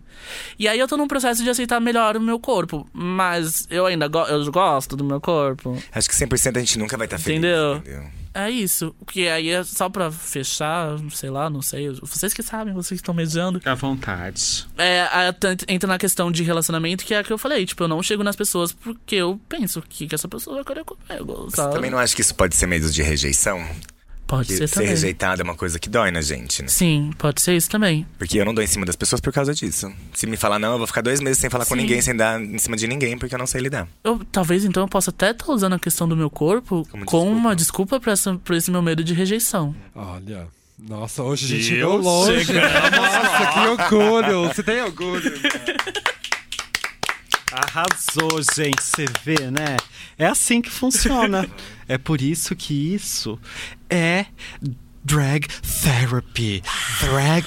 [SPEAKER 1] E aí eu tô num processo de aceitar melhor o meu corpo. Mas eu ainda go- eu gosto do meu corpo.
[SPEAKER 4] Acho que 100% a gente nunca vai estar feliz.
[SPEAKER 1] Entendeu?
[SPEAKER 4] entendeu?
[SPEAKER 1] É isso. Que aí é só pra fechar, sei lá, não sei. Vocês que sabem, vocês que estão mediando.
[SPEAKER 3] À vontade.
[SPEAKER 1] É, a- tant- entra na questão de relacionamento, que é a que eu falei. Tipo, eu não chego nas pessoas porque eu penso o que, que essa pessoa vai querer comigo,
[SPEAKER 4] Você
[SPEAKER 1] sabe?
[SPEAKER 4] também não acha que isso pode ser medo de rejeição?
[SPEAKER 1] Pode
[SPEAKER 4] Que
[SPEAKER 1] ser
[SPEAKER 4] ser
[SPEAKER 1] também.
[SPEAKER 4] rejeitado é uma coisa que dói na gente, né?
[SPEAKER 1] Sim, pode ser isso também.
[SPEAKER 4] Porque eu não dou em cima das pessoas por causa disso. Se me falar não, eu vou ficar dois meses sem falar com
[SPEAKER 1] Sim.
[SPEAKER 4] ninguém, sem dar em cima de ninguém, porque eu não sei lidar.
[SPEAKER 1] Eu, talvez então eu possa até estar usando a questão do meu corpo
[SPEAKER 4] Como
[SPEAKER 1] com uma desculpa pra, essa, pra esse meu medo de rejeição.
[SPEAKER 2] Olha. Nossa, hoje a gente
[SPEAKER 7] Eu
[SPEAKER 2] chegou longe. Nossa, que é orgulho. Você tem orgulho.
[SPEAKER 3] Arrasou, gente. Você vê, né? É assim que funciona. é por isso que isso é drag therapy. Drag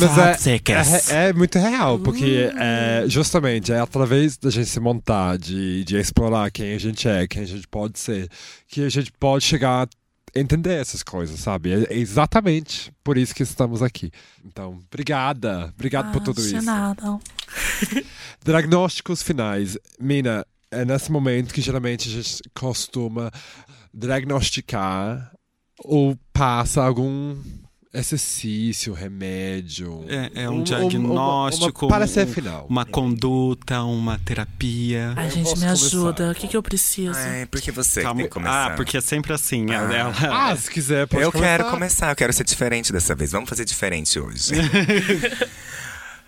[SPEAKER 2] Mas é,
[SPEAKER 3] therapy.
[SPEAKER 2] é, é muito real, porque é, justamente é através da gente se montar, de, de explorar quem a gente é, quem a gente pode ser, que a gente pode chegar a entender essas coisas, sabe? É exatamente por isso que estamos aqui. Então, obrigada. Obrigado por tudo
[SPEAKER 1] Não
[SPEAKER 2] isso.
[SPEAKER 1] nada.
[SPEAKER 2] Diagnósticos finais. Mina, é nesse momento que geralmente a gente costuma diagnosticar ou passa algum exercício, remédio.
[SPEAKER 3] É, é
[SPEAKER 2] Um-
[SPEAKER 3] um,
[SPEAKER 2] um-
[SPEAKER 3] diagnóstico.
[SPEAKER 2] uma- uma- parecer
[SPEAKER 3] um-
[SPEAKER 2] final.
[SPEAKER 3] Uma conduta, uma terapia.
[SPEAKER 1] Ai, gente,
[SPEAKER 2] posso
[SPEAKER 1] me
[SPEAKER 2] começar.
[SPEAKER 1] ajuda. O que, que eu preciso?
[SPEAKER 4] Ai, por que você que
[SPEAKER 3] Calma-
[SPEAKER 4] tem que começar?
[SPEAKER 3] Ah, porque é sempre assim. ela- ela-
[SPEAKER 2] Ah, se quiser, pode
[SPEAKER 4] Eu
[SPEAKER 2] começar.
[SPEAKER 4] quero começar, eu quero ser diferente dessa vez. Vamos fazer diferente hoje.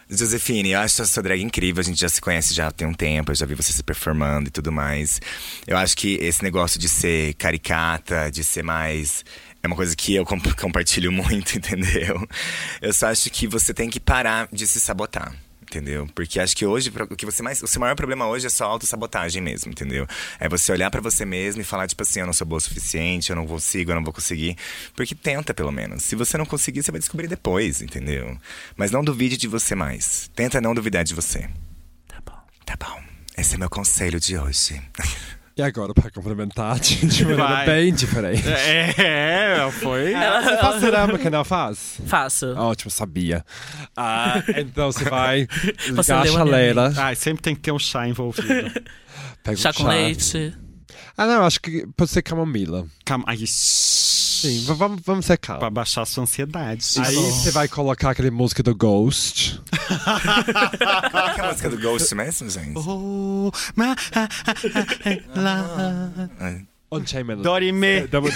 [SPEAKER 4] Josefine, eu acho a sua drag incrível. A gente já se conhece já tem um tempo, eu já vi você se performando e tudo mais. Eu acho que esse negócio de ser caricata, de ser mais. É uma coisa que eu comp- compartilho muito, entendeu? Eu só acho que você tem que parar de se sabotar. Entendeu? Porque acho que hoje, pro- o que você mais. O seu maior problema hoje é só a autossabotagem mesmo, entendeu? É você olhar pra você mesmo e falar, tipo assim, eu não sou boa o suficiente, eu não consigo, eu não vou conseguir. Porque tenta, pelo menos. Se você não conseguir, você vai descobrir depois, entendeu? Mas não duvide de você mais. Tenta não duvidar de você.
[SPEAKER 1] Tá bom.
[SPEAKER 4] Tá bom. Esse é meu conselho de hoje.
[SPEAKER 2] E agora, para complementar, de de maneira
[SPEAKER 3] Vai.
[SPEAKER 2] bem diferente.
[SPEAKER 3] É, foi.
[SPEAKER 1] Ah.
[SPEAKER 2] Você faz cerâmica, que não faz?
[SPEAKER 1] Faça.
[SPEAKER 2] Ótimo, sabia. Ah, então você vai
[SPEAKER 1] Você
[SPEAKER 2] ligar a
[SPEAKER 1] leu a minha
[SPEAKER 2] chaleira,
[SPEAKER 3] Ai, sempre tem que ter um chá envolvido.
[SPEAKER 2] pega
[SPEAKER 1] Chá
[SPEAKER 2] um
[SPEAKER 1] com leite.
[SPEAKER 2] Ah, não, acho que pode ser camomila.
[SPEAKER 3] Calma. Ai,
[SPEAKER 2] Sim,
[SPEAKER 3] Sim,
[SPEAKER 2] v- vamos, vamos ser
[SPEAKER 3] pra
[SPEAKER 2] calmos.
[SPEAKER 3] baixar a sua ansiedade.
[SPEAKER 2] Aí
[SPEAKER 3] Isso.
[SPEAKER 2] você vai colocar aquela música do Ghost.
[SPEAKER 4] Qual que é a música do Ghost mesmo, gente?
[SPEAKER 3] Oh, ma, ah, ah, ah, lá.
[SPEAKER 2] Unchained
[SPEAKER 3] Dorime.
[SPEAKER 2] Demo-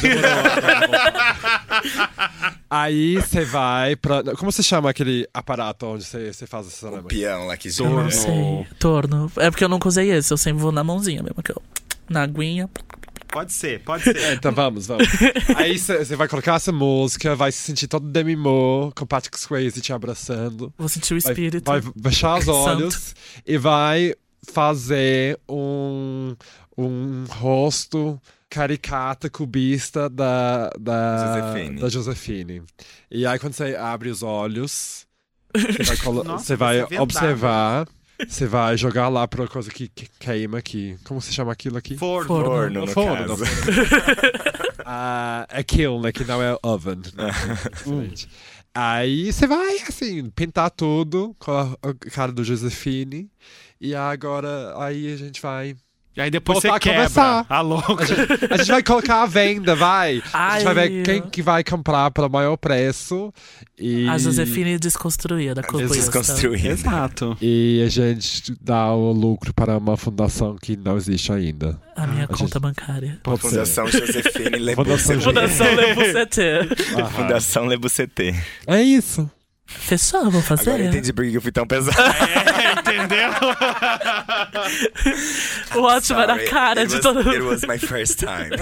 [SPEAKER 2] demorou. Aí você vai pra. Como se chama aquele aparato onde você você faz essa
[SPEAKER 4] O
[SPEAKER 2] cerâmica?
[SPEAKER 4] peão lá que
[SPEAKER 1] Eu
[SPEAKER 4] gira.
[SPEAKER 1] Não sei. Torno. É porque eu nunca usei esse. Eu sempre vou na mãozinha mesmo. Que eu... Na aguinha.
[SPEAKER 3] Pode ser, pode ser.
[SPEAKER 2] Então vamos, vamos. Aí você vai colocar essa música, vai se sentir todo Demi Moore, com Patrick Swayze te abraçando.
[SPEAKER 1] Vou sentir o
[SPEAKER 2] Vai,
[SPEAKER 1] espírito.
[SPEAKER 2] vai fechar os olhos e vai fazer um, um rosto caricata, cubista da, da,
[SPEAKER 4] Josefine.
[SPEAKER 2] da Josefine. E aí quando você abre os olhos, você vai, colo-
[SPEAKER 3] Nossa,
[SPEAKER 2] você vai
[SPEAKER 3] você vê
[SPEAKER 2] observar, você vai jogar lá pra coisa que, que queima aqui. Como se chama aquilo aqui?
[SPEAKER 3] Forno.
[SPEAKER 1] Forno.
[SPEAKER 4] Forno, no
[SPEAKER 2] Forno,
[SPEAKER 4] caso.
[SPEAKER 2] no Ah, é kiln, né? Que não é oven. né, diferente. Aí você vai, assim, pintar tudo com a, a cara do Josefine. E agora, aí a gente vai.
[SPEAKER 3] E aí depois
[SPEAKER 2] Voltar
[SPEAKER 3] você
[SPEAKER 2] a
[SPEAKER 3] quebra. Tá
[SPEAKER 2] conversar.
[SPEAKER 3] A louca.
[SPEAKER 2] A gente vai colocar à venda, vai! A gente
[SPEAKER 1] Ai.
[SPEAKER 2] vai ver quem que vai comprar pelo maior preço. E...
[SPEAKER 1] A Josefine desconstruía da corporação.
[SPEAKER 4] Desconstruir.
[SPEAKER 3] Exato.
[SPEAKER 2] E a gente dá o lucro para uma fundação que não existe ainda.
[SPEAKER 1] A minha
[SPEAKER 2] gente-
[SPEAKER 1] conta bancária.
[SPEAKER 2] Pode ser.
[SPEAKER 4] Fundação Josefine
[SPEAKER 2] Fundação
[SPEAKER 1] Fundação
[SPEAKER 4] Lebuceté.
[SPEAKER 2] né,
[SPEAKER 1] Levo CT.
[SPEAKER 2] Aham.
[SPEAKER 4] Fundação Lebuceté.
[SPEAKER 2] É
[SPEAKER 1] Tá
[SPEAKER 2] isso.
[SPEAKER 1] Fechou, vou fazer.
[SPEAKER 4] Agora eu entendi por que eu fui tão pesado.
[SPEAKER 3] Entendeu?
[SPEAKER 1] O ótimo era a
[SPEAKER 4] Sorry.
[SPEAKER 1] cara
[SPEAKER 4] It
[SPEAKER 1] de
[SPEAKER 4] was-
[SPEAKER 1] todo
[SPEAKER 4] It
[SPEAKER 1] mundo.
[SPEAKER 4] was my first time.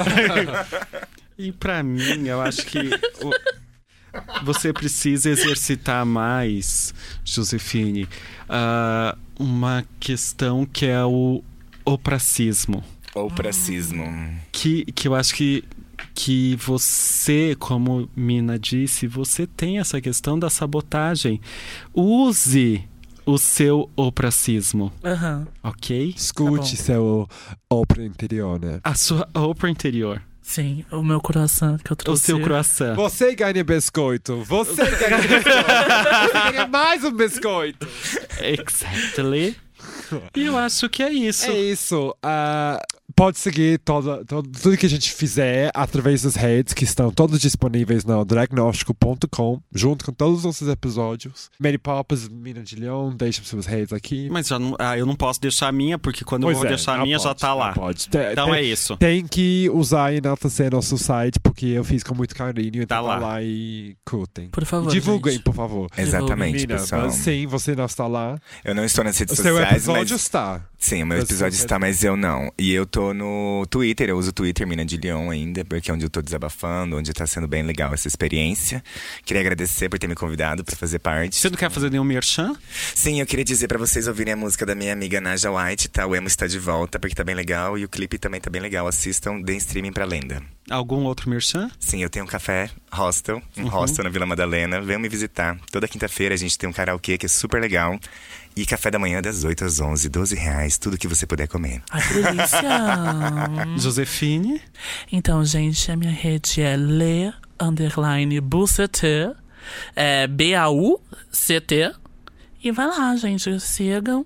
[SPEAKER 3] E pra mim, eu acho que o- você precisa exercitar mais, Josefine, ah, uma questão que é o ostracismo,
[SPEAKER 4] Ou pracismo.
[SPEAKER 3] que, que eu acho que que você, como Mina disse, você tem essa questão da sabotagem. Use o seu ostracismo,
[SPEAKER 1] Aham.
[SPEAKER 3] ok?
[SPEAKER 2] Escute seu opera interior, né?
[SPEAKER 3] A sua roupa interior,
[SPEAKER 1] Sim, o meu coração que eu
[SPEAKER 3] o
[SPEAKER 1] trouxe.
[SPEAKER 3] seu croissant.
[SPEAKER 2] Você ganha biscoito. Você ganha biscoito. Você ganha mais um biscoito.
[SPEAKER 3] Exactly. E eu acho que é isso.
[SPEAKER 2] É isso. Ah, pode seguir toda, todo- tudo que a gente fizer através das redes, que estão todos disponíveis no dragnostico.com, junto com todos os nossos episódios. Mary Poppins, Mina de Leon, deixa suas redes aqui.
[SPEAKER 3] Mas já não- ah, eu não posso deixar a minha, porque quando
[SPEAKER 2] Pois
[SPEAKER 3] eu vou
[SPEAKER 2] é,
[SPEAKER 3] deixar a
[SPEAKER 2] não
[SPEAKER 3] minha, já
[SPEAKER 2] pode,
[SPEAKER 3] tá
[SPEAKER 2] não
[SPEAKER 3] lá.
[SPEAKER 2] pode. Tem-
[SPEAKER 3] Então
[SPEAKER 2] tem-
[SPEAKER 3] é isso.
[SPEAKER 2] Tem que usar e enaltecer nosso site, porque eu fiz com muito carinho. Então
[SPEAKER 3] Tá
[SPEAKER 2] vá
[SPEAKER 3] lá.
[SPEAKER 2] lá e curtem.
[SPEAKER 1] Por favor.
[SPEAKER 2] Divulguem,
[SPEAKER 1] gente.
[SPEAKER 2] por favor.
[SPEAKER 4] Exatamente,
[SPEAKER 2] Mina,
[SPEAKER 4] pessoal.
[SPEAKER 2] mas sim, você não está lá.
[SPEAKER 4] Eu não estou nas
[SPEAKER 2] O
[SPEAKER 4] redes
[SPEAKER 2] seu
[SPEAKER 4] sociais,
[SPEAKER 2] episódio
[SPEAKER 4] mas.
[SPEAKER 2] está.
[SPEAKER 4] Sim, o meu
[SPEAKER 2] Eu
[SPEAKER 4] episódio
[SPEAKER 2] sou-
[SPEAKER 4] está, mas eu não. E eu tô no Twitter, eu uso o Twitter Mina de Leão ainda, porque é onde eu tô desabafando, onde tá sendo bem legal essa experiência. Queria agradecer por ter me convidado para fazer parte.
[SPEAKER 3] Você não quer fazer nenhum merchan?
[SPEAKER 4] Sim, eu queria dizer pra vocês ouvirem a música da minha amiga Naja White, tá? O Emo está de volta, porque tá bem legal. E o clipe também tá bem legal. Assistam, deem streaming pra lenda.
[SPEAKER 3] Algum outro merchan?
[SPEAKER 4] Sim, eu tenho um café hostel, um hostel na Vila Madalena. Venham me visitar. Toda quinta-feira a gente tem um karaokê que é super legal. E café da manhã das 8 às 11, 12 reais, tudo que você puder comer.
[SPEAKER 1] Ai, que delícia.
[SPEAKER 3] Hum. Josefine?
[SPEAKER 1] Então, gente, a minha rede é le underline bucetê, é B-A-U-C-T. E vai lá, gente, sigam.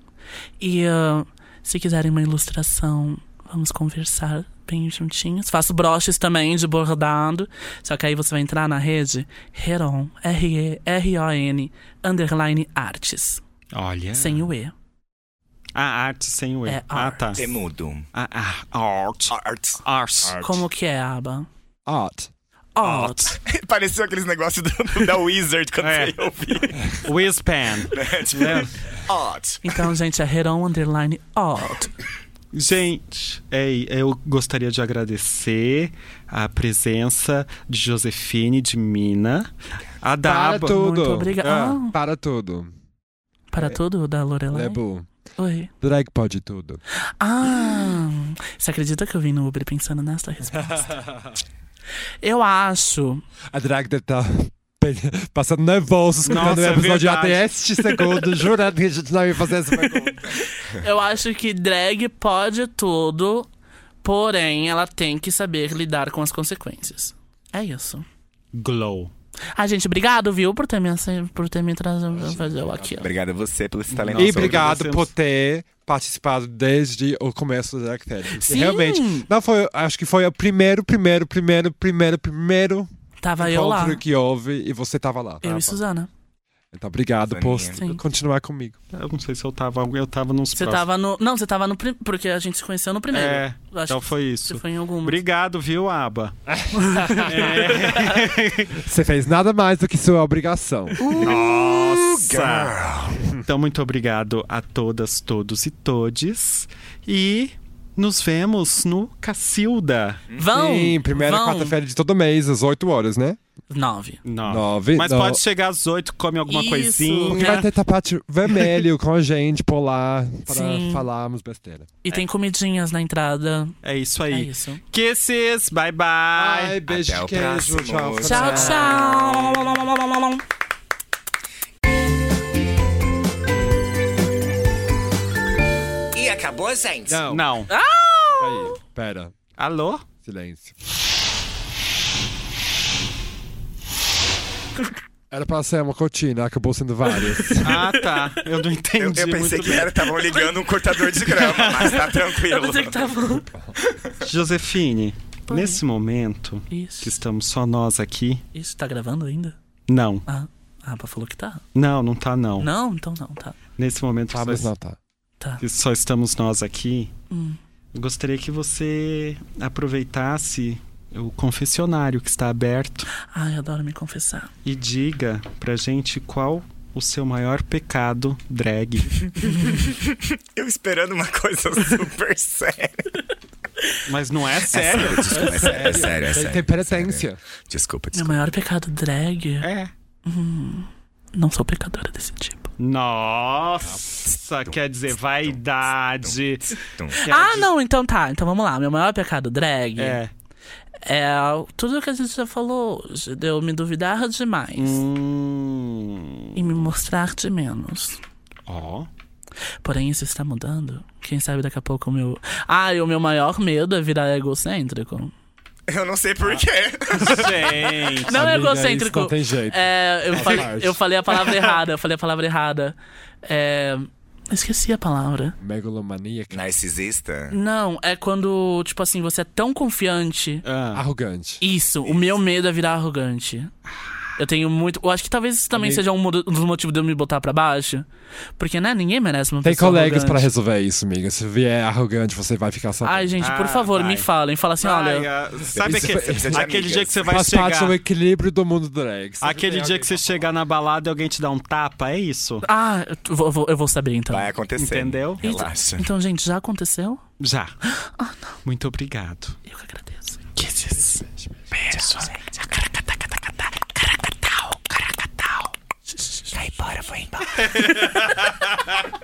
[SPEAKER 1] E ah, se quiserem uma ilustração, vamos conversar bem juntinhos. Faço broches também de bordado. Só que aí você vai entrar na rede Heron, R-E-R-O-N, underline artes,
[SPEAKER 3] Olha.
[SPEAKER 1] sem o E.
[SPEAKER 3] A arte sem o E.
[SPEAKER 1] É
[SPEAKER 3] ah, tá.
[SPEAKER 4] É mudo.
[SPEAKER 3] A, a art.
[SPEAKER 4] Art.
[SPEAKER 3] Art.
[SPEAKER 1] Como que é, Aba?
[SPEAKER 2] Art.
[SPEAKER 1] Art.
[SPEAKER 4] Pareceu aqueles negócios do- da Wizard quando
[SPEAKER 3] É.
[SPEAKER 4] você ouvi.
[SPEAKER 3] Whispan.
[SPEAKER 4] Art.
[SPEAKER 1] Então, gente, é Heron, underline art.
[SPEAKER 3] Gente, é, eu gostaria de agradecer a presença de Josefine, de Mina,
[SPEAKER 2] Para
[SPEAKER 3] a Daba.
[SPEAKER 2] tudo.
[SPEAKER 1] Muito obrigada.
[SPEAKER 2] Ah,
[SPEAKER 1] Ah.
[SPEAKER 2] Para tudo.
[SPEAKER 1] Para
[SPEAKER 3] É.
[SPEAKER 1] tudo, da Lorelai?
[SPEAKER 2] Lebu,
[SPEAKER 1] Oi.
[SPEAKER 2] drag pode tudo.
[SPEAKER 1] Ah, você acredita que eu vim no Uber pensando nessa resposta? Eu acho.
[SPEAKER 2] A drag deve estar passando nervoso escutando o
[SPEAKER 3] Nossa, é
[SPEAKER 2] episódio
[SPEAKER 3] verdade.
[SPEAKER 2] até este segundo, jurando que a gente não ia fazer essa pergunta.
[SPEAKER 1] Eu acho que drag pode tudo, porém ela tem que saber lidar com as consequências. É isso.
[SPEAKER 3] Glow.
[SPEAKER 1] Ah, gente, obrigado, viu, por ter me, ace- por ter me trazido pra fazer o aqui. ó.
[SPEAKER 4] Obrigado a você pelo esse talento.
[SPEAKER 3] Nossa,
[SPEAKER 2] e obrigado
[SPEAKER 3] agradecemos.
[SPEAKER 2] por ter participado desde o começo do Drag Therapy. Porque
[SPEAKER 1] Sim.
[SPEAKER 2] Realmente, não foi, acho que foi o primeiro, primeiro, primeiro, primeiro, primeiro
[SPEAKER 1] Tava eu lá.
[SPEAKER 2] encontro que houve e você tava lá.
[SPEAKER 3] Ah, tá.
[SPEAKER 1] Eu e Suzana.
[SPEAKER 2] Então, obrigado por
[SPEAKER 1] Sim.
[SPEAKER 2] continuar comigo.
[SPEAKER 3] Eu não sei se eu tava. Eu tava nos
[SPEAKER 1] Você
[SPEAKER 3] próximos.
[SPEAKER 1] tava no. Não, você tava no. prim- Porque a gente se conheceu no primeiro.
[SPEAKER 3] É,
[SPEAKER 1] Eu acho
[SPEAKER 3] então
[SPEAKER 1] que
[SPEAKER 3] foi
[SPEAKER 1] Você
[SPEAKER 3] isso.
[SPEAKER 1] foi em algum.
[SPEAKER 3] Obrigado, viu, Aba?
[SPEAKER 2] Você fez nada mais do que sua obrigação.
[SPEAKER 1] Uhum.
[SPEAKER 3] Nossa! Então, muito obrigado a todas, todos e todes. E nos vemos no Cacilda.
[SPEAKER 1] Vão!
[SPEAKER 2] Sim, primeira
[SPEAKER 1] vão.
[SPEAKER 2] quarta-feira de todo mês, às 8 horas, né?
[SPEAKER 1] Nove.
[SPEAKER 3] Não.
[SPEAKER 2] Nove,
[SPEAKER 3] Mas
[SPEAKER 2] não.
[SPEAKER 3] pode chegar às oito, come alguma
[SPEAKER 1] Isso.
[SPEAKER 3] coisinha.
[SPEAKER 2] Porque
[SPEAKER 1] Né?
[SPEAKER 2] vai ter tapete vermelho com a gente por lá para
[SPEAKER 1] Sim.
[SPEAKER 2] falarmos besteira.
[SPEAKER 1] E tem comidinhas na entrada.
[SPEAKER 3] É isso
[SPEAKER 1] É
[SPEAKER 3] aí.
[SPEAKER 1] isso.
[SPEAKER 3] Kisses, bye bye.
[SPEAKER 2] Ai, beijo,
[SPEAKER 4] Até o
[SPEAKER 2] queijo.
[SPEAKER 4] próximo.
[SPEAKER 2] Tchau,
[SPEAKER 1] Tchau,
[SPEAKER 4] Tchau,
[SPEAKER 1] tchau.
[SPEAKER 6] E acabou, gente?
[SPEAKER 2] Não,
[SPEAKER 3] Não.
[SPEAKER 1] Ah!
[SPEAKER 2] Aí, pera.
[SPEAKER 3] Alô?
[SPEAKER 2] Silêncio. Era pra ser uma cortina, acabou sendo várias.
[SPEAKER 3] Ah, tá. Eu não entendi.
[SPEAKER 4] Eu, eu pensei
[SPEAKER 3] muito
[SPEAKER 4] que
[SPEAKER 3] bem.
[SPEAKER 4] era, estavam ligando um cortador de grama, mas tá
[SPEAKER 1] Eu
[SPEAKER 4] tranquilo.
[SPEAKER 1] pensei que tava.
[SPEAKER 3] Josefine, nesse momento,
[SPEAKER 1] Isso.
[SPEAKER 3] que estamos só nós aqui,
[SPEAKER 1] Isso, tá gravando ainda?
[SPEAKER 3] não.
[SPEAKER 1] Ah, a Aba falou que tá.
[SPEAKER 3] Não, não tá não.
[SPEAKER 1] Não, então não, tá.
[SPEAKER 3] Nesse momento
[SPEAKER 2] tá,
[SPEAKER 3] só,
[SPEAKER 2] mas não tá.
[SPEAKER 3] que só estamos nós aqui, eu gostaria que você aproveitasse o confessionário que está aberto
[SPEAKER 1] Ai, eu adoro me confessar.
[SPEAKER 3] e diga pra gente qual o seu maior pecado drag.
[SPEAKER 4] Eu esperando uma coisa super séria.
[SPEAKER 3] Mas não é sério.
[SPEAKER 4] Desculpa, é sério, é sério. É
[SPEAKER 2] Tem,
[SPEAKER 4] sério.
[SPEAKER 2] tem penitência.
[SPEAKER 4] Desculpa,
[SPEAKER 1] Meu
[SPEAKER 4] desculpa.
[SPEAKER 1] maior pecado drag.
[SPEAKER 3] É.
[SPEAKER 1] Não sou pecadora desse tipo.
[SPEAKER 3] Nossa, quer dizer, vaidade.
[SPEAKER 4] Tum.
[SPEAKER 3] Quer
[SPEAKER 1] Ah,
[SPEAKER 3] dizer-
[SPEAKER 1] não, então tá. Então vamos lá. Meu maior pecado drag é,
[SPEAKER 3] É.
[SPEAKER 1] tudo que a gente já falou. De eu me duvidar demais
[SPEAKER 3] Hum.
[SPEAKER 1] e me mostrar de menos.
[SPEAKER 3] Ó.
[SPEAKER 1] Porém, isso está mudando. Quem sabe daqui a pouco o meu. Ah, e o meu maior medo é virar egocêntrico.
[SPEAKER 4] Eu não sei porquê.
[SPEAKER 3] Gente.
[SPEAKER 1] Não é
[SPEAKER 2] Amiga,
[SPEAKER 1] egocêntrico.
[SPEAKER 2] isso não tem jeito.
[SPEAKER 1] É, eu, falei,
[SPEAKER 2] parte.
[SPEAKER 1] eu falei a palavra errada, eu falei a palavra errada. É, esqueci a palavra.
[SPEAKER 2] Megalomaníaca.
[SPEAKER 4] Narcisista?
[SPEAKER 1] Não, é quando, tipo assim, você é tão confiante.
[SPEAKER 3] Ah,
[SPEAKER 2] Arrogante.
[SPEAKER 1] Isso, o meu medo é virar arrogante. Eu tenho muito. Eu acho que talvez isso também seja um mo- um dos motivos de eu me botar pra baixo. Porque, né, ninguém merece uma
[SPEAKER 2] Tem
[SPEAKER 1] pessoa
[SPEAKER 2] colegas pra
[SPEAKER 1] arrogante.
[SPEAKER 2] resolver isso, amiga. Se vier arrogante, você vai ficar sabendo.
[SPEAKER 1] Ai, gente, por
[SPEAKER 3] Ah,
[SPEAKER 1] favor,
[SPEAKER 3] vai.
[SPEAKER 1] me falem. Fala assim, olha.
[SPEAKER 3] Ai, ah, sabe
[SPEAKER 4] Isso
[SPEAKER 3] aquele,
[SPEAKER 4] vai- precisa de
[SPEAKER 3] aquele
[SPEAKER 4] amigas.
[SPEAKER 3] dia que você vai
[SPEAKER 2] Faz
[SPEAKER 3] chegar.
[SPEAKER 2] parte do equilíbrio do mundo drag. Sempre
[SPEAKER 3] Aquele
[SPEAKER 2] tem
[SPEAKER 3] dia que você
[SPEAKER 2] alguém pra
[SPEAKER 3] chega na balada e alguém te dá um tapa, é isso?
[SPEAKER 1] Ah, eu t- vou, vou- eu vou saber então.
[SPEAKER 4] Vai acontecer.
[SPEAKER 3] Entendeu?
[SPEAKER 4] Relaxa.
[SPEAKER 1] Então, gente, já aconteceu?
[SPEAKER 3] Já. Ah, Muito obrigado.
[SPEAKER 1] Eu que agradeço.
[SPEAKER 3] Kisses.
[SPEAKER 1] Caracatau, caracatau. Vai embora, vai embora.